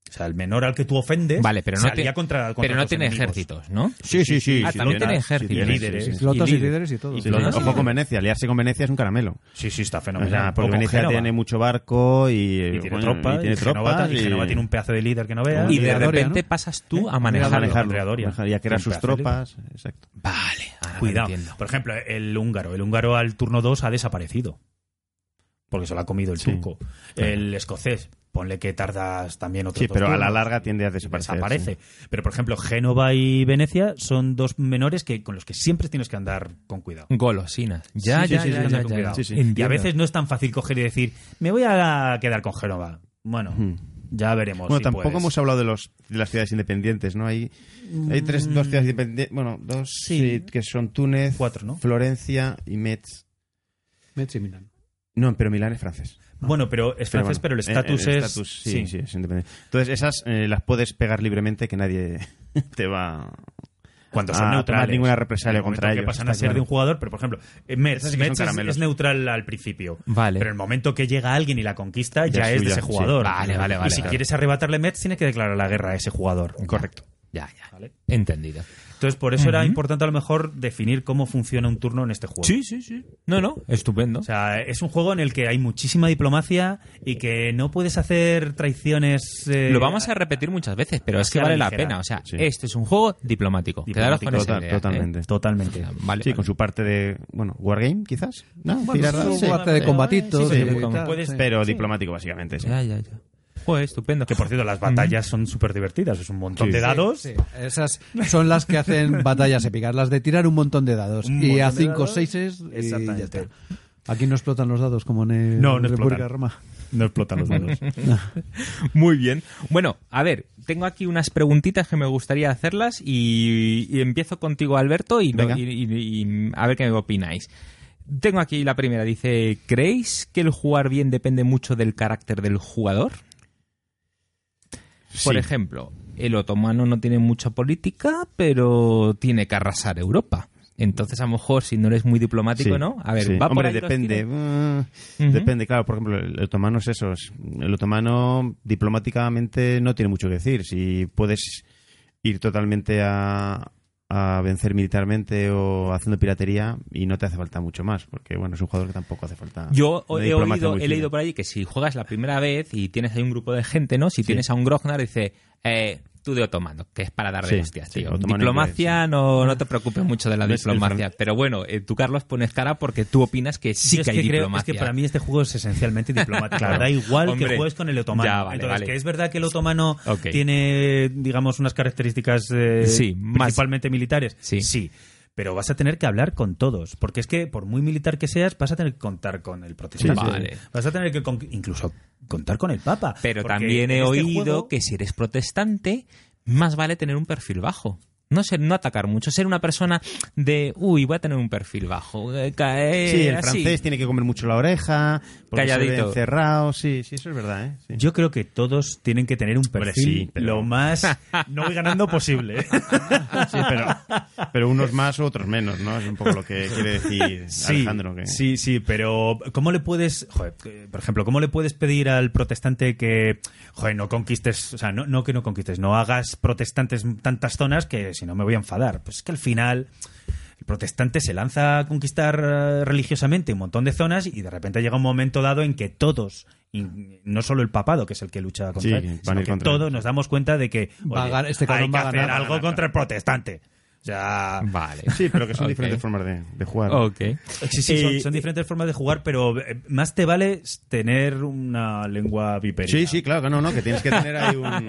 O sea, el menor al que tú ofendes Vale, pero se no, alía te- contra, contra pero no tus tiene enemigos. ejércitos, ¿no? Sí, sí, sí. Ah, sí, también tiene ejército. tiene, Y líderes. sí, sí. Flotas y líder. líderes y todo. Y Sí, flotas. Ojo con Venecia, aliarse con Venecia es un caramelo. Sí, sí, está O fenomenal. sea, porque O pues con Venecia Génova. tiene mucho barco y, Y eh, tiene bueno, tropa, y tiene Génova tropas ta- y Génova tiene un pedazo de líder que no veas. Y de Andrea Doria, repente ¿no? pasas tú a a manejarlo. manejarlo, Andrea Doria. manejar- y a crear Un sus pedazo de líder. tropas. Exacto. Vale, ahora lo Ah, Cuidado. entiendo. Por ejemplo, el húngaro. El húngaro al turno 2 ha desaparecido. Porque se lo ha comido el Sí. turco. El escocés, ponle que tardas también otro Sí, pero a la larga tiende a desaparecer. desaparece. Pero, por ejemplo, Génova y Venecia son dos menores que con los que siempre tienes que andar con cuidado. Golosinas. Ya, Sí, sí, ya, sí, ya, sí, ya, con ya. cuidado. Sí, sí. Entiendo. Y a veces no es tan fácil coger y decir, me voy a quedar con Génova. Bueno, Ujú. ya veremos. Hmm. Bueno, si tampoco puedes. hemos hablado de, los, de las ciudades independientes, ¿no? Hay, hay tres, dos ciudades independientes, bueno, dos Mm. Sí. sí, que son Túnez, Cuatro, ¿no? Florencia y Metz. Metz y Milán. No, pero Milán es francés. Bueno, pero es francés, pero, el Ah. bueno, estatus eh, el es. estatus, Sí, sí, es independiente. Entonces, esas eh, las puedes pegar libremente que nadie te va... cuando a son tomar neutrales. ninguna represalia En el contra momento Que ellos, pasan a está ser claro. de un jugador, pero por ejemplo, eh, Metz, Esas sí que son Metz es, caramelos. es neutral al principio. Vale. Pero el momento que llega alguien y la conquista ya, Ya es es de suya, ese sí. jugador. Vale, vale, Y vale, si vale. quieres arrebatarle Metz, tienes que declarar la guerra a ese jugador. Correcto. Ya, ya. ¿vale? Entendido. Entonces, por eso era importante a lo mejor definir cómo funciona un turno en este juego. Sí, sí, sí. No, no, estupendo. O sea, es un juego en el que hay muchísima diplomacia y que no puedes hacer traiciones. eh, lo vamos a repetir muchas veces, pero es que hacia la vale la ligera. pena. O sea, Sí. este es un juego diplomático. Quedaros con esa Total- idea, ¿eh? totalmente. Totalmente. Vale, sí, vale. con su parte de, bueno, wargame quizás, ¿no? es Tirar un dados, sí. guate de combatitos. sí, sí, de- sí, tal, puedes- sí. pero diplomático básicamente, sí. Ya, ya, ya. Joder, estupendo. Que por cierto, las batallas son súper divertidas. Es un montón Sí. de dados. Sí, esas son las que hacen batallas épicas, las de tirar un montón de dados. Un y montón a de cinco dados. seises y ya Exactamente. está. Aquí no explotan los dados como en el- No, no República de explotan. Roma. No explotan los dados. Muy bien. Bueno, a ver, tengo aquí unas preguntitas que me gustaría hacerlas y, y empiezo contigo, Alberto, y, Venga. y- y- y a ver qué me opináis. Tengo aquí la primera, dice, ¿creéis que el jugar bien depende mucho del carácter del jugador? Por Sí. ejemplo, el otomano no tiene mucha política, pero tiene que arrasar Europa. Entonces, a lo mejor, si no eres muy diplomático, Sí, ¿no? A ver, sí. va por Hombre, ahí los depende. tiros? mm, Ujú. Depende, claro. Por ejemplo, el otomano es eso. es- El otomano diplomáticamente no tiene mucho que decir. Si puedes ir totalmente a, a vencer militarmente o haciendo piratería y no te hace falta mucho más. Porque, bueno, es un jugador que tampoco hace falta. Yo una he, Ah, diplomacia oído, muy he fina. leído por allí que si juegas la primera vez y tienes ahí un grupo de gente, ¿no? Si tienes a un Grognar, dice, eh, tú de otomano, que es para darle Sí, hostias, sí, tío. otomano diplomacia, no, no te preocupes mucho de la No es el diplomacia. fran- Pero bueno, eh, tú, Carlos, pones cara porque tú opinas que sí Yo que es hay que creo- diplomacia. es que para mí este juego es esencialmente diplomático. Da igual Hombre, que juegues con el otomano. ya, vale, Entonces, vale. que es verdad que el otomano Ok. tiene, digamos, unas características eh, Sí, más- principalmente militares. Sí. Pero vas a tener que hablar con todos. Porque es que, por muy militar que seas, vas a tener que contar con el protestante. Sí, sí. Vale. Vas a tener que con- incluso contar con el Papa. Pero Porque también he en este oído juego- que si eres protestante, más vale tener un perfil bajo. No ser, no atacar mucho, ser una persona de, uy, voy a tener un perfil bajo. eh, caer Sí, el así". francés tiene que comer mucho la oreja. Porque Calladito. Cerrado, sí, sí, eso es verdad, ¿eh? Sí. Yo creo que todos tienen que tener un perfil sí, pero- lo más no voy ganando posible. Sí, pero, pero unos más, otros menos, ¿no? Es un poco lo que quiere decir Alejandro. Que... Sí, sí, pero ¿cómo le puedes, joder, eh, por ejemplo, cómo le puedes pedir al protestante que, joder, no conquistes, o sea, no, no que no conquistes, no hagas protestantes tantas zonas que si no me voy a enfadar? Pues es que al final el protestante se lanza a conquistar eh, religiosamente un montón de zonas y de repente llega un momento dado en que todos y no solo el papado, que es el que lucha Sí, contra él, van a sino ir que contra él. todos nos damos cuenta de que Va a oye, ganar- este hay cabrón que va a hacer ganar, va a algo contra el protestante. O sea, Vale. Sí, pero que son Ok. diferentes formas de, de jugar. Ok. Sí, sí, Eh, son, son diferentes formas de jugar, pero eh, más te vale tener una lengua viperina. Sí, sí, claro, que no, no, que tienes que tener ahí un...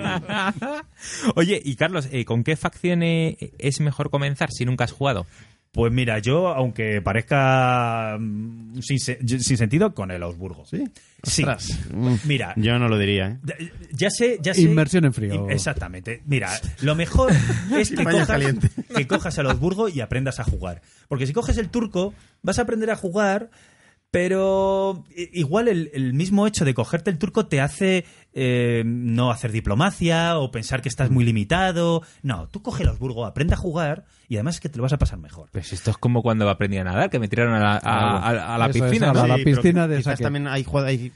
Oye, y Carlos, eh, ¿con qué facción eh, es mejor comenzar si nunca has jugado? Pues mira, yo, aunque parezca mm, sin, se- sin sentido, con el Augsburgo. Sí. Sí. Ostras. Mm. Mira, Yo no lo diría, ¿eh? ya- ya sé, ya sé. Inmersión en frío. In- Exactamente. Mira, lo mejor es que Baño cojas, caliente. que cojas al Augsburgo y aprendas a jugar. Porque si coges el turco, vas a aprender a jugar, pero i- igual el, el mismo hecho de cogerte el turco te hace eh, no hacer diplomacia o pensar que estás muy limitado. No, tú coge el Augsburgo, aprende a jugar y además es que te lo vas a pasar mejor. Pues esto es como cuando aprendí a nadar, que me tiraron a la, a- a- a la Eso es, piscina. a ¿no? la- pero piscina de Quizás saque. también hay, jugada- hay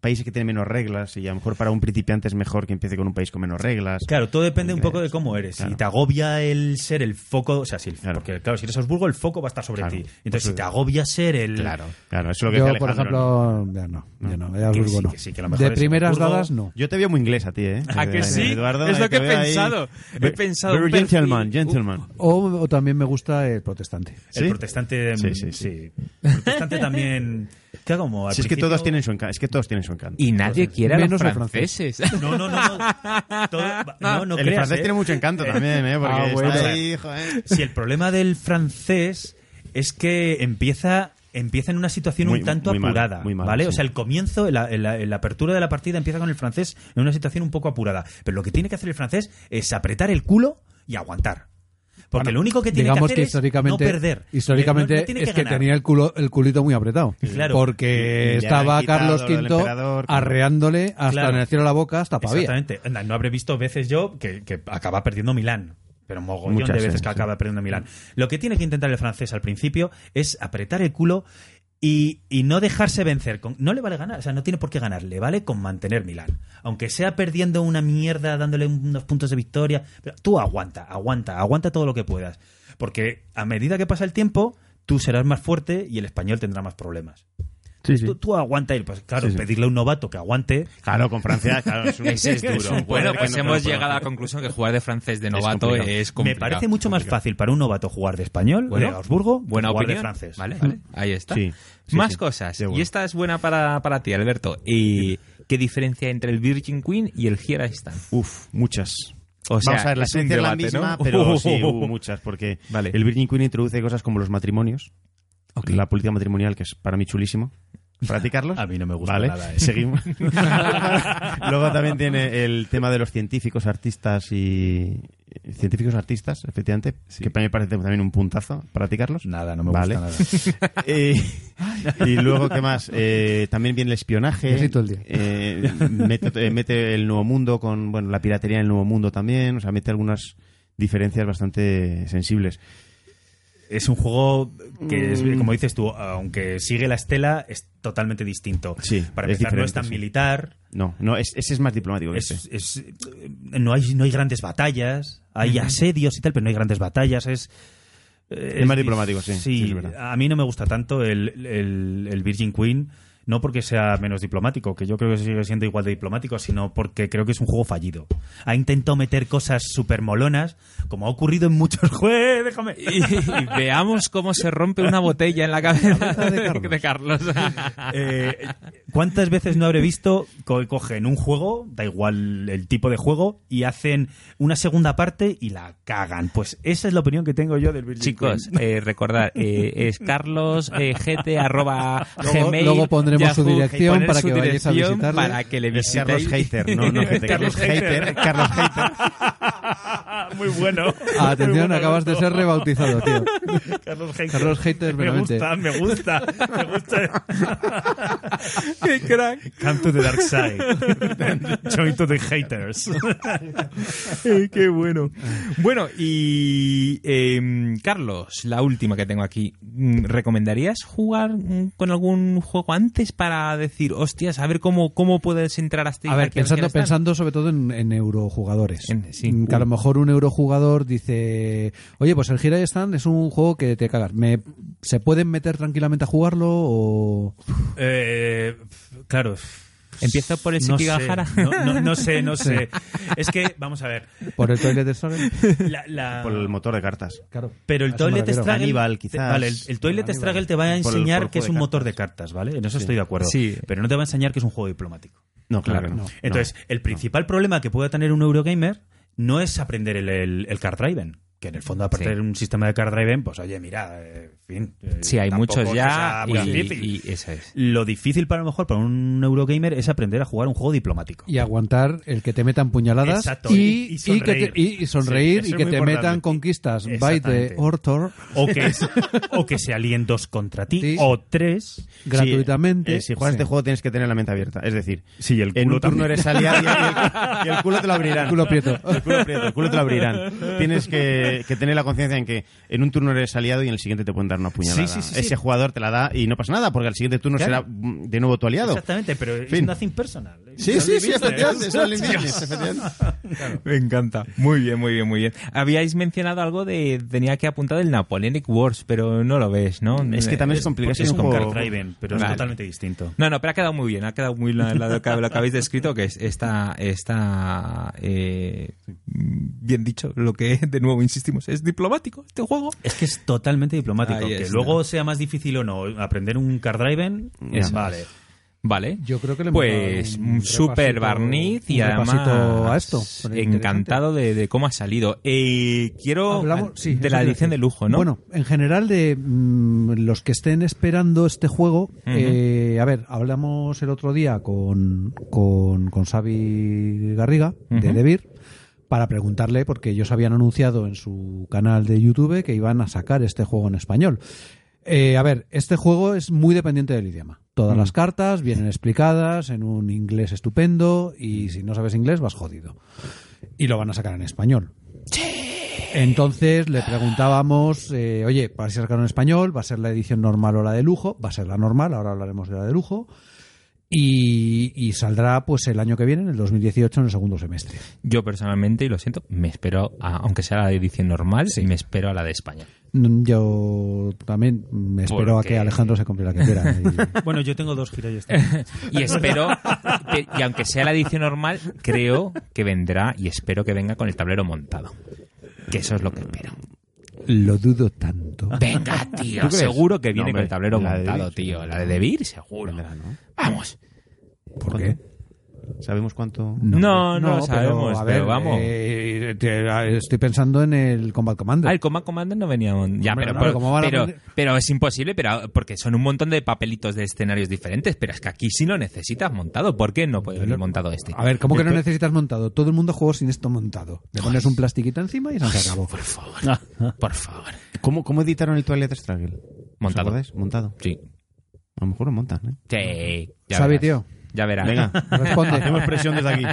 países que tienen menos reglas y a lo mejor para un principiante es mejor que empiece con un país con menos reglas. Claro, todo depende un Ingresos, poco de cómo eres. claro. Si te agobia el ser el foco, o sea, si el- Claro. porque claro, si eres Augsburgo, el foco va a estar sobre Claro. ti. Entonces, si te agobia ser el, Claro, claro, eso es lo que Yo, decía por Alejandro, ejemplo, ya no, ya no, ya Que Habsburgo sí, no. que sí, que lo mejor de es primeras Habsburgo. dadas, no. ¿no? Yo te veo muy inglés a ti, ¿eh? ¿A que Eh, sí? Eduardo, Es lo eh, que he te veo ahí- pensado. He pensado, Very un perfil- gentleman, gentleman. O, o también me gusta el protestante. El ¿Sí? protestante. Sí, mm, sí, sí. El protestante también. ¿Qué hago? Como al Si es que principio- todos tienen su encanto, es que todos tienen su encanto. Y nadie quiere a los Menos el franceses. No, no, no. No, Todo- no, no el creas, francés ¿eh? tiene mucho encanto también, ¿eh? Porque Ah, bueno. está ahí, ¿eh? joder. Si el problema del francés es que empieza empieza en una situación Muy- un tanto muy mal, apurada, muy mal, ¿vale? sí. O sea, el comienzo, la, la- la apertura de la partida empieza con el francés en una situación un poco apurada. Pero lo que tiene que hacer el francés es apretar el culo y aguantar. Porque Bueno, lo único que tiene que Digamos hacer que, históricamente, históricamente, es no perder. históricamente No- no tiene es que ganar. tenía el, culo, el culito muy apretado. Claro. Porque Y- y le estaba han quitado Carlos lo del V emperador, claro. arreándole hasta Claro. en el cielo de la boca, hasta Pavía. Exactamente. Anda, no habré visto veces yo que, que acaba perdiendo Milán. Pero un mogollón Muchas, de veces sí, que sí. acaba perdiendo Milán. Lo que tiene que intentar el francés al principio es apretar el culo y, y no dejarse vencer. Con, no le vale ganar, o sea, no tiene por qué ganar, le vale con mantener Milán. Aunque sea perdiendo una mierda, dándole unos puntos de victoria, pero tú aguanta, aguanta, aguanta todo lo que puedas. Porque a medida que pasa el tiempo, tú serás más fuerte y el español tendrá más problemas. Sí, sí. Tú, tú aguanta y, pues claro, Sí, sí. pedirle a un novato que aguante. Claro, con Francia, claro, es un Ese es es duro. bueno, un poder pues que no- hemos no- llegado a la conclusión que jugar de francés de novato complicado. es complicado. Me parece mucho más fácil para un novato jugar de español, Bueno, de Augsburgo, que buena jugar opinión. de francés. Vale, vale, ahí está. Sí, sí, más sí, cosas. Y de bueno. esta es buena para, para ti, Alberto. ¿Y qué diferencia hay entre el Virgin Queen y el Here I Stand? Uf, muchas. O sea, Vamos a ver, la es un esencia es la debate, misma, ¿no? pero sí, hubo muchas, porque Vale. el Virgin Queen introduce cosas como los matrimonios, Ok. la política matrimonial, que es para mí chulísimo. ¿Para ti, Carlos? A mí no me gusta Vale, nada. eh. seguimos. Luego también tiene el tema de los científicos, artistas y... Científicos artistas, efectivamente, que para mí me parece también un puntazo. ¿Para ti, Carlos? Nada, no me Vale. gusta nada. Eh, y luego, ¿qué más? Eh, también viene el espionaje. Así todo el día. Eh, mete, eh, mete el nuevo mundo con bueno, la piratería en el nuevo mundo también. O sea, mete algunas diferencias bastante sensibles. Es un juego que, es, como dices tú, aunque sigue la estela, es totalmente distinto. Sí, Para empezar, no es es diferente, tan sí. militar, No, no es- ese es más diplomático. que es- este. es, eh, no, hay, no hay grandes batallas, hay asedios y tal, pero no hay grandes batallas. Es, eh, Es más dif- diplomático, sí, sí, es verdad. a mí no me gusta tanto el, el- el Virgin Queen, no porque sea menos diplomático, que yo creo que sigue siendo igual de diplomático, sino porque creo que es un juego fallido. Ha intentado meter cosas súper molonas, como ha ocurrido en muchos juegos. Déjame. Y, y veamos cómo se rompe una botella en la cabeza de de, Carlos. de Carlos. Eh, ¿Cuántas veces no habré visto que cogen un juego, da igual el tipo de juego, y hacen una segunda parte y la cagan? Pues esa es la opinión que tengo yo del Virgin Chicos, Queen. eh, recordad, eh, es carlos eh, gt, arroba, Luego- gmail, luego pondremos su Yahoo, dirección poner para su que vayáis a dirección visitarle. Para que le Eh, Es visitéis. Carlos Hater, no, no, gente, Carlos Hater, Carlos Hater. Ah, muy bueno. Muy Atención, bueno, acabas de Alberto. ser rebautizado, tío. Carlos Hater. Carlos Hater, me veramente. gusta, me gusta, me gusta. ¡Qué crack! Come to the dark side. Join to the haters. Eh, Qué bueno. Bueno, y eh, Carlos, la última que tengo aquí. Mm, ¿Recomendarías jugar mm, con algún juego antes para decir, hostias, a ver cómo, cómo puedes entrar este hasta A ver, aquí al pensando, Gerestán? pensando sobre todo en, en eurojugadores. En- sí. Mm, Que a lo mejor un eurojugador dice, oye, pues el Gira Stand es un juego que te cagas. ¿Me, ¿Se pueden meter tranquilamente a jugarlo o...? Eh, claro. ¿Empiezo por el no sé, Sekigahara? No, no- no sé, no sé. Es que, vamos a ver. ¿Por el Toilet Struggle? la- la- Por el motor de cartas. Claro. pero el a eso me Toilet refiero. Struggle. Aníbal, te- quizás. Vale, el, el Toilet Aníbal. Struggle te va a Por el- por el enseñar que juego es de un cartas. motor de cartas, ¿vale? En eso estoy de acuerdo. Sí. Pero no te va a enseñar que es un juego diplomático. No, claro, que no. Entonces, el principal problema que pueda tener un Eurogamer no es aprender el, el, el card driven. Que en el fondo, aprender un sistema de card driven, pues oye, mira, eh, en fin. eh, Sí, hay tampoco es muchos que ya sea muy difícil. y, y esa es. Lo difícil para a lo mejor para un Eurogamer es aprender a jugar un juego diplomático. Y aguantar el que te metan puñaladas Exacto, y- y, y y que sonreír. te, y- y sonreír Sí, y eso que es muy te importante. metan conquistas by the Exactamente. Orthor O que, es- o que se alíen dos contra ti, Sí. o tres. gratuitamente. Eh, si juegas este juego tienes que tener la mente abierta. Es decir, Sí, el en un turno eres aliado y, el- y el culo te lo abrirán. El culo prieto. El culo prieto, el culo te lo abrirán. Tienes que, que tener la conciencia en que en un turno eres aliado y en el siguiente te pueden dar una puñalada. Sí, sí, sí, sí. Ese jugador te la da y no pasa nada porque al siguiente turno Claro. será mm, de nuevo tu aliado. Exactamente, pero es Fin. nothing personal. Sí, sí, sí, efectivamente. Es eso es el business, efectivamente. Me encanta. Muy bien, muy bien, muy bien. Habíais mencionado algo de. Tenía que apuntar el Napoleonic Wars, pero no lo ves, ¿no? pues Es que también es complicado. porque es un un juego- card driven, pero es Vale. totalmente distinto. No, no, pero ha quedado muy bien, ha quedado muy la, la- lo, que, lo que habéis descrito, que es está, está eh, bien dicho, lo que de nuevo insistimos, es diplomático este juego. Es que es totalmente diplomático. Ahí que está. luego sea más difícil o no aprender un card driven, Ya. vale. Vale. Yo creo que le hemos Pues dado un un super repasito- barniz y un repasito además a esto. Interesante. encantado de, de cómo ha salido. Eh, quiero Hablamos- ah, sí, de la eso te iba a edición de decir. lujo, ¿no? Bueno, en general de mm, los que estén esperando este juego, eh, a ver, hablamos el otro día con, con, con Xavi Garriga de Ujú. Debir para preguntarle, porque ellos habían anunciado en su canal de YouTube que iban a sacar este juego en español. Eh, a ver, este juego es muy dependiente del idioma. Mm. Todas las cartas vienen explicadas en un inglés estupendo y si no sabes inglés vas jodido. Y lo van a sacar en español. Entonces le preguntábamos, eh, oye, para sacar en español, va a ser la edición normal o la de lujo, va a ser la normal, ahora hablaremos de la de lujo. Y, y saldrá pues el año que viene, en el 2018, en el segundo semestre. Yo personalmente, y lo siento, me espero, a- aunque sea la edición normal, me espero a la de España. Mm, Yo también me espero a Porque- que Alejandro se compre la que quiera. ¿eh? Y- Bueno, yo tengo dos girallas. Y espero, que- y aunque sea la edición normal, creo que vendrá y espero que venga con el tablero montado. Que eso es lo que espero. Lo dudo tanto. Venga, tío. crees? Seguro que viene No, con hombre, el tablero la de montado, Debir, tío. sí. La de Debir, seguro. Vendrá, ¿no? Vamos. ¿Por qué? ¿Sabemos cuánto? No, no, lo pero, sabemos, a pero, ver, vamos. eh, te- estoy pensando en el Combat Commander. Ah, el Command Commander no venía. mon- Ya, Hombre, pero, no, pero, pero ¿cómo van a pero- poner- pero es imposible, pero porque son un montón de papelitos de escenarios diferentes. Pero es que aquí sí lo necesitas montado. ¿Por qué no puede venir montado este? A ver, ¿cómo que no necesitas montado? Todo el mundo jugó sin esto montado. Le pones un plastiquito encima y se acabó. Por favor, por favor. ¿Cómo, cómo editaron el Toilet Struggle? ¿Os Montado. acordáis? Montado. Sí. A lo mejor lo montan, ¿eh? Sí. Ya Xavi, verás. tío. Ya verás. Venga, hacemos Responde. presión desde aquí.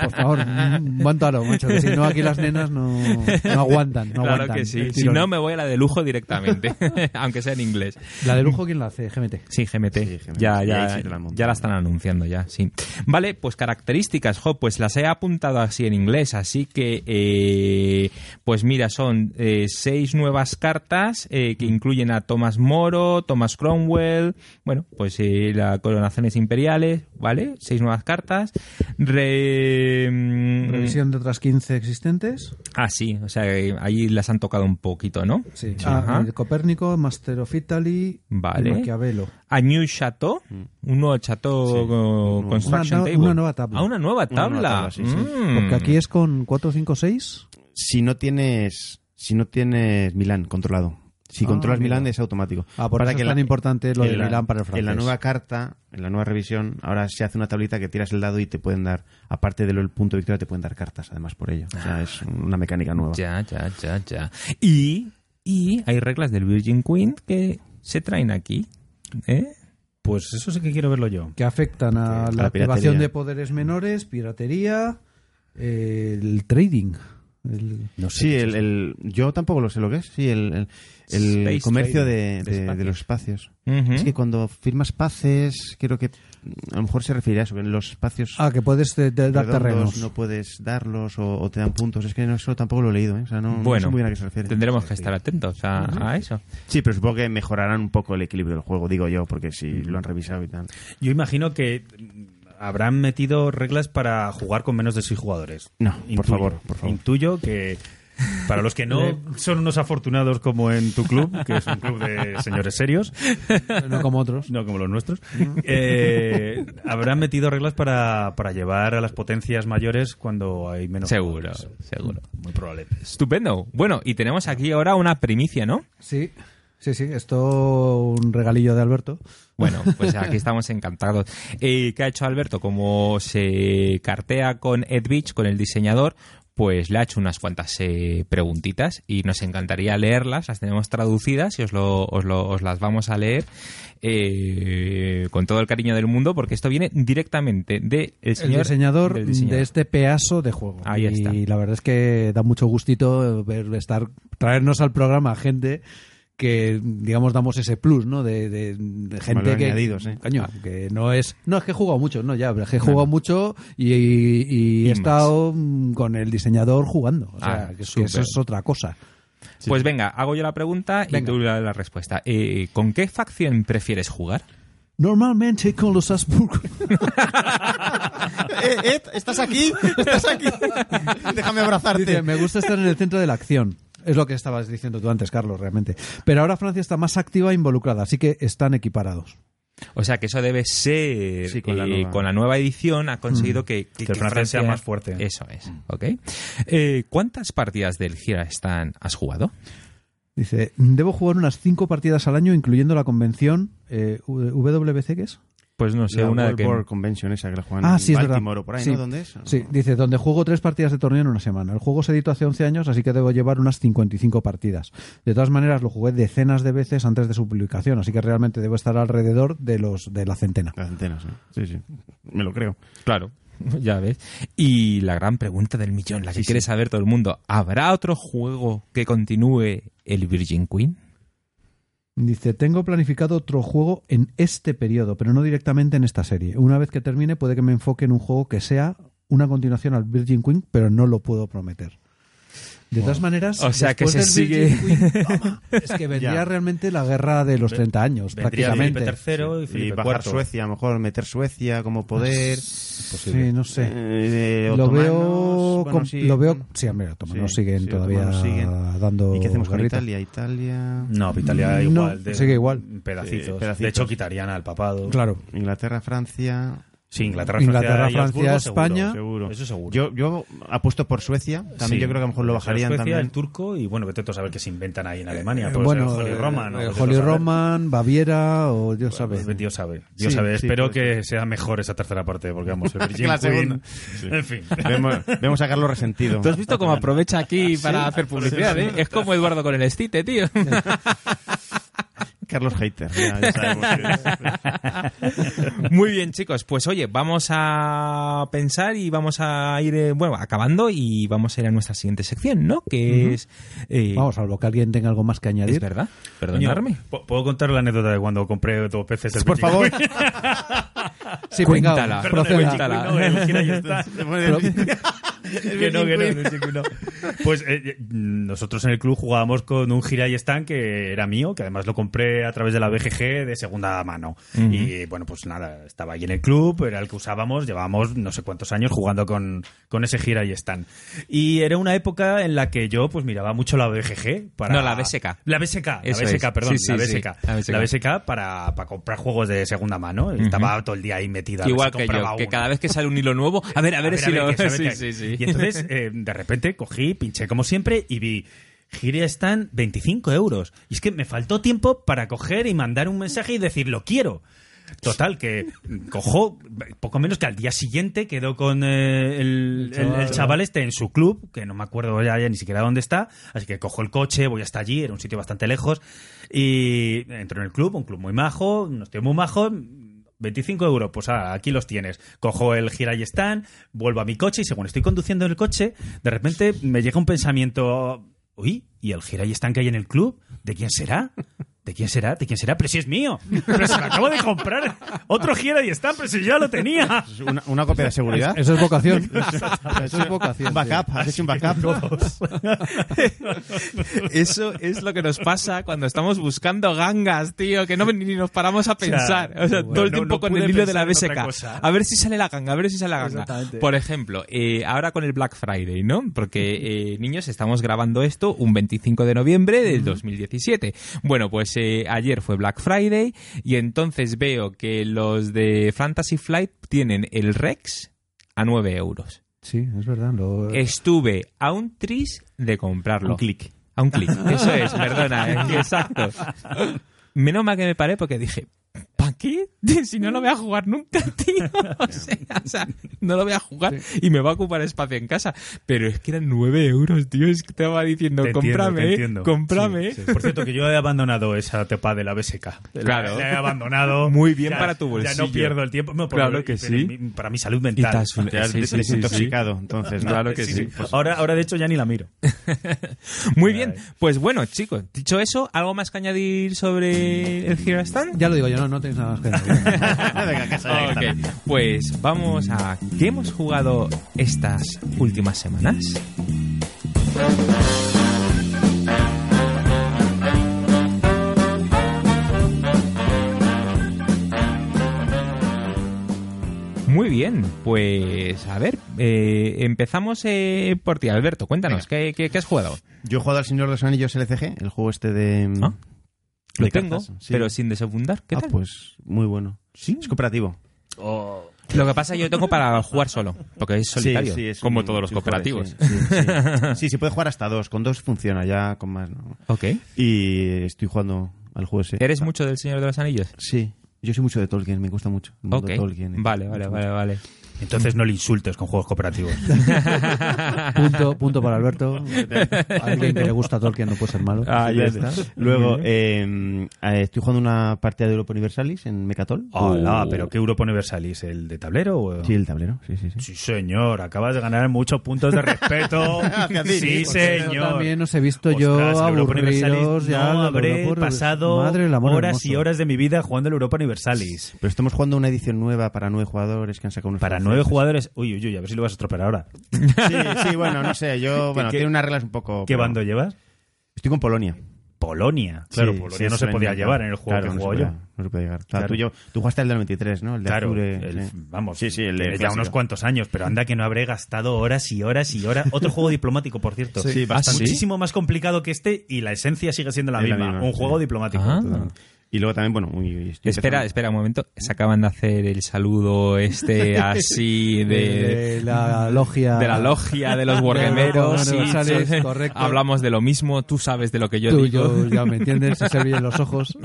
Por favor, mm, montalo, macho. Que si no, aquí las nenas no, no aguantan. No claro aguantan que sí. el Si tirón. no, me voy a la de lujo directamente, aunque sea en inglés. La de lujo, ¿quién la hace? GMT. Sí, GMT. Sí, GMT. Ya, Y ahí ya, sí te la montan. ya la están anunciando ya, sí. Vale, pues características, jo, pues las he apuntado así en inglés, así que, eh, pues mira, son eh, seis nuevas cartas eh, que incluyen a Thomas Moro, Thomas Cromwell, bueno, pues eh, las coronaciones imperiales, ¿vale? Seis nuevas cartas. Re- mm, Revisión de otras 15 existentes. Ah, sí, o sea, eh, ahí las han tocado un poquito, ¿no? Sí. Ah, Ajá. el eh, Copérnico, Master of Italy, Vale. y Maquiavelo. a New Chateau, un nuevo Chateau Mm. Sí, co- un- Construction una nu- Table. una nueva tabla. Ah, una nueva Una tabla. nueva tabla, sí, sí. Mm. Porque aquí es con 4, 5, 6. Si no tienes, si no tienes Milán controlado. Si Ah, controlas mira. Milán es automático. Ah, por eso es tan importante lo de en la- Milán para el francés. En la nueva carta, en la nueva revisión, ahora se hace una tablita que tiras el dado y te pueden dar, aparte del punto de victoria, te pueden dar cartas además por ello. O sea, es una mecánica nueva. Ya, ya, ya, ya. Y, y hay reglas del Virgin Queen que se traen aquí. ¿eh? Pues eso sí que quiero verlo yo. que afectan a Sí, a la, la activación piratería. de poderes menores, piratería, eh, el trading. el- No sé. Sí, el, el- yo tampoco lo sé lo que es. Sí, el, el- el Space comercio de, trading, de ¿Mm? de- espacios. de los espacios. Ujú. Es que cuando firmas paces, creo que mm, a lo mejor se referirá a eso, que en los espacios Ah, que puedes eh, de- dar redondos terrenos. no puedes darlos o, o te dan puntos. Es que no, eso tampoco lo he leído, ¿eh? O sea, no, no sé bueno, muy bien a qué se refiere. tendremos que estar atentos a, a eso. Sí, pero supongo que mejorarán un poco el equilibrio del juego, digo yo, porque si lo han revisado y tal. Yo imagino que mm, habrán metido reglas para jugar con menos de seis jugadores. No, por favor, por favor. Intuyo que para los que no son unos afortunados como en tu club, que es un club de señores serios, No como otros. no como los nuestros, eh, habrán metido reglas para, para llevar a las potencias mayores cuando hay menos. Seguro, jugadores. seguro. Muy probable. Estupendo. Bueno, y tenemos aquí ahora una primicia, ¿no? Sí, sí, sí. Esto un regalillo de Alberto. Bueno, pues aquí estamos encantados. Eh, ¿Qué ha hecho Alberto? Como se cartea con Ed Beach, con el diseñador, pues le ha hecho unas cuantas eh, preguntitas y nos encantaría leerlas. Las tenemos traducidas y os, lo, os, lo- os las vamos a leer eh, con todo el cariño del mundo, porque esto viene directamente del El señor. diseñador, del diseñador. de este pedazo de juego. Ahí y está. la verdad es que da mucho gustito ver estar traernos al programa gente que digamos damos ese plus, ¿no? De, de- de gente Valor que añadidos, ¿eh? coño, que no es no es que he jugado mucho, no ya, pero es que he jugado mucho y, y- y he Y más. estado mm, con el diseñador jugando, o sea, Ah, que- que súper. eso es otra cosa. Pues venga, hago yo la pregunta y Venga. tú la, la respuesta. Eh, ¿Con qué facción prefieres jugar? Normalmente con los Habsburgo. ¿Estás aquí? ¿Estás aquí? Déjame abrazarte. Dice, me gusta estar en el centro de la acción. Es lo que estabas diciendo tú antes, Carlos, realmente. Pero ahora Francia está más activa e involucrada, así que están equiparados. O sea que eso debe ser Sí, con la eh, nueva. con la nueva edición ha conseguido que, que, Que el francés sea más fuerte. Eso es, ¿ok? Eh, ¿Cuántas partidas del Gira están has jugado? Dice, debo jugar unas cinco partidas al año, incluyendo la convención eh, WBC, ¿qué es? Pues no sé, la una de World que War Convention esa que la juegan Ah, sí, en es verdad. Baltimore o por ahí, Sí. ¿no? ¿Dónde es? Sí, dice, donde juego tres partidas de torneo en una semana. El juego se editó hace 11 años, así que debo llevar unas 55 partidas. De todas maneras, lo jugué decenas de veces antes de su publicación, así que realmente debo estar alrededor de los de la centena. La centena, sí. Sí, sí. Me lo creo. claro. ya ves. Y la gran pregunta del millón, la que quiere saber todo el mundo, ¿habrá otro juego que continúe el Virgin Queen? Dice, tengo planificado otro juego en este periodo, pero no directamente en esta serie. Una vez que termine puede que me enfoque en un juego que sea una continuación al Virgin Queen, pero no lo puedo prometer. De todas maneras, O sea, que después se del Virgin sigue- Queen, toma, es que vendría Ya. realmente la guerra de los 30 años, Vendría prácticamente. Felipe III y Felipe y bajar IV. Suecia, a lo mejor meter Suecia como poder. Sí, no sé. eh, lo otomanos, veo, bueno, com- sí. lo veo, sí, hombre, otomanos Sí, siguen sí, todavía otomanos siguen. dando. ¿Y qué hacemos con guerrita. Italia? Italia. No, pues Italia No, igual. de- sigue igual. Pedacitos. Eh, pedacitos. De hecho, quitarían al papado. Claro, Inglaterra, Francia. Sí, Inglaterra, Inglaterra, Francia, y Habsburgo, Francia, seguro, España. Seguro. Eso seguro. Yo, yo apuesto por Suecia. También Sí. yo creo que a lo mejor lo bajarían Suecia, también. el turco y bueno, vete tú a saber qué se inventan ahí en Alemania. Eh, Pues, bueno, el Holy eh, Roman. ¿no? eh, Vete tú a Holy saber. Roman, Baviera o Dios sabe. Pues, Dios sabe, Dios Sí, sabe. sí, Espero puede que sea mejor esa tercera parte, porque vamos, el Virgin Que la Queen- segunda. En fin. Vemos, vemos a Carlos resentido. ¿Tú has visto cómo aprovecha aquí para hacer publicidad? eh? Es como Eduardo con el estite, tío. Carlos Hater. Ya, ya sabemos que es. Muy bien, chicos. Pues oye, vamos a pensar y vamos a ir, eh, bueno, acabando y vamos a ir a nuestra siguiente sección, ¿no? Que es... eh, Vamos, salvo que alguien tenga algo más que añadir. es verdad. Coño, Perdonarme. ¿pu- ¿Puedo contar la anécdota de cuando compré dos peces el Por Virgin favor. Sí, venga, Cuéntala. Perdón, el proceda. Virgin Queen, no, el Gira y está. Que no, que no, el Virgin Queen no. Pues eh, nosotros en el club jugábamos con un gira y stand que era mío, que además lo compré a través de la BGG de segunda mano. Y bueno, pues nada, estaba ahí en el club, era el que usábamos, llevábamos no sé cuántos años jugando con, con ese gira y stand. Y era una época en la que yo pues miraba mucho la BGG para... No, la BSK. La BSK, Eso la BSK, es. perdón, Sí, sí, la, sí, BSK. la BSK. La BSK para, para comprar juegos de segunda mano. Estaba todo el día ahí metida. a ver Igual si que compraba yo, que uno. cada vez que sale un hilo nuevo, a ver, a ver, A ver, si a ver lo... qué hay, a ver sí, qué sí, hay. sí. Y entonces, eh, de repente, cogí, pinché como siempre y vi. Gira están 25 euros. Y es que me faltó tiempo para coger y mandar un mensaje y decir, lo quiero. Total, que cojo, poco menos que al día siguiente quedó con eh, el, el- el chaval este en su club, que no me acuerdo ya, ya ni siquiera dónde está, así que cojo el coche, voy hasta allí, era un sitio bastante lejos, y entro en el club, un club muy majo, unos tíos muy majos, 25 euros, pues ah, aquí los tienes. Cojo el gira y stand, vuelvo a mi coche y según estoy conduciendo el coche, de repente me llega un pensamiento, uy, ¿y el gira y stand que hay en el club? ¿De quién será? ¿De quién será? ¿De quién será? Pero si es mío. Pero si lo acabo de comprar. Otro gira y stand, pero si ya lo tenía. Una, una copia de seguridad. Eso es vocación. Eso es Un vocación. backup. Has hecho un backup. Eso es lo que nos pasa cuando estamos buscando gangas, tío, que no ni nos paramos a pensar. sea, O sea, bueno, todo el no- tiempo no con pude el hilo de la pensar en otra BSK. cosa. A ver si sale la ganga, a ver si sale la ganga. Por ejemplo, eh, ahora con el Black Friday, ¿no? Porque, eh, niños, estamos grabando esto un 25 de noviembre del 2017. Bueno, pues eh, ayer fue Black Friday y entonces veo que los de Fantasy Flight tienen el Rex a 9 euros. Sí, es verdad. lo- Eh. Estuve a un tris de comprarlo. Un clic. A un clic, eso es, perdona, eh, exacto. Menos mal que me paré porque dije, ¿para qué? Si no lo voy a jugar nunca, tío. O sea, o sea, no lo voy a jugar y me va a ocupar espacio en casa. Pero es que eran 9 euros, tío. Es que te va diciendo, Te entiendo, cómprame, te eh, entiendo. cómprame. Sí, sí. Por cierto, que yo he abandonado esa tepa de la BSK. La- Claro. La he abandonado. Muy bien Ya- para tu Ya bolsillo. no pierdo el tiempo. No, por- Claro que pero sí. mi- Para mi salud Y mental. te has- Te has sí, sí, sí, sí. desintoxicado. Entonces, ¿no? Claro que sí. Ahora, ahora, de hecho, ya ni la miro. Muy bien, pues bueno, chicos, dicho eso, ¿algo más que añadir sobre el Hero Stand? Ya lo digo yo, no, no tenéis nada más que añadir. Venga, a casa ya que Ok, pues vamos a qué hemos jugado estas últimas semanas. Muy bien, pues a ver, eh, empezamos eh, por ti, Alberto, cuéntanos, ¿qué, qué, qué has jugado? Yo he jugado al Señor de los Anillos LCG, el juego este de. Ah, Lo de tengo, cartas, sí. pero sin desabundar, ¿qué Ah, tal? pues muy bueno. Sí. Es cooperativo. Lo que pasa es que yo tengo para jugar solo, porque es solitario, Sí, sí, es como un- todos los sí, joder, cooperativos. Sí, sí, sí. Sí, se puede jugar hasta dos. Con dos funciona, ya con más no. Ok. Y estoy jugando al juego ese. ¿Eres mucho del Señor de los Anillos? Sí. Yo soy mucho de Tolkien, me gusta mucho. el mundo Ok. Tolkien, eh. Vale, vale, Mucho, vale, vale. Entonces no le insultes con juegos cooperativos. Punto, punto para Alberto. Alguien que le gusta a Tolkien no puede ser malo. Ah, ya Ya está. está. Luego, eh, eh, estoy jugando una partida de Europa Universalis en Mecatol. Oh. Hola, Ah, pero ¿qué Europa Universalis? ¿El de tablero? o- Sí, el tablero. Sí, sí, sí. Sí, señor, acabas de ganar muchos puntos de respeto. Ah, ti, sí, sí, Pero señor. También os he visto yo Ostras, el Europa aburridos Universalis, ya. no del habré Europa- pasado Madre del amor horas hermoso. y horas de mi vida jugando el Europa Universalis. Pero estamos jugando una edición nueva para nueve jugadores que han sacado unos Para nueve franceses. jugadores. Uy, uy, uy, a ver si lo vas a estropear ahora. Sí, sí, bueno, no sé. Yo, bueno, qué- tiene unas reglas un poco. ¿Qué pero- bando llevas? Estoy con Polonia. Polonia. Claro, Sí, Polonia sí, no se extraño, podía claro. llevar en el juego Claro, que no se jugué yo. podía- No se podía llegar. O sea, Claro. tú, yo- tú jugaste el del 93, ¿no? El de Claro, Azure, el- sí. vamos, Sí, sí, el de tiene ya clásico. unos cuantos años, pero anda que no habré gastado horas y horas y horas. Otro juego diplomático, por cierto. Sí, Está bastante. Muchísimo más complicado que este y la esencia sigue siendo la, Es la misma. misma, Un sí. juego diplomático. Ah. Totalmente. Y luego también, bueno, uy, uy, estoy Espera, empezando- espera un momento. Se acaban de hacer el saludo este así de... de la logia. de la logia de los wargameros Claro, sí, sales, sí. correcto. hablamos de lo mismo tú sabes de lo que yo Tú, digo yo, ya me entiendes, se brillan los ojos.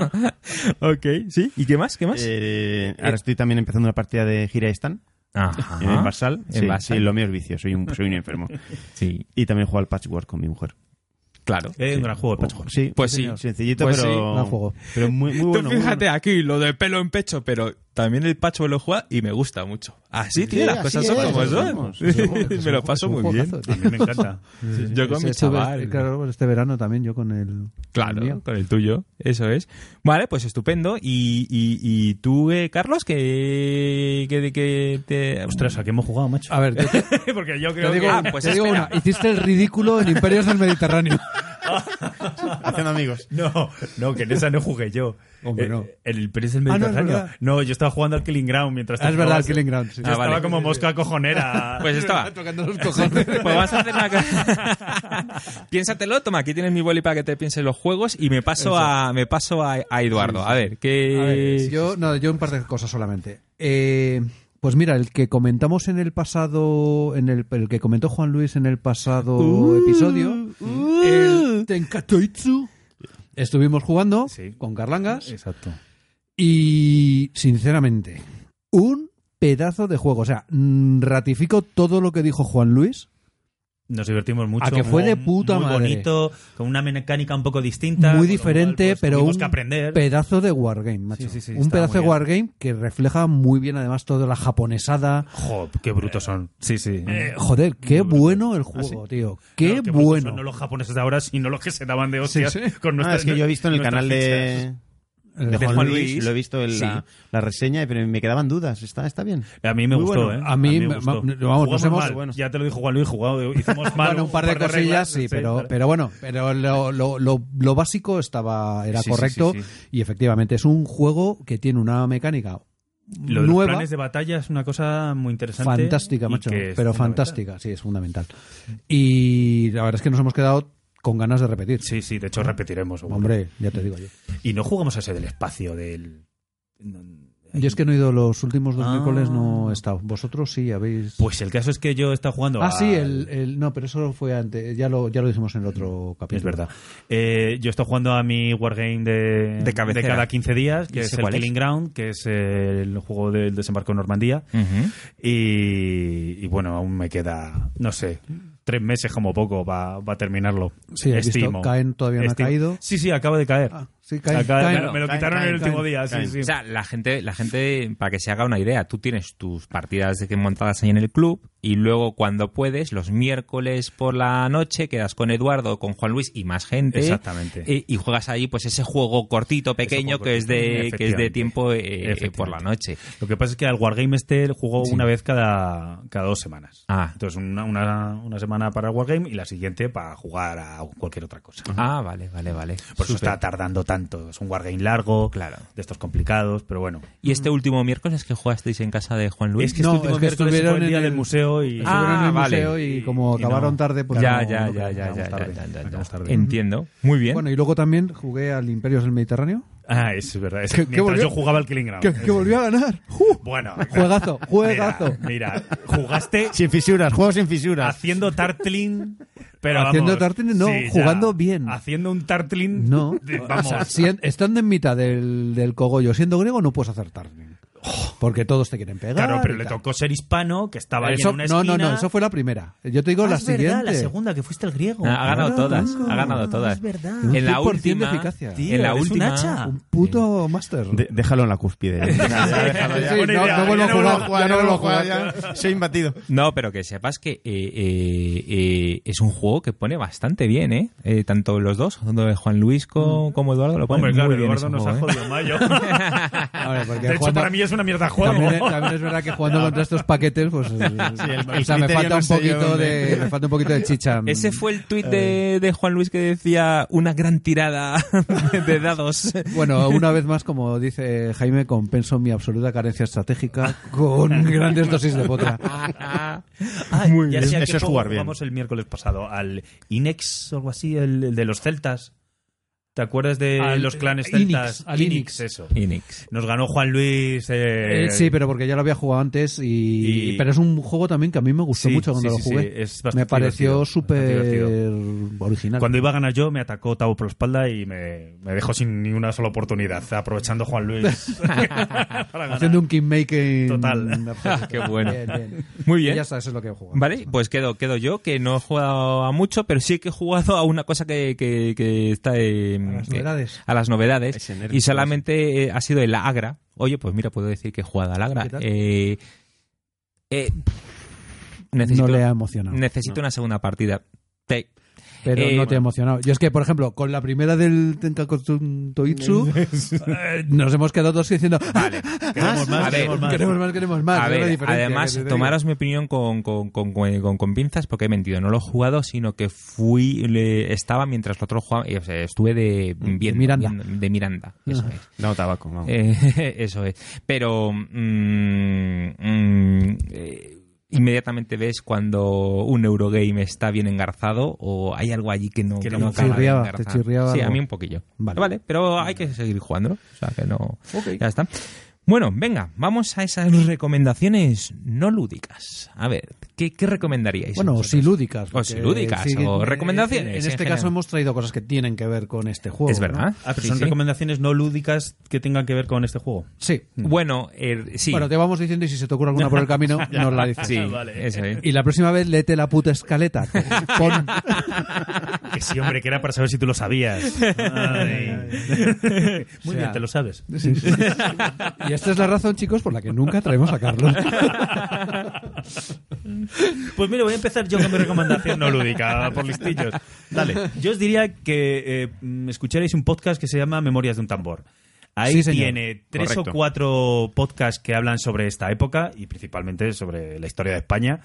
ok sí y qué más qué más Eh, ahora estoy también empezando una partida de Gira Stan Ajá. Ah, en Basal. En sí, Basal. sí, lo mío es vicio, soy un, soy un enfermo. sí Y también juego al Patchwork con mi mujer. claro Eh, Es un gran juego de Patchwork. Sí, Pues sí. sencillito, Pues sí, pero, gran juego. pero muy, muy bueno. Tú muy fíjate bueno. aquí, lo de pelo en pecho, pero también el Pacho lo juega y me gusta mucho. Así, tío, Sí, las así cosas es, son como así son. somos, así somos. me lo paso muy bien. A mí me encanta. Yo con mi chaval. Claro, pues este verano también, yo con el. Claro, el mío. con el tuyo, eso es. Vale, pues estupendo. ¿Y, y, y tú, eh, Carlos, que, que, que te... Ostras, ¿a qué hemos jugado, macho? A ver, yo te, te porque yo creo digo, que... Ah, una, pues te digo espera. una. Hiciste el ridículo en Imperios del Mediterráneo. ah, Haciendo amigos. No, no, que en esa no jugué yo. Hombre, Eh, no. En el Prince del Ah, no, es Mediterráneo. verdad. no, yo estaba jugando al Killing Ground mientras tú Ah, es verdad, jugabas. el Killing Ground, sí. Yo Ah, estaba vale. como mosca cojonera. Pues estaba. Tocando los cojones. Pues vamos a hacer una cosa. Piénsatelo, toma, aquí tienes mi boli para que te pienses los juegos y me paso a me paso a, a Eduardo. A ver, ¿qué A ver, yo, no, yo un par de cosas solamente. Eh, pues mira, el que comentamos en el pasado, en el, el que comentó Juan Luis en el pasado Uh, episodio, el Tenkatoitsu, estuvimos jugando Sí. con Carlangas Exacto. y, sinceramente, un pedazo de juego. O sea, mm, ratifico todo lo que dijo Juan Luis. Nos divertimos mucho. A que fue de muy- puta muy madre. bonito, con una mecánica un poco distinta. muy con lo diferente, cual, pues, pero tuvimos un que aprender. pedazo de wargame, macho. Sí, sí, sí, un estaba pedazo de muy bien. wargame que refleja muy bien además toda la japonesada. Jo, qué brutos son. Sí, sí. Eh, joder, qué bueno el juego, tío. Qué Ah, Claro, qué brutos bueno. son, no los japoneses de ahora, sino los que se daban de hostias Sí, sí. con Ah, nuestras es que yo he visto en el nuestras canal fichas. de, El de Juan Juan Luis, Luis. lo he visto en la, la reseña, pero me quedaban dudas. Está, está bien. A mí me Muy gustó, bueno. ¿eh? A mí, me ma- gustó. ma- vamos, nos Jugamos hemos- mal, bueno. Ya te lo dijo Juan Luis, jugado, hicimos mal. Bueno, un par de cosillas, reglas, sí, pero, claro. pero bueno, pero lo, lo- lo- lo básico estaba, era Sí, sí, correcto sí, sí. y efectivamente es un juego que tiene una mecánica Lo de los nueva, planes de batalla es una cosa muy interesante. fantástica, y macho, que es pero fundamental. fantástica, sí, es fundamental. Y la verdad es que nos hemos quedado con ganas de repetir. Sí, sí, de hecho repetiremos. seguro. Ah, Hombre, ya te digo yo. Y no jugamos a ese del espacio, del... Yo es que no he ido los últimos dos Ah. miércoles, no he estado. Vosotros sí habéis. Pues el caso es que yo he estado jugando ah, al- Mm, sí, el, el- no, pero eso fue antes. Ya lo, ya lo dijimos en el otro capítulo. Es verdad. Eh, yo he estado jugando a mi wargame de, De cabecera. cada 15 días, que ¿Y es ese el cuál es? Killing Ground, que es el juego del desembarco en Normandía. Ujú. Y, y bueno, aún me queda, no sé, tres meses como poco para terminarlo. Sí, he visto. Caen todavía no ha caído. Sí, sí, acaba de caer. Ah, sí, caen, Acaba de caen. caer. Me lo Caen, quitaron caen, el último caen, día, sí, caen. sí. O sea, la gente, la gente, para que se haga una idea, tú tienes tus partidas de que montadas ahí en el club y luego cuando puedes, los miércoles por la noche, quedas con Eduardo, con Juan Luis y más gente. Exactamente. Y, y juegas ahí pues ese juego cortito, pequeño, juego que, es de, cortito, que es de efectivamente. tiempo eh, eh, por la Efectivamente. noche. Lo que pasa es que al Wargame este jugó una vez cada, cada dos semanas. Ah. Entonces, una, una, una semana para el Wargame y la siguiente para jugar a cualquier otra cosa. Ah, vale, vale, vale. Por eso Súper. está tardando tanto. Es un Wargame largo, Claro. de estos complicados, pero bueno. ¿Y este último miércoles que jugasteis en casa de Juan Luis? Es que No, este último es que miércoles estuvieron fue el día en del el- museo y... Ah, Estuvieron en el vale. museo y como Y- y acabaron no. tarde, pues. ya, no- ya, no ya, ya, quedamos ya, tarde. ya, ya, ya, acabamos tarde. Entiendo. Muy bien. Bueno, y luego también jugué al Imperios del Mediterráneo. Ah, es verdad. Es ¿Qué- qué mientras volvió? yo jugaba al Killing Ground. Que, que volvió a ganar. ¡Uh! Bueno. Juegazo, juegazo. Mira, mira, jugaste Sin fisuras, juego sin fisuras. haciendo tartling, pero vamos, Haciendo tartling, no, ya. jugando bien. Haciendo un tartling, No. de- vamos, O sea, si en- estando en mitad del, del cogollo siendo griego, no puedes acertar. Porque todos te quieren pegar. Oh. Claro, pero y le tal. tocó ser hispano, que estaba ahí Eso- en una no, esquina. no, no, eso fue la primera. Yo te digo Ah, la es verdad, siguiente. la segunda, que fuiste el griego. Ha ganado Ah, todas, amigo, ha ganado todas. es verdad. Un En la 100% de última, eficacia. en la Tío, eres un última, hacha. Un puto máster. De- déjalo en la cúspide. Ya, ya, déjalo ya. Sí, Buena no- idea, no vuelvo ya a jugar, ya no ya vuelvo a ya. Soy imbatido. No, pero que sepas que eh, eh, eh, es un juego que pone bastante bien, ¿eh? Eh, tanto los dos, tanto Juan Luis co- como Eduardo lo ponen Mm. Hombre, muy claro, bien Eduardo ese nos ha juego, ¿eh? jodido mayo. Hombre, porque de hecho, jugando- para mí es una mierda juego. También, también es verdad que jugando contra estos paquetes, pues. el- o sea, me criterio falta, no un sé yo poquito dónde. de, me falta un poquito de chicha. Ese fue el tuit de, de Juan Luis que decía una gran tirada de dados. Bueno, una vez más, como dice Jaime, compenso mi absoluta carencia estratégica con grandes dosis de potra. Ah, Muy ya bien. sé a qué Eso es juego jugar bien. jugamos el miércoles pasado al Inex o algo así, el, el de los celtas. ¿Te acuerdas de Al- los clanes Inix, celtas? al Inix. eso. Inix. Nos ganó Juan Luis. eh, Eh, sí, pero porque ya lo había jugado antes y, y- Pero es un juego también que a mí me gustó sí, mucho cuando sí, lo sí, jugué. sí, es bastante me pareció divertido, bastante súper divertido. original. Cuando iba a ganar yo, me atacó Tavo por la espalda y me, me dejó sin ni una sola oportunidad, aprovechando Juan Luis. para ganar. Haciendo un kingmaking. Total. absoluto. Qué bueno. Bien, bien. Muy Y bien. ya está, eso es lo que he jugado. Vale, pues quedo, quedo yo, que no he jugado a mucho, pero sí que he jugado a una cosa que, que, que está eh, A las que- novedades. a las novedades. Ese nerd. y solamente eh, ha sido el Agra. Oye, pues mira, puedo decir que he jugado al Agra. ¿Qué tal? Eh, eh, necesito no le ha emocionado. necesito una segunda partida. Te- Pero Eh, no te ha bueno. emocionado. Yo es que, por ejemplo, con la primera del Tenkakotsun Toitsu, eh, nos hemos quedado todos diciendo "Ah, Vale. Queremos más, A ver, queremos más. queremos más, queremos más. A Es la ver, Ah, diferencia además, que te digo. tomaros mi opinión con, con, con, con- con- con pinzas porque he mentido. No lo he jugado, sino que fui, le- estaba mientras lo otro jugaba, eh, o sea, estuve de, viendo- Mm, Miranda. viendo- de Miranda, eso es. No, tabaco, vamos. Eh, eso es. Pero mm, mm, eh, inmediatamente ves cuando un Eurogame está bien engarzado o hay algo allí que no, Que que no no acaba de chirriaba, te engarzar. chirriaba Sí, algo. a mí un poquillo. Vale. Vale. pero hay que seguir jugándolo. O sea que no. Ya está. Bueno, venga, vamos a esas recomendaciones no lúdicas. A ver, ¿qué, qué recomendaríais? Bueno, o vosotros? si lúdicas. O porque si lúdicas, o eh, recomendaciones, En en este general. caso hemos traído cosas que tienen que ver con este juego. Es ¿no? verdad. Ah, pero Sí, son sí. recomendaciones no lúdicas que tengan que ver con este juego. Sí. Bueno, eh, sí. Bueno, te vamos diciendo y si se te ocurre alguna por el camino, nos la dices. Sí, Vale. eso es. Y la próxima vez léete la puta escaleta. Pon- Que sí, hombre, que era para saber si tú lo sabías. Ay. Muy O sea, bien, te lo sabes. Y esta es la razón, chicos, por la que nunca traemos a Carlos. Pues mira, voy a empezar yo con mi recomendación no lúdica, por listillos. Dale. Yo os diría que eh, mm, escucharéis un podcast que se llama Memorias de un tambor. Ahí Sí, señor. tiene tres Correcto. o cuatro podcasts que hablan sobre esta época y principalmente sobre la historia de España,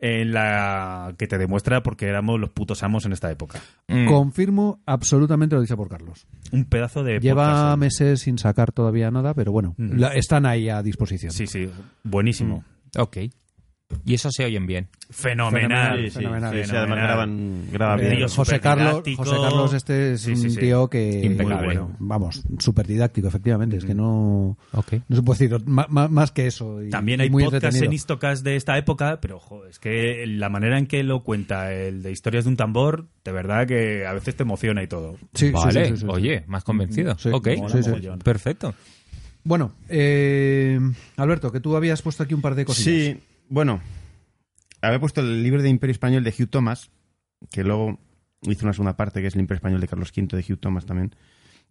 en la que te demuestra por qué éramos los putos amos en esta época. Mm. Confirmo absolutamente lo dicho por Carlos. Un pedazo de podcast, Lleva ¿eh? meses sin sacar todavía nada, pero bueno, Mm. la- están ahí a disposición. Sí, sí, buenísimo. Mm. Ok. Y eso se oyen bien. Fenomenal. Sí, sí, fenomenal, sí, sí, además fenomenal. graban, graban Eh, bien. Tío, José, Carlos, superdidáctico. José Carlos, este es Sí, sí, un sí. tío que. Impecable. Muy Vamos, súper didáctico, efectivamente. Es que no. Ok. No se puede decir ma- ma- más que eso. y- También y hay muy podcasts entretenido. en Istocast de esta época, pero ojo, es que la manera en que lo cuenta el de historias de un tambor, de verdad que a veces te emociona y todo. Sí, sí, vale, sí, sí, sí, sí. oye, más convencido. Sí, ok, mola Sí, sí. mogollón. perfecto. Bueno, eh, Alberto, que tú habías puesto aquí un par de cositas. Sí, bueno, había puesto el libro de Imperio Español de Hugh Thomas, que luego hizo una segunda parte, que es el Imperio Español de Carlos V de Hugh Thomas también.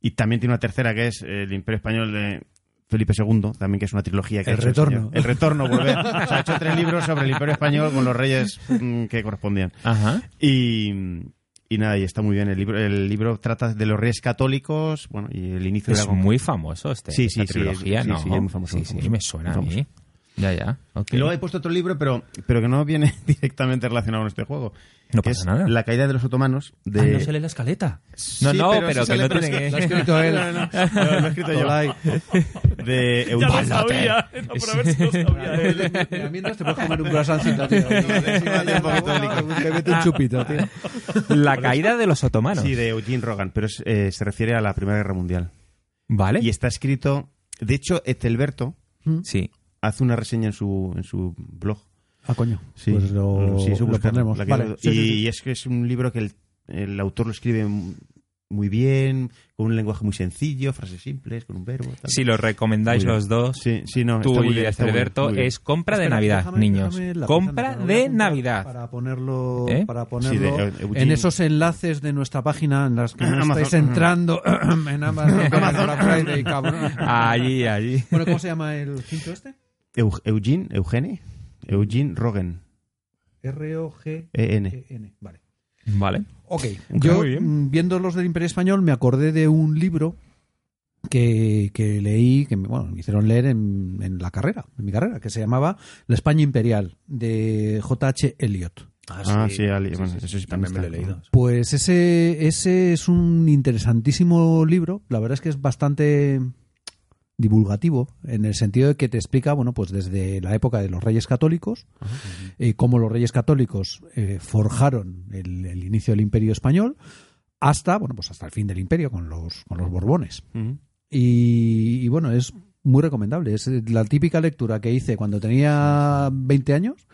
Y también tiene una tercera, que es el Imperio Español de Felipe II, también que es una trilogía que El ha hecho retorno. señor. El retorno, volver. O sea, ha hecho tres libros sobre el Imperio Español con los reyes mm, que correspondían. Ajá. Y, y nada, y está muy bien. El libro, el libro trata de los reyes católicos, bueno, y el inicio de Es la muy famoso este. Sí, esta sí, sí, trilogía, es- sí, ¿no? sí, es muy famoso, Sí, muy sí, famoso, me suena muy a mí. Ya, ya. ok. Y luego he puesto otro libro, pero, pero que no viene directamente relacionado con este juego. No que pasa es nada. La caída de los otomanos. De... Ah, no se lee la escaleta. Sí, No, no, sí pero que sale, no es tiene que- Lo ha escrito él. No, no, no. No, lo he escrito yo. Tolai. De Eudoxia. no, por haber sido sabía. Mira, Mientras te puedes comer un croissantcito, tío. un poquito de licor. Te mete un chupito, tío. La caída de los otomanos. Sí, de Eugene Rogan, pero es, eh, se refiere a la Primera Guerra Mundial. ¿Vale? Y está escrito... De hecho, Etelberto Mm. Sí. hace una reseña en su, en su blog. Ah, coño. Sí, Mm, pues lo, sí, eso lo buscarlo, pondremos. la caída Vale. de- y, y es que es un libro que el, el autor lo escribe m- muy bien, con un lenguaje muy sencillo, frases simples, con un verbo. Tal. Si lo recomendáis Muy bien. los dos, Sí, sí, no, tú está muy y bien, está muy bien, Alberto, muy bien. es compra de Espera, Navidad, déjame- niños. déjame la compra pizarra, que la voy a de apuntar Navidad. Para ponerlo, ¿Eh? para Sí, de ponerlo Eu- en Eugene. esos enlaces de nuestra página en las que no Amazon. estáis entrando en Amazon. para Black Friday, cabrón. Ah, Allí, allí. Bueno, ¿cómo se llama el cinto este? Eu- Eugene, Eugene, Eugene Rogen, R-O-G-E-N. EN. Eh, E Vale. Vale. Ok, yo Muy bien. mm, viendo los del Imperio Español me acordé de un libro que, que leí, que me, bueno, me hicieron leer en, en la carrera, en mi carrera, que se llamaba La España Imperial, de J.H. Eliot. Ah, sí, Ali, bueno, eso sí también me lo he también está. leído. Pues ese, ese es un interesantísimo libro. La verdad es que es bastante divulgativo en el sentido de que te explica, bueno, pues desde la época de los Reyes Católicos, eh, cómo los Reyes Católicos eh, forjaron el, el inicio del Imperio español, hasta, bueno, pues hasta el fin del Imperio con los con los Borbones. Ujú. Y, y bueno, es muy recomendable. Es la típica lectura que hice cuando tenía 20 años,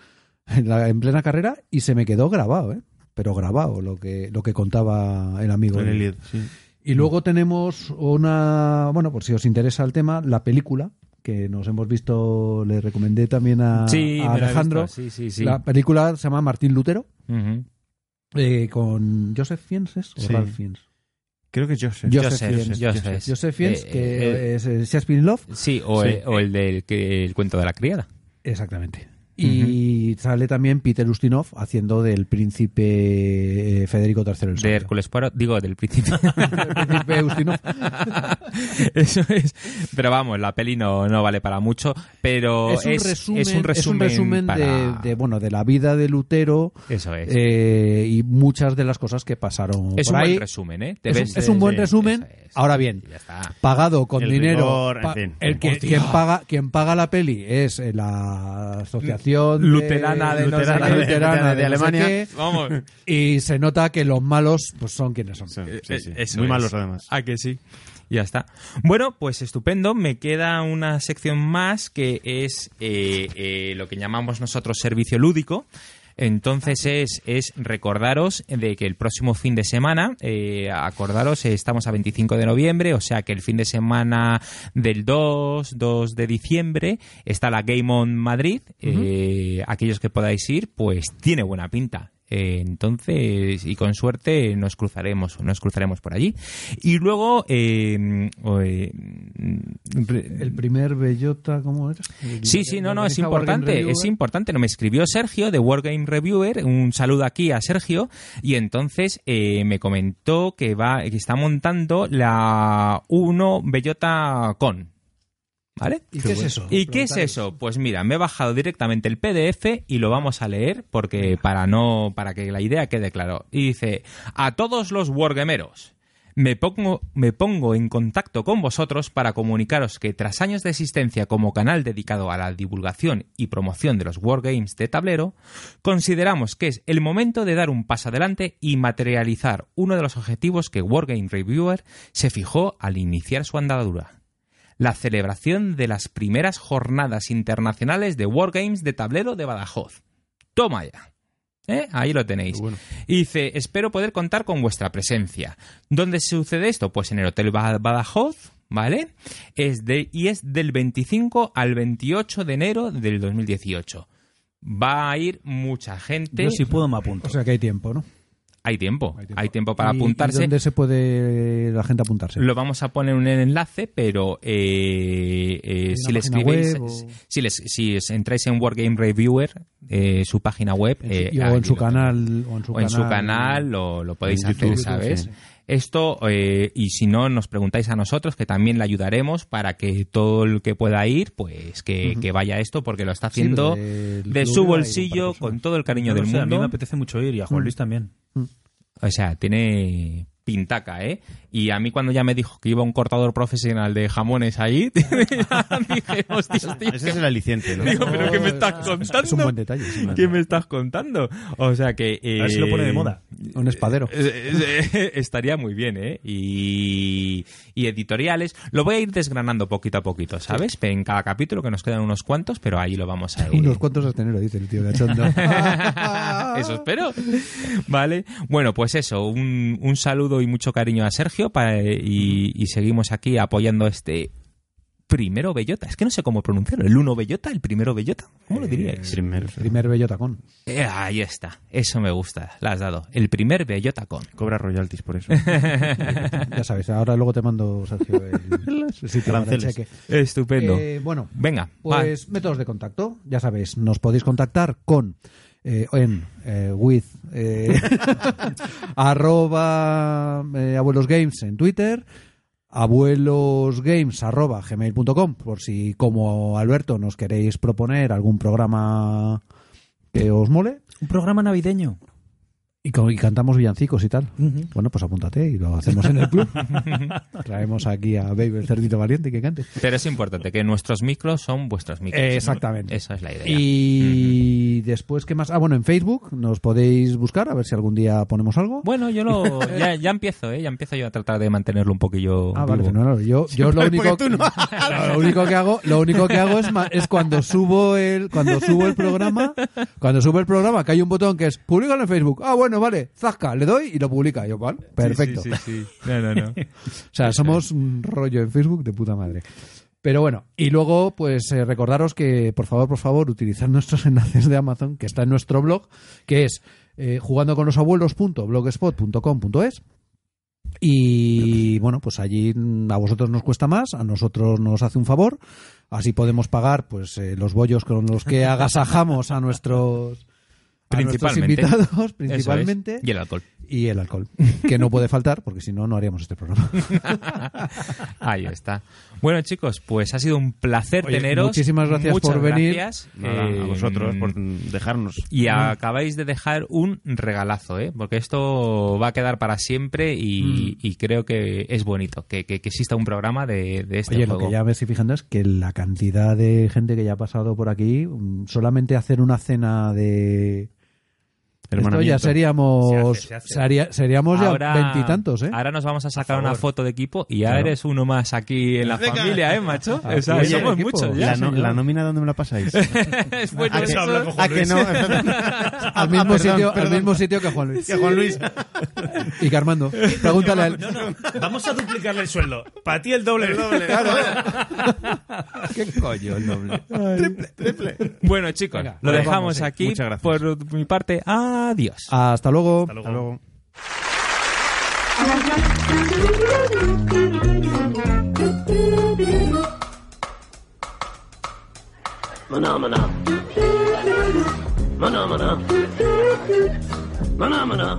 en, la- en plena carrera, y se me quedó grabado, ¿eh? Pero grabado lo que, lo que contaba el amigo. Con Elliot, sí. Y luego tenemos una, bueno, por si os interesa el tema, la película que nos hemos visto, le recomendé también a, Sí, a me la he Alejandro. visto. Sí, sí, sí. La película se llama Martín Lutero, Ujú. eh, con Joseph Fiennes ¿es? o Sí. Ralph Fiennes. Creo que es Joseph. Joseph Joseph, Fiennes. Joseph. Joseph Fiennes, Eh, que eh, es eh, Shakespeare in Love. Sí, o, Sí. El, o el del que- el cuento de la criada. Exactamente. Y sale también Peter Ustinov haciendo del príncipe eh, Federico III el De Sabio. Hércules Poirot, digo, del príncipe. El príncipe Ustinov. Eso es. Pero vamos, la peli no, no vale para mucho, pero Es un resumen, es un resumen, de, para- de, bueno, de la vida de Lutero Eso es. eh, y muchas de las cosas que pasaron es por un ahí. buen resumen, ¿eh? Te es, un- ves- es un buen sí, resumen. eso es. Ahora bien, Ya está. pagado con El dinero. rigor, en pa- fin. el que, Hostia. quien paga quien paga la peli es eh, la asociación de- Luterana de no sé Luterana qué. de- Luterana de no De sé Alemania. qué. Vamos. Y se nota que los malos pues son quienes son. Sí, sí, sí. Eh, eso Muy es. malos, además. Ah, que sí. Ya está. Bueno, pues estupendo. Me queda una sección más que es eh, eh, lo que llamamos nosotros servicio lúdico. Entonces es, es recordaros de que el próximo fin de semana, eh, acordaros, eh, estamos a 25 de noviembre, o sea que el fin de semana del 2, 2 de diciembre está la Game On Madrid. Eh, aquellos que podáis ir, pues tiene buena pinta. Eh, entonces, y con suerte nos cruzaremos, nos cruzaremos por allí. Y luego, eh, o, eh, re- El primer bellota, ¿cómo era? Sí, sí, no, no, es Organiza Wargame importante, Review, es ¿eh? importante. No me escribió Sergio de Wargame Reviewer, un saludo aquí a Sergio, y entonces eh, me comentó que va, que está montando la 1 Bellota Con. ¿Vale? ¿Y qué es eso? ¿Y qué es eso? Pues mira, me he bajado directamente el PDF y lo vamos a leer porque para no para que la idea quede claro. Y dice, "A todos los wargameros, me pongo, me pongo en contacto con vosotros para comunicaros que tras años de existencia como canal dedicado a la divulgación y promoción de los wargames de tablero, consideramos que es el momento de dar un paso adelante y materializar uno de los objetivos que Wargame Reviewer se fijó al iniciar su andadura la celebración de las primeras jornadas internacionales de Wargames de tablero de Badajoz. Toma ya. ¿Eh? Ahí lo tenéis. Y dice, espero poder contar con vuestra presencia. ¿Dónde sucede esto? Pues en el Hotel Ba- Badajoz, ¿vale? Es de, y es del 25 al 28 de enero del 2018. Va a ir mucha gente. Yo si puedo me apunto. O sea que hay tiempo, ¿no? Hay tiempo, hay tiempo, para ¿Y- y apuntarse. ¿Dónde se puede la gente apuntarse? Lo vamos a poner en un enlace, pero eh, eh, una si le página escribéis, web o- si, les, si es- entráis en Wargame Reviewer, eh, su página web, En eh, su- y- o, ahí en su lo canal, eh, o en su o en su canal lo, lo podéis En hacer, YouTube, ¿sabes? sí. Esto, eh, y si no, nos preguntáis a nosotros, que también le ayudaremos para que todo el que pueda ir, pues que, que vaya a esto, porque lo está Sí, lo haciendo de del Louvre hay su un par de bolsillo, personas. con todo el cariño No del lo sé, A mí me mundo. apetece mucho ir y a Mm. Juan Luis también. O sea, tiene pintaca, ¿eh? Y a mí cuando ya me dijo que iba un cortador profesional de jamones ahí, dije, hostia, tío, Ese es el aliciente, ¿no? digo, pero ¿qué me Oh, estás es- Es un contando? buen detalle. sí, ¿Qué verdad. me estás contando? O sea que... A ver si lo eh, pone de moda. Un espadero. Eh, eh, Estaría muy bien, ¿eh? Y, y editoriales. Lo voy a ir desgranando poquito a poquito, ¿sabes? En cada capítulo, que nos quedan unos cuantos, pero ahí lo vamos a ir. Unos cuantos sosteneros, dice el tío cachondo. Eso espero. Vale. Bueno, pues eso. Un, un saludo y mucho cariño a Sergio para- y, y seguimos aquí apoyando este primero bellota. Es que no sé cómo pronunciarlo. ¿El uno bellota? ¿El primero bellota? ¿Cómo lo Eh, diríais? Primero. Primer bello tacón. Eh, ahí está. Eso me gusta. La has dado. El primer bellota con. Cobra royalties por eso. Ya sabes, ahora luego te mando, Sergio, el, el sitio para el Aranceles. cheque. Estupendo. Eh, bueno, Venga, Pues métodos de contacto, ya sabéis, nos podéis contactar con eh, en eh, with eh, arroba eh, abuelosgames en Twitter, abuelosgames arroba gmail.com, por si como Alberto nos queréis proponer algún programa que os mole Un programa navideño. y, co- y cantamos villancicos y tal. Bueno, pues apúntate y lo hacemos en el club. Traemos aquí a Baby el cerdito valiente que cante. Pero es importante que nuestros micros son vuestros micros. Eh, exactamente. Esa es la idea. Y después, ¿qué más? Ah, bueno, en Facebook nos podéis buscar, a ver si algún día ponemos algo. Bueno, yo lo, ya, ya empiezo, ¿eh? Ya empiezo yo a tratar de mantenerlo un poquillo Ah, vale, vivo. fenomenal. Yo, yo lo único, lo único que hago, lo único que hago es, ma- es cuando subo el, cuando subo el programa, cuando subo el programa, que hay un botón que es publicar en Facebook. Ah, bueno, vale, zasca, le doy y lo publica. Yo, vale, perfecto. No, no, no. O sea, somos un rollo en Facebook de puta madre. Pero bueno, y luego, pues eh, recordaros que, por favor, por favor, utilizar nuestros enlaces de Amazon, que está en nuestro blog, que es eh, jugandoconlosabuelos.blogspot.com.es. Y bueno, pues allí mm, a vosotros nos cuesta más, a nosotros nos hace un favor, así podemos pagar pues eh, los bollos con los que agasajamos a nuestros, a nuestros Principalmente. invitados, Eso es. principalmente Y el alcohol. y el alcohol, que no puede faltar, porque si no, no haríamos este programa. Ahí está. Bueno, chicos, pues ha sido un placer Oye, teneros. muchísimas gracias Muchas por venir. gracias. Nada, Eh, mm. a vosotros por dejarnos. Y acabáis de dejar un regalazo, ¿eh? Porque esto va a quedar para siempre Mm. y, y creo que es bonito que, que- que exista un programa de, de este Oye, lo juego. que ya me estoy fijando es que la cantidad de gente que ya ha pasado por aquí, mm, solamente hacer una cena de... Esto ya Hermanamiento. seríamos, Se hace, se hace. Ah, sería- seríamos Ahora- ya veintitantos, ¿eh? Ahora nos vamos a sacar una favor. foto de equipo y ya eres uno más aquí en la familia, ¿eh, macho? O sea, Oye, somos equipo, muchos ya. La, no- la nómina, ¿dónde me la pasáis? Es bueno ¿A que- eso. ¿A que no? al, mismo sitio, al mismo sitio que Juan Luis. Que Juan Luis. Y que Armando. Pregúntale a él. Vamos a duplicarle el sueldo. Para ti el doble. ¿Qué coño el doble? Bueno, chicos, Venga, lo nos dejamos vamos, eh. aquí. Muchas gracias. Por mi parte, adiós. Hasta luego. Hasta Hasta luego. Maná, maná. Maná, maná. Maná, maná.